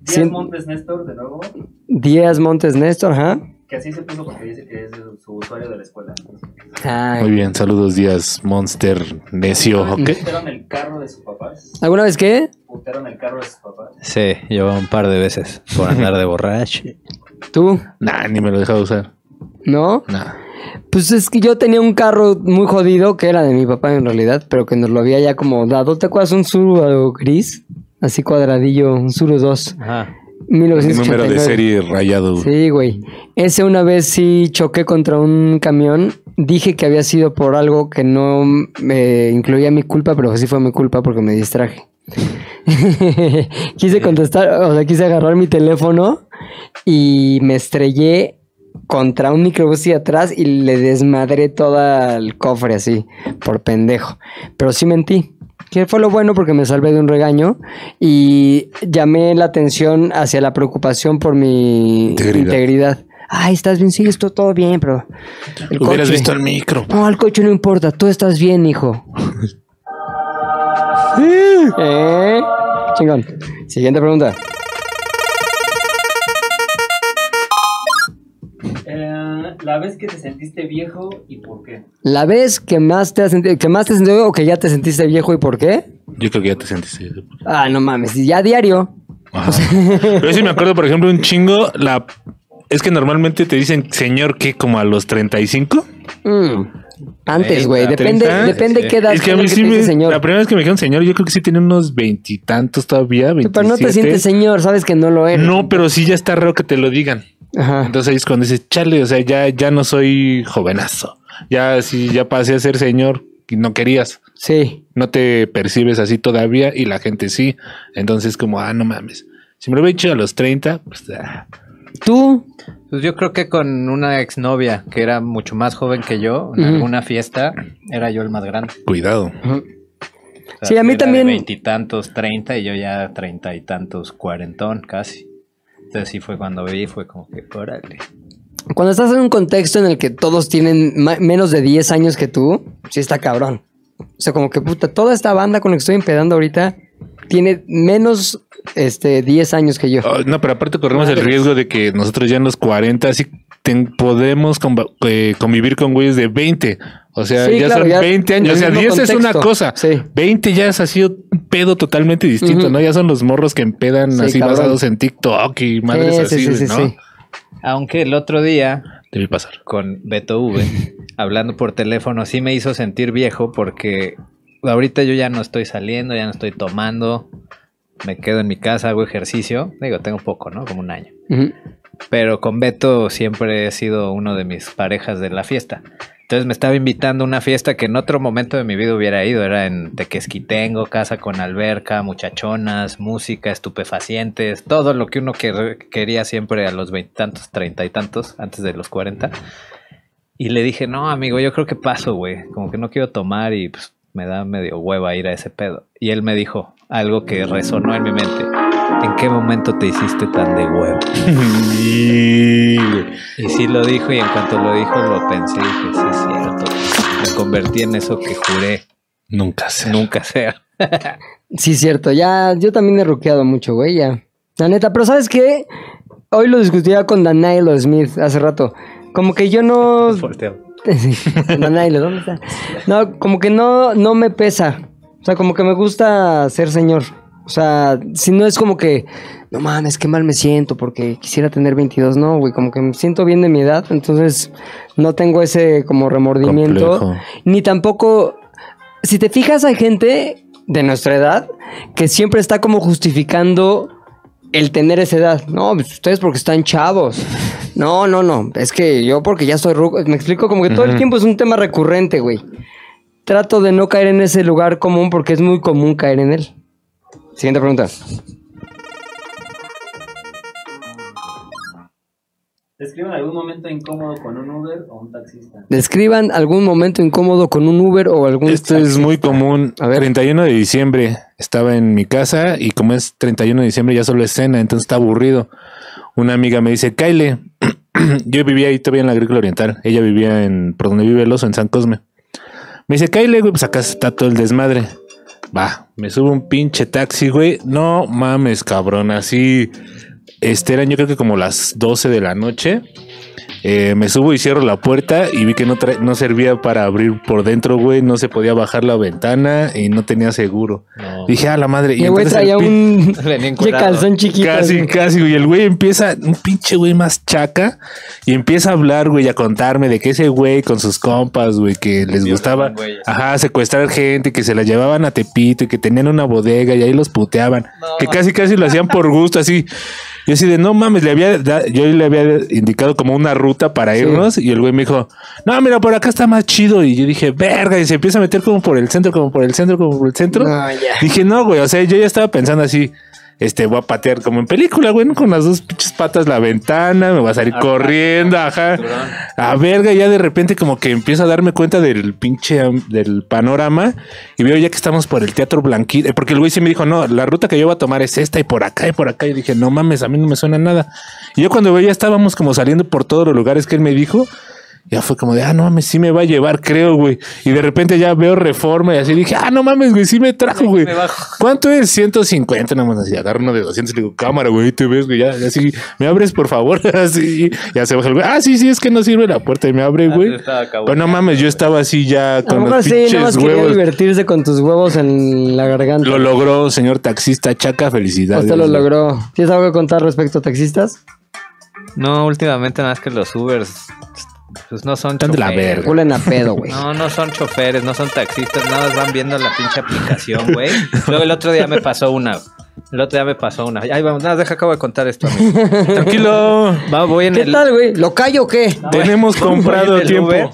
Speaker 4: Díaz
Speaker 1: cien-
Speaker 4: Montes Néstor, de nuevo,
Speaker 1: Díaz Montes Néstor, ajá.
Speaker 4: que así se puso porque dice que es su usuario de la escuela.
Speaker 2: Muy bien, saludos días, Monster Necio. ¿ok?
Speaker 4: Putearon el carro de sus papás.
Speaker 1: ¿Alguna vez qué?
Speaker 4: Putearon el carro de sus papás.
Speaker 5: Sí, llevaba un par de veces por andar de borracho.
Speaker 1: ¿Tú?
Speaker 2: Nah, ni me lo dejaba usar.
Speaker 1: ¿No?
Speaker 2: Nah.
Speaker 1: Pues es que yo tenía un carro muy jodido, que era de mi papá en realidad, pero que nos lo había ya como dado. ¿Te acuerdas un Suru gris? Así cuadradillo, un Suru 2.
Speaker 5: Ajá.
Speaker 2: El
Speaker 1: 1989.
Speaker 2: número de serie rayado.
Speaker 1: Sí, güey. Ese una vez sí choqué contra un camión. Dije que había sido por algo que no me incluía mi culpa, pero sí fue mi culpa porque me distraje. quise contestar, o sea, quise agarrar mi teléfono y me estrellé contra un microbús y atrás y le desmadré todo el cofre así, por pendejo. Pero sí mentí. Que fue lo bueno porque me salvé de un regaño y llamé la atención hacia la preocupación por mi
Speaker 2: Integridad.
Speaker 1: integridad. Ay, estás bien, sí, esto todo bien, pero. El
Speaker 2: Hubieras
Speaker 1: coche.
Speaker 2: visto el micro.
Speaker 1: No, al coche no importa, tú estás bien, hijo. ¿Eh? Chingón. Siguiente pregunta.
Speaker 4: Eh, la vez que te sentiste viejo y por qué.
Speaker 1: La vez que más te has sentido, que más te has sentido o que ya te sentiste viejo y por qué?
Speaker 2: Yo creo que ya te sentiste.
Speaker 1: Ah, no mames, ya diario.
Speaker 2: Ajá. Pero yo sí me acuerdo, por ejemplo, un chingo. La es que normalmente te dicen señor que como a los 35.
Speaker 1: Mm. Antes, güey,
Speaker 5: Treinta,
Speaker 1: depende,
Speaker 2: treinta.
Speaker 1: depende
Speaker 5: Sí.
Speaker 1: qué edad
Speaker 2: es que a
Speaker 1: tenga
Speaker 2: mí
Speaker 1: que
Speaker 2: sí
Speaker 1: te
Speaker 2: me.
Speaker 1: dice señor.
Speaker 2: La primera vez que me dijeron señor, yo creo que sí tenía unos veintitantos todavía.
Speaker 1: Pero no te
Speaker 2: 27.
Speaker 1: sientes señor, sabes que no lo eres.
Speaker 2: No, pero sí ya está raro que te lo digan.
Speaker 1: Ajá.
Speaker 2: Entonces ahí es cuando dices, chale, o sea, ya, ya no soy jovenazo. Ya sí, ya pasé a ser señor y no querías.
Speaker 1: Sí.
Speaker 2: No te percibes así todavía y la gente sí. Entonces como, ah, no mames. Si me lo hubiera hecho a los 30, pues... ah.
Speaker 1: Tú,
Speaker 5: Pues yo creo que con una exnovia que era mucho más joven que yo, en
Speaker 1: Ujú.
Speaker 5: alguna fiesta, era yo el más grande.
Speaker 2: Cuidado.
Speaker 5: O sea,
Speaker 1: Sí, a mí
Speaker 5: era de
Speaker 1: también-
Speaker 5: Veintitantos, treinta, y yo ya treinta y tantos, cuarentón casi. Entonces sí fue cuando vi, fue como que, órale.
Speaker 1: cuando estás en un contexto en el que todos tienen ma- menos de 10 años que tú, sí está cabrón. O sea, como que puta, toda esta banda con la que estoy empedando ahorita tiene menos este 10 años que yo.
Speaker 2: Oh, no, pero aparte corremos el riesgo de que nosotros ya en los 40 sí ten- podemos comba- eh, convivir con güeyes de 20. O sea,
Speaker 1: Sí,
Speaker 2: ya
Speaker 1: claro,
Speaker 2: son
Speaker 1: ya
Speaker 2: 20 años.
Speaker 1: en
Speaker 2: O
Speaker 1: el
Speaker 2: sea, 10
Speaker 1: mismo
Speaker 2: es una
Speaker 1: contexto.
Speaker 2: cosa.
Speaker 1: Sí.
Speaker 2: 20 ya es así un pedo totalmente distinto,
Speaker 1: Ujú.
Speaker 2: ¿no? Ya son los morros que empedan
Speaker 1: Sí,
Speaker 2: así
Speaker 1: cabrón.
Speaker 2: basados en TikTok y madres
Speaker 1: Sí,
Speaker 2: así,
Speaker 1: sí, sí, sí,
Speaker 2: ¿no?
Speaker 1: sí.
Speaker 5: Aunque el otro día,
Speaker 2: Debe pasar.
Speaker 5: con Beto V, hablando por teléfono, sí me hizo sentir viejo porque ahorita yo ya no estoy saliendo, ya no estoy tomando, me quedo en mi casa, hago ejercicio. Digo, tengo poco, ¿no? Como un año.
Speaker 1: Ujú.
Speaker 5: Pero con Beto siempre he sido uno de mis parejas de la fiesta. Entonces me estaba invitando a una fiesta que en otro momento de mi vida hubiera ido. Era en Tequesquitengo, casa con alberca, muchachonas, música, estupefacientes, todo lo que uno que- quería siempre a los veintitantos, treinta y tantos, antes de los cuarenta. Y le dije, no, amigo, yo creo que paso, güey. Como que no quiero tomar y pues, me da medio hueva ir a ese pedo. Y él me dijo algo que resonó en mi mente. ¿En qué momento te hiciste tan de huevo?
Speaker 2: Y-
Speaker 5: Y sí lo dijo y en cuanto lo dijo lo pensé y dije, sí es cierto. Me convertí en eso que juré
Speaker 2: Nunca sé.
Speaker 5: nunca ser.
Speaker 1: Sí, cierto. Ya, yo también he ruqueado mucho, güey, ya. La neta, pero ¿sabes qué? Hoy lo discutía con Danailo Smith hace rato. Como que yo no... Danailo, ¿dónde está? No, como que no, no me pesa. O sea, como que me gusta ser señor. O sea, si no es como que, no mames, qué mal me siento porque quisiera tener 22, no, güey, como que me siento bien de mi edad, entonces no tengo ese como remordimiento.
Speaker 2: Complejo.
Speaker 1: Ni tampoco, si te fijas, hay gente de nuestra edad que siempre está como justificando el tener esa edad. No, pues ustedes porque están chavos. No, no, no, es que yo porque ya soy ruco, me explico como que todo el
Speaker 2: Ujú.
Speaker 1: tiempo es un tema recurrente, güey. Trato de no caer en ese lugar común porque es muy común caer en él. Siguiente pregunta.
Speaker 4: Describan algún momento incómodo con un Uber o un taxista.
Speaker 1: Describan algún momento incómodo con un Uber o algún...
Speaker 2: Esto Este es muy común.
Speaker 1: A ver.
Speaker 2: 31 de diciembre estaba en mi casa y como es 31 de diciembre ya solo es cena, entonces está aburrido. Una amiga me dice, Kyle, yo vivía ahí todavía en la agrícola oriental. Ella vivía en, por donde vive el oso, en San Cosme. Me dice, Kyle, güey, pues acá está todo el desmadre. Va, me subo un pinche taxi, güey. No mames, cabrón, así... Este eran yo creo que como las 12 de la noche. Eh, me subo y cierro la puerta y vi que no, tra- no servía para abrir por dentro, güey. No se podía bajar la ventana y no tenía seguro. Dije, a la madre.
Speaker 1: Y güey
Speaker 2: entonces
Speaker 1: traía
Speaker 2: el pin-
Speaker 1: un...
Speaker 5: Venía
Speaker 1: Qué
Speaker 5: encuerado.
Speaker 1: calzón chiquito.
Speaker 2: Casi,
Speaker 1: güey.
Speaker 2: casi, güey. El güey empieza, un pinche güey más chaca, y empieza a hablar, güey, a contarme de que ese güey con sus compas, güey, que les gustaba, ajá, secuestrar gente, que se la llevaban a Tepito y que tenían una bodega y ahí los puteaban, que casi, casi lo hacían por gusto, así. Yo así de, no mames, le había, da- yo le había indicado como una ruta para irnos y el güey me dijo, no, mira, por acá está más chido. Y yo dije, verga, y se empieza a meter como por el centro, como por el centro, como por el centro.
Speaker 1: No, ya.
Speaker 2: Dije, no, güey, o sea, yo ya estaba pensando así, este, voy a patear como en película, güey, ¿no? con las dos pinches patas la ventana, me voy a salir corriendo, ajá. A verga, ya de repente como que empiezo a darme cuenta del pinche, am- del panorama y veo ya que estamos por el Teatro Blanquita, porque el güey sí me dijo, no, la ruta que yo voy a tomar es esta y por acá y por acá. Y dije, no mames, a mí no me suena nada. Y yo cuando veía estábamos como saliendo por todos los lugares que él me dijo, ya fue como de, ah, no mames, sí me va a llevar, creo, güey. Y de repente ya veo reforma y así dije, ah, no mames, güey, sí me trajo, güey. ¿Cuánto es? 150, nada más así, agarro uno de 200 y le digo, cámara, güey, te ves, güey, ya, así, me abres, por favor, así, ya se baja el güey, ah, sí, sí, es que no sirve la puerta y me abre, güey. Pero no mames, yo estaba así ya
Speaker 1: A lo
Speaker 2: con
Speaker 1: mejor
Speaker 2: los
Speaker 1: sí, nada
Speaker 2: pinches
Speaker 1: más quería
Speaker 2: huevos.
Speaker 1: divertirse con tus huevos en la garganta.
Speaker 2: Lo logró, señor taxista Chaca, felicidades.
Speaker 1: Usted lo
Speaker 2: güey.
Speaker 1: logró. ¿Tienes algo que contar respecto a taxistas?
Speaker 5: No, últimamente nada más que los Ubers pues no son
Speaker 2: Están de la
Speaker 5: choferes.
Speaker 2: verga.
Speaker 1: Huelen a pedo, güey.
Speaker 5: No, no son choferes, no son taxistas, nada más van viendo la pinche aplicación, güey. Luego el otro día me pasó una. El otro día me pasó una. Ay, vamos, nada, deja acabo de contar esto. amigo.
Speaker 2: Tranquilo,
Speaker 5: Va, voy en
Speaker 1: ¿Qué
Speaker 5: el
Speaker 1: tal, güey? ¿Lo callo o qué?
Speaker 2: tenemos comprado
Speaker 5: voy en el
Speaker 2: tiempo.
Speaker 5: Uber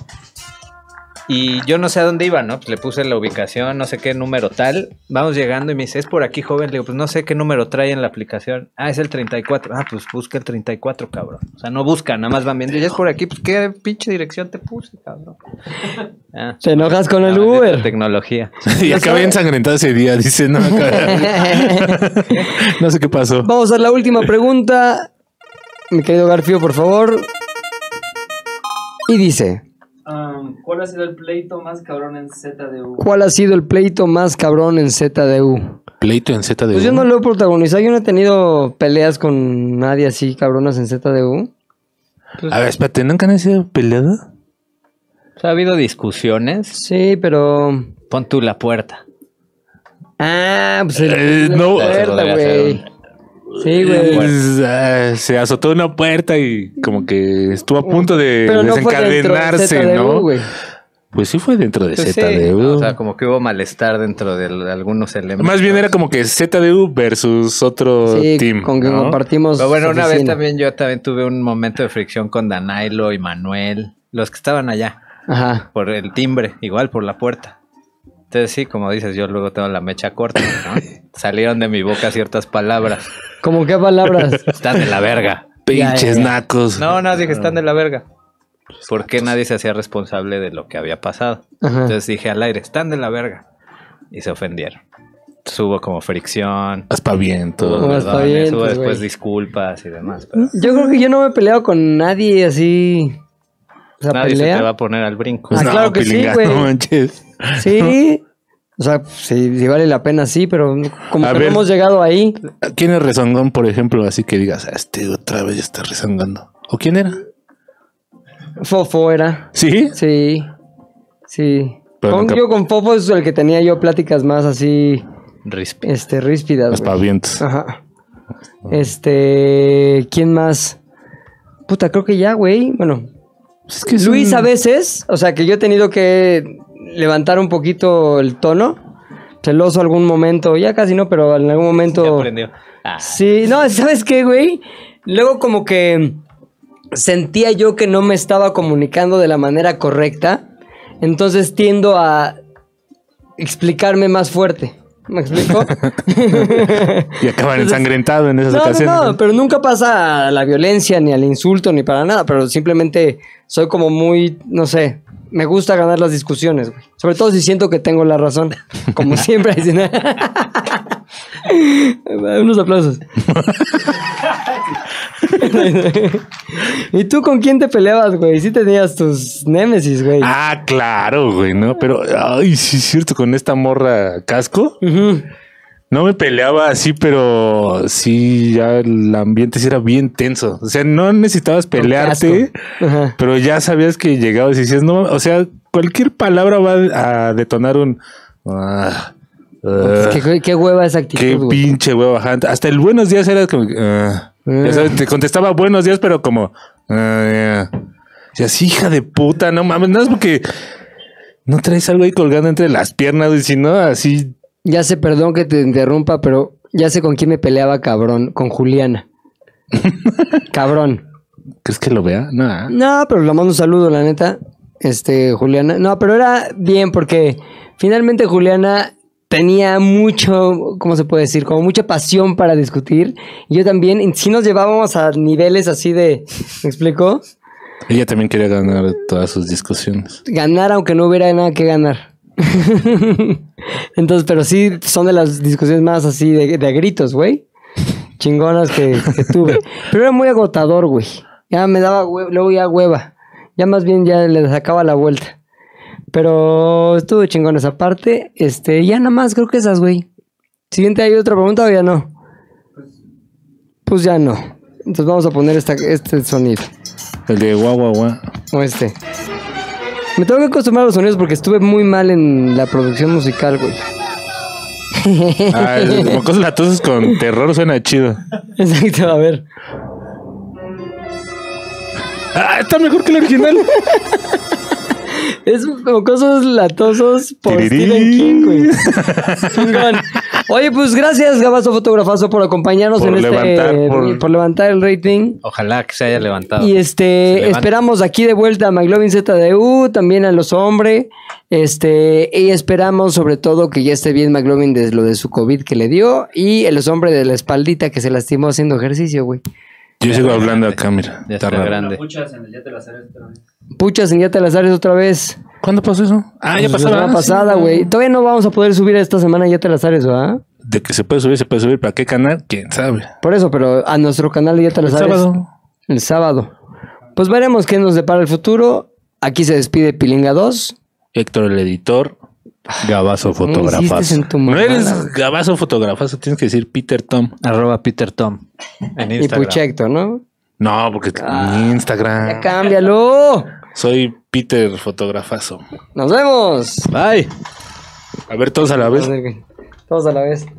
Speaker 5: y yo no sé a dónde iba, ¿no? Pues le puse la ubicación, no sé qué número tal. Vamos llegando y me dice, "Es por aquí, joven." Le digo, "Pues no sé qué número trae en la aplicación." Ah, es el 34. Ah, pues busca el 34, cabrón. O sea, no busca, nada más van viendo, "Ya es por aquí." Pues qué pinche dirección te puse, cabrón. Ah.
Speaker 1: ¿Te enojas con el
Speaker 5: Ah, bendita
Speaker 1: Uber?
Speaker 5: Tecnología.
Speaker 2: y acabé ensangrentado ese día, dice, no, cabrón. no sé qué pasó.
Speaker 1: Vamos a la última pregunta. Mi querido Garfio, por favor. Y dice,
Speaker 4: Am, Ah, ¿Cuál ha sido el pleito más cabrón en ZDU?
Speaker 1: ¿cuál ha sido el pleito más cabrón en ZDU?
Speaker 2: Pleito en Z de
Speaker 1: Pues yo no lo he protagonizado, yo no he tenido peleas con nadie así cabronas en ZDU.
Speaker 2: A ver, espérate, ¿nunca han sido peleadas?
Speaker 5: O sea, ha habido discusiones.
Speaker 1: Sí, pero...
Speaker 5: Pon tú la puerta.
Speaker 1: Ah, pues
Speaker 2: Eh,
Speaker 1: la
Speaker 2: no.
Speaker 1: puerta, güey. Sí, güey.
Speaker 2: Es, ah, se azotó una puerta y como que estuvo a punto de
Speaker 1: Pero no fue dentro de
Speaker 2: desencadenarse,
Speaker 1: ZDU,
Speaker 2: ¿no?
Speaker 1: güey.
Speaker 2: Pues sí fue dentro de
Speaker 5: Pues sí,
Speaker 2: ZDU.
Speaker 5: ¿no? O sea, como que hubo malestar dentro de l- algunos elementos.
Speaker 2: Más bien era como que ZDU versus otro
Speaker 1: Sí,
Speaker 2: team.
Speaker 1: con que
Speaker 2: ¿no?
Speaker 1: compartimos.
Speaker 5: Pero bueno, una vez
Speaker 1: oficina.
Speaker 5: también yo también tuve un momento de fricción con Danailo y Manuel, los que estaban allá,
Speaker 1: Ajá.
Speaker 5: por el timbre, igual por la puerta. Entonces sí, como dices, yo luego tengo la mecha corta, ¿no? Salieron de mi boca ciertas palabras.
Speaker 1: ¿Cómo qué palabras?
Speaker 5: Están de la verga.
Speaker 2: Pinches
Speaker 1: Ya, ya, ya.
Speaker 2: nacos.
Speaker 5: No, no, dije, están de la verga. ¿Por qué nadie se hacía responsable de lo que había pasado?
Speaker 1: Ajá.
Speaker 5: Entonces dije al aire, están de la verga. Y se ofendieron. Entonces hubo como fricción.
Speaker 2: Aspaviento.
Speaker 5: Hubo
Speaker 1: No,
Speaker 5: perdones,
Speaker 1: está bien,
Speaker 5: hubo
Speaker 1: pues,
Speaker 5: después
Speaker 1: güey.
Speaker 5: disculpas y demás. Pero
Speaker 1: Yo creo que yo no me he peleado con nadie así. O sea,
Speaker 5: nadie
Speaker 1: pelea.
Speaker 5: se te va a poner al brinco.
Speaker 1: Ah, claro que sí,
Speaker 2: pilinga,
Speaker 1: güey.
Speaker 2: Pues No manches.
Speaker 1: Sí. O sea, si vale la pena, sí, pero como
Speaker 2: A
Speaker 1: que
Speaker 2: ver.
Speaker 1: no hemos llegado ahí.
Speaker 2: ¿Quién es rezongón, por ejemplo? Así que digas, "Ah, este otra vez ya está rezongando. ¿O quién era?
Speaker 1: Fofo era.
Speaker 2: ¿Sí?
Speaker 1: Sí. Sí.
Speaker 2: Pero
Speaker 1: Con-
Speaker 2: nunca-
Speaker 1: Yo con Fofo es el que tenía yo pláticas más así
Speaker 5: Rispe.
Speaker 1: Este, ríspidas.
Speaker 2: Los
Speaker 1: güey.
Speaker 2: pavientos.
Speaker 1: Ajá. Este, ¿quién más? Puta, creo que ya, güey. Bueno,
Speaker 2: Pues es que es
Speaker 1: Luis
Speaker 2: un-
Speaker 1: a veces, o sea, que yo he tenido que levantar un poquito el tono. Celoso algún momento, ya casi no, pero en algún
Speaker 5: Ya
Speaker 1: momento...
Speaker 5: aprendió. Ah,
Speaker 1: Sí, no, ¿sabes qué, güey? Luego como que sentía yo que no me estaba comunicando de la manera correcta, entonces tiendo a explicarme más fuerte. ¿Me explico?
Speaker 2: Y acaban
Speaker 1: Entonces-
Speaker 2: ensangrentados en esas
Speaker 1: no, no,
Speaker 2: ocasiones.
Speaker 1: no, pero nunca pasa a la violencia, ni al insulto, ni para nada, pero simplemente soy como muy, no sé, me gusta ganar las discusiones, güey. Sobre todo si siento que tengo la razón, como siempre. si no- Unos aplausos. ¿Y tú con quién te peleabas, güey? Sí tenías tus némesis, güey.
Speaker 2: Ah, claro, güey, ¿no? Pero, ay, sí es cierto, con esta morra casco.
Speaker 1: Ujú.
Speaker 2: No me peleaba así, pero sí, ya el ambiente sí era bien tenso. O sea, no necesitabas pelearte,
Speaker 1: Ajá.
Speaker 2: pero ya sabías que llegabas y decías, no, o sea, cualquier palabra va a detonar un... ah, ah,
Speaker 1: Pues, ¿Qué, qué hueva esa
Speaker 2: qué
Speaker 1: actitud, güey.
Speaker 2: pinche huevo bajante. Hasta el buenos días era como... que, ah.
Speaker 1: Ah.
Speaker 2: Ya sabes, te contestaba buenos días, pero como... ah, ya. Y así, hija de puta, no mames, no es porque... No traes algo ahí colgando entre las piernas, y si no, así...
Speaker 1: Ya sé, perdón que te interrumpa, pero ya sé con quién me peleaba, cabrón. Con Juliana. cabrón.
Speaker 2: ¿Crees que lo vea? No. ¿ah?
Speaker 1: No, pero le mando un saludo, la neta. Este, Juliana. No, pero era bien porque finalmente Juliana tenía mucho, ¿cómo se puede decir? Como mucha pasión para discutir. Y yo también, y sí nos llevábamos a niveles así de, ¿me explico?
Speaker 2: Ella también quería ganar todas sus discusiones.
Speaker 1: Ganar aunque no hubiera nada que ganar. Entonces, pero sí son de las discusiones más así de, de gritos, güey. Chingonas que, que tuve. Pero era muy agotador, güey. Ya me daba hue- luego ya hueva. Ya más bien ya le sacaba la vuelta. Pero estuvo chingón esa parte. Este, ya nada más creo que esas, güey. Siguiente, ¿hay otra pregunta o ya no? Pues ya no. Entonces vamos a poner esta- este sonido.
Speaker 2: El de guau, guau, guau.
Speaker 1: O este. Me tengo que acostumbrar a los sonidos porque estuve muy mal en la producción musical, güey.
Speaker 2: Ah, el mocos latosos con terror suena chido.
Speaker 1: Exacto, a ver.
Speaker 2: Ah, está mejor que el original.
Speaker 1: Es mocosos latosos por
Speaker 2: Tirirí.
Speaker 1: Stephen King, güey. Chingón. Oye, pues gracias, Gabazo Fotografazo, por acompañarnos
Speaker 2: Por
Speaker 1: en este.
Speaker 2: levantar,
Speaker 1: Por...
Speaker 2: por-
Speaker 1: levantar el rating.
Speaker 5: ojalá que se haya levantado.
Speaker 1: Y
Speaker 5: Se
Speaker 1: este,
Speaker 5: levanta.
Speaker 1: esperamos aquí de vuelta a McLovin ZDU, también a los hombres. Este, y esperamos sobre todo que ya esté bien McLovin de lo de su COVID que le dio y el hombre de la espaldita que se lastimó haciendo ejercicio, güey.
Speaker 2: Yo sigo hablando acá, mira.
Speaker 5: Ya
Speaker 2: Está
Speaker 5: está
Speaker 2: raro.
Speaker 5: grande.
Speaker 4: Lo puchas en el ya te la sabes, pero-
Speaker 1: Pucha, sin ya te las ares otra vez.
Speaker 2: ¿Cuándo pasó eso? Ah, ya
Speaker 1: Pues,
Speaker 2: pasó.
Speaker 1: La semana pasada, güey. Todavía no vamos a poder subir esta semana ya te las ares, ¿verdad?
Speaker 2: De que se puede subir, se puede subir. ¿Para qué canal? ¿Quién sabe?
Speaker 1: Por eso, pero a nuestro canal de ya te
Speaker 2: El
Speaker 1: las ares.
Speaker 2: sábado.
Speaker 1: El sábado. Pues veremos qué nos depara el futuro. Aquí se despide Pilinga 2.
Speaker 2: Héctor, el editor. Gabazo
Speaker 1: No insistes en tu
Speaker 2: No
Speaker 1: mamada,
Speaker 2: eres
Speaker 1: güey.
Speaker 2: Gabazo fotografazo, tienes que decir Peter Tom.
Speaker 5: Arroba Peter Tom en
Speaker 1: Y
Speaker 5: Instagram.
Speaker 1: Puchecto, ¿no?
Speaker 2: No, porque
Speaker 1: Ah.
Speaker 2: mi
Speaker 1: Ya
Speaker 2: Instagram.
Speaker 1: cámbialo.
Speaker 2: Soy Peter fotografazo.
Speaker 1: Nos vemos.
Speaker 5: Bye.
Speaker 2: A ver, todos a la vez.
Speaker 1: Todos a la vez.